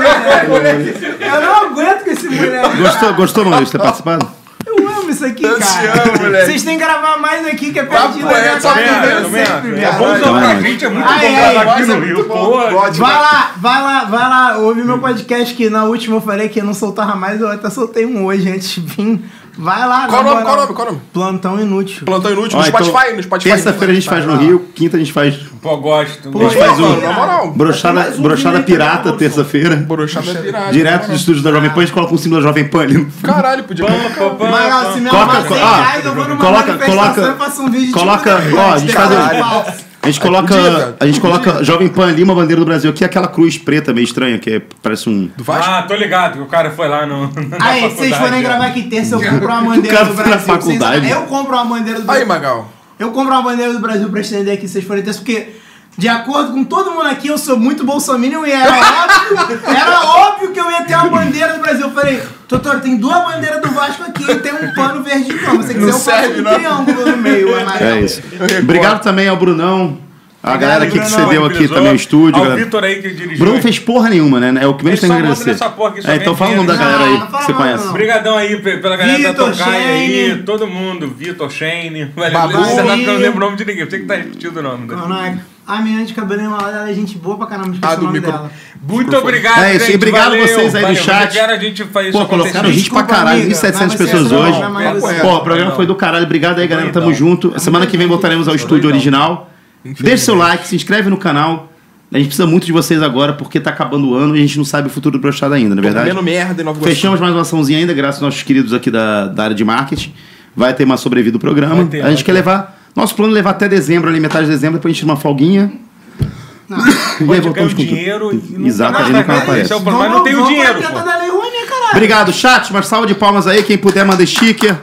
Speaker 2: moleque.
Speaker 6: é, Eu não aguento com esse moleque.
Speaker 1: Gostou, gostou, Maurício, ter
Speaker 2: Ah,
Speaker 1: participado?
Speaker 2: tipo,
Speaker 6: Eu amo isso aqui,
Speaker 2: Eu te
Speaker 6: cara.
Speaker 2: amo, moleque.
Speaker 6: Vocês têm que gravar mais aqui, que é
Speaker 2: Papo
Speaker 6: perdido. né?
Speaker 2: reto, só
Speaker 6: Tá
Speaker 2: merda,
Speaker 6: vivendo
Speaker 4: merda.
Speaker 6: sempre,
Speaker 4: É
Speaker 6: viu?
Speaker 4: bom
Speaker 1: Caralho.
Speaker 4: pra gente, é muito bom
Speaker 6: Ai,
Speaker 4: gravar
Speaker 6: ai,
Speaker 4: aqui
Speaker 2: é
Speaker 4: no
Speaker 2: muito
Speaker 4: Rio.
Speaker 2: bom.
Speaker 4: Pô,
Speaker 2: Ótimo.
Speaker 6: Vai lá, vai lá, vai lá. Ouve meu podcast que na última eu falei que eu não soltava mais. Eu até soltei um hoje antes de vir. Vai lá,
Speaker 2: Qual nome,
Speaker 6: na moral.
Speaker 2: qual nome, qual nome?
Speaker 6: Plantão Inútil.
Speaker 2: Plantão inútil no
Speaker 1: Ó, então,
Speaker 2: Spotify, no Spotify. um.
Speaker 1: Terça-feira a gente faz no Rio, quinta a gente faz
Speaker 4: pô gosto.
Speaker 2: Pô,
Speaker 1: gente faz um.
Speaker 2: mano, Na moral.
Speaker 1: brochada,
Speaker 2: um
Speaker 1: brochada pirata, terça-feira.
Speaker 2: Broxada virada.
Speaker 1: Direto do estúdio da Jovem Pan, a gente coloca um símbolo da Jovem Pan ali.
Speaker 2: Caralho, podia colocar.
Speaker 6: Magal, se me
Speaker 1: Coloca-
Speaker 6: arrumar 100
Speaker 1: ah,
Speaker 6: reais, eu vou numa
Speaker 1: coloca-
Speaker 6: manifestação
Speaker 1: coloca-
Speaker 6: e faço um vídeo de
Speaker 1: coloca-
Speaker 6: tudo.
Speaker 1: ó, a gente faz um-
Speaker 6: Caralho.
Speaker 1: A
Speaker 2: É,
Speaker 1: gente coloca, a gente coloca Jovem Pan ali, uma bandeira do Brasil aqui, aquela cruz preta meio estranha, que é- parece um...
Speaker 4: Ah, tô ligado que o cara foi lá no. na
Speaker 6: Aí, se
Speaker 4: faculdade,
Speaker 6: vocês
Speaker 4: né?
Speaker 6: forem
Speaker 4: ó.
Speaker 6: gravar aqui terça, eu compro uma bandeira
Speaker 1: cara
Speaker 6: do
Speaker 1: foi na
Speaker 6: Brasil. sem
Speaker 1: faculdade.
Speaker 6: sacanagem. Eu compro uma bandeira do
Speaker 2: Aí,
Speaker 6: Brasil.
Speaker 2: Magal.
Speaker 6: Eu compro uma bandeira do Brasil pra estender aqui se vocês forem terça, porque. De acordo com todo mundo aqui, eu sou muito bolsominion e era óbvio, era óbvio que eu ia ter uma bandeira do Brasil. Eu falei, doutor, tem duas bandeiras do Vasco aqui e tem um pano verde então. Você quiser, eu faço
Speaker 2: serve,
Speaker 6: um
Speaker 2: não.
Speaker 6: triângulo no meio, amarelo.
Speaker 1: É isso. Obrigado também ao Brunão, A galera aqui que
Speaker 4: Bruno
Speaker 1: cedeu aqui
Speaker 4: disponibilizou,
Speaker 1: também o estúdio,
Speaker 4: Ao
Speaker 1: galera.
Speaker 4: Vitor aí que dirigiu.
Speaker 1: Bruno fez porra nenhuma, né? É o que menos tem que
Speaker 4: Ele só manda
Speaker 1: agradecer.
Speaker 4: nessa porra que só
Speaker 1: É, então
Speaker 4: vem
Speaker 1: fala o nome da
Speaker 4: dinheiro.
Speaker 1: galera aí
Speaker 6: Não, não
Speaker 1: que
Speaker 6: fala
Speaker 1: você
Speaker 6: nada,
Speaker 1: conhece.
Speaker 6: não.
Speaker 4: Obrigadão aí pe- pela galera da
Speaker 6: Vitor
Speaker 4: Tokai aí,
Speaker 6: Shane.
Speaker 4: todo mundo, Vitor Shane, velho,
Speaker 5: Babalu.
Speaker 4: você tá ficando lembro o nome de ninguém, tem que estar repetindo o nome. né?
Speaker 1: Ah.
Speaker 4: dele.
Speaker 6: Caraca. é. A menina de cabelo enrolado, ela é gente boa pra caramba, esqueci
Speaker 2: Ah,
Speaker 6: o
Speaker 2: do
Speaker 6: nome
Speaker 2: micro-
Speaker 6: dela.
Speaker 4: Muito obrigado,
Speaker 1: É isso, e
Speaker 4: gente,
Speaker 1: obrigado
Speaker 4: valeu,
Speaker 1: vocês aí do
Speaker 4: valeu,
Speaker 1: chat.
Speaker 4: obrigado, a gente faz isso
Speaker 1: Pô, colocaram
Speaker 4: acontecer.
Speaker 1: gente pra
Speaker 6: Desculpa,
Speaker 1: caralho,
Speaker 6: amiga,
Speaker 1: 1.700
Speaker 6: mas você
Speaker 1: pessoas
Speaker 6: é
Speaker 1: hoje.
Speaker 6: brava, mas
Speaker 4: Papo
Speaker 6: você-
Speaker 4: reto.
Speaker 1: Pô, o programa foi do caralho. Obrigado aí, galera. Tamo junto. Semana que vem voltaremos ao estúdio original. Deixe seu like, se inscreve no canal. A gente precisa muito de vocês agora, porque tá acabando o ano e a gente não sabe o futuro do Brochado ainda, na verdade.
Speaker 2: Comendo merda e Nova Iguaçu.
Speaker 1: Fechamos mais uma açãozinha ainda, graças aos nossos queridos aqui da, da área de marketing. Vai ter uma sobrevida do programa.
Speaker 4: Vai ter,
Speaker 1: a gente
Speaker 4: vai
Speaker 1: quer
Speaker 4: ter.
Speaker 1: levar. Nosso plano é levar até dezembro, ali, metade de dezembro, depois a gente tira uma folguinha. e aí
Speaker 4: Pode ganhar
Speaker 1: voltamos
Speaker 4: o
Speaker 1: com tudo.
Speaker 4: dinheiro e não
Speaker 1: Exato,
Speaker 4: tá
Speaker 1: aí
Speaker 4: nada,
Speaker 1: nunca
Speaker 4: né?
Speaker 1: aparece.
Speaker 4: Esse é o problema, mas não tem o
Speaker 6: Vamos-
Speaker 4: dinheiro,
Speaker 6: Vamos pra
Speaker 4: pô.
Speaker 6: tentar dar lei ruim, né, caralho?
Speaker 1: Obrigado, chat. Uma salva de palmas aí. Quem puder, manda sticker.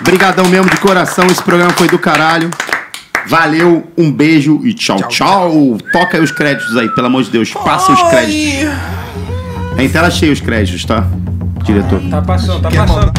Speaker 1: Obrigadão mesmo de coração. Esse programa foi do caralho. Valeu, um beijo e tchau, tchau. Toca aí os créditos aí, pelo amor de Deus. Passa os créditos. É em tela cheia os créditos, tá? Diretor. é
Speaker 4: Tá passando, tá passando.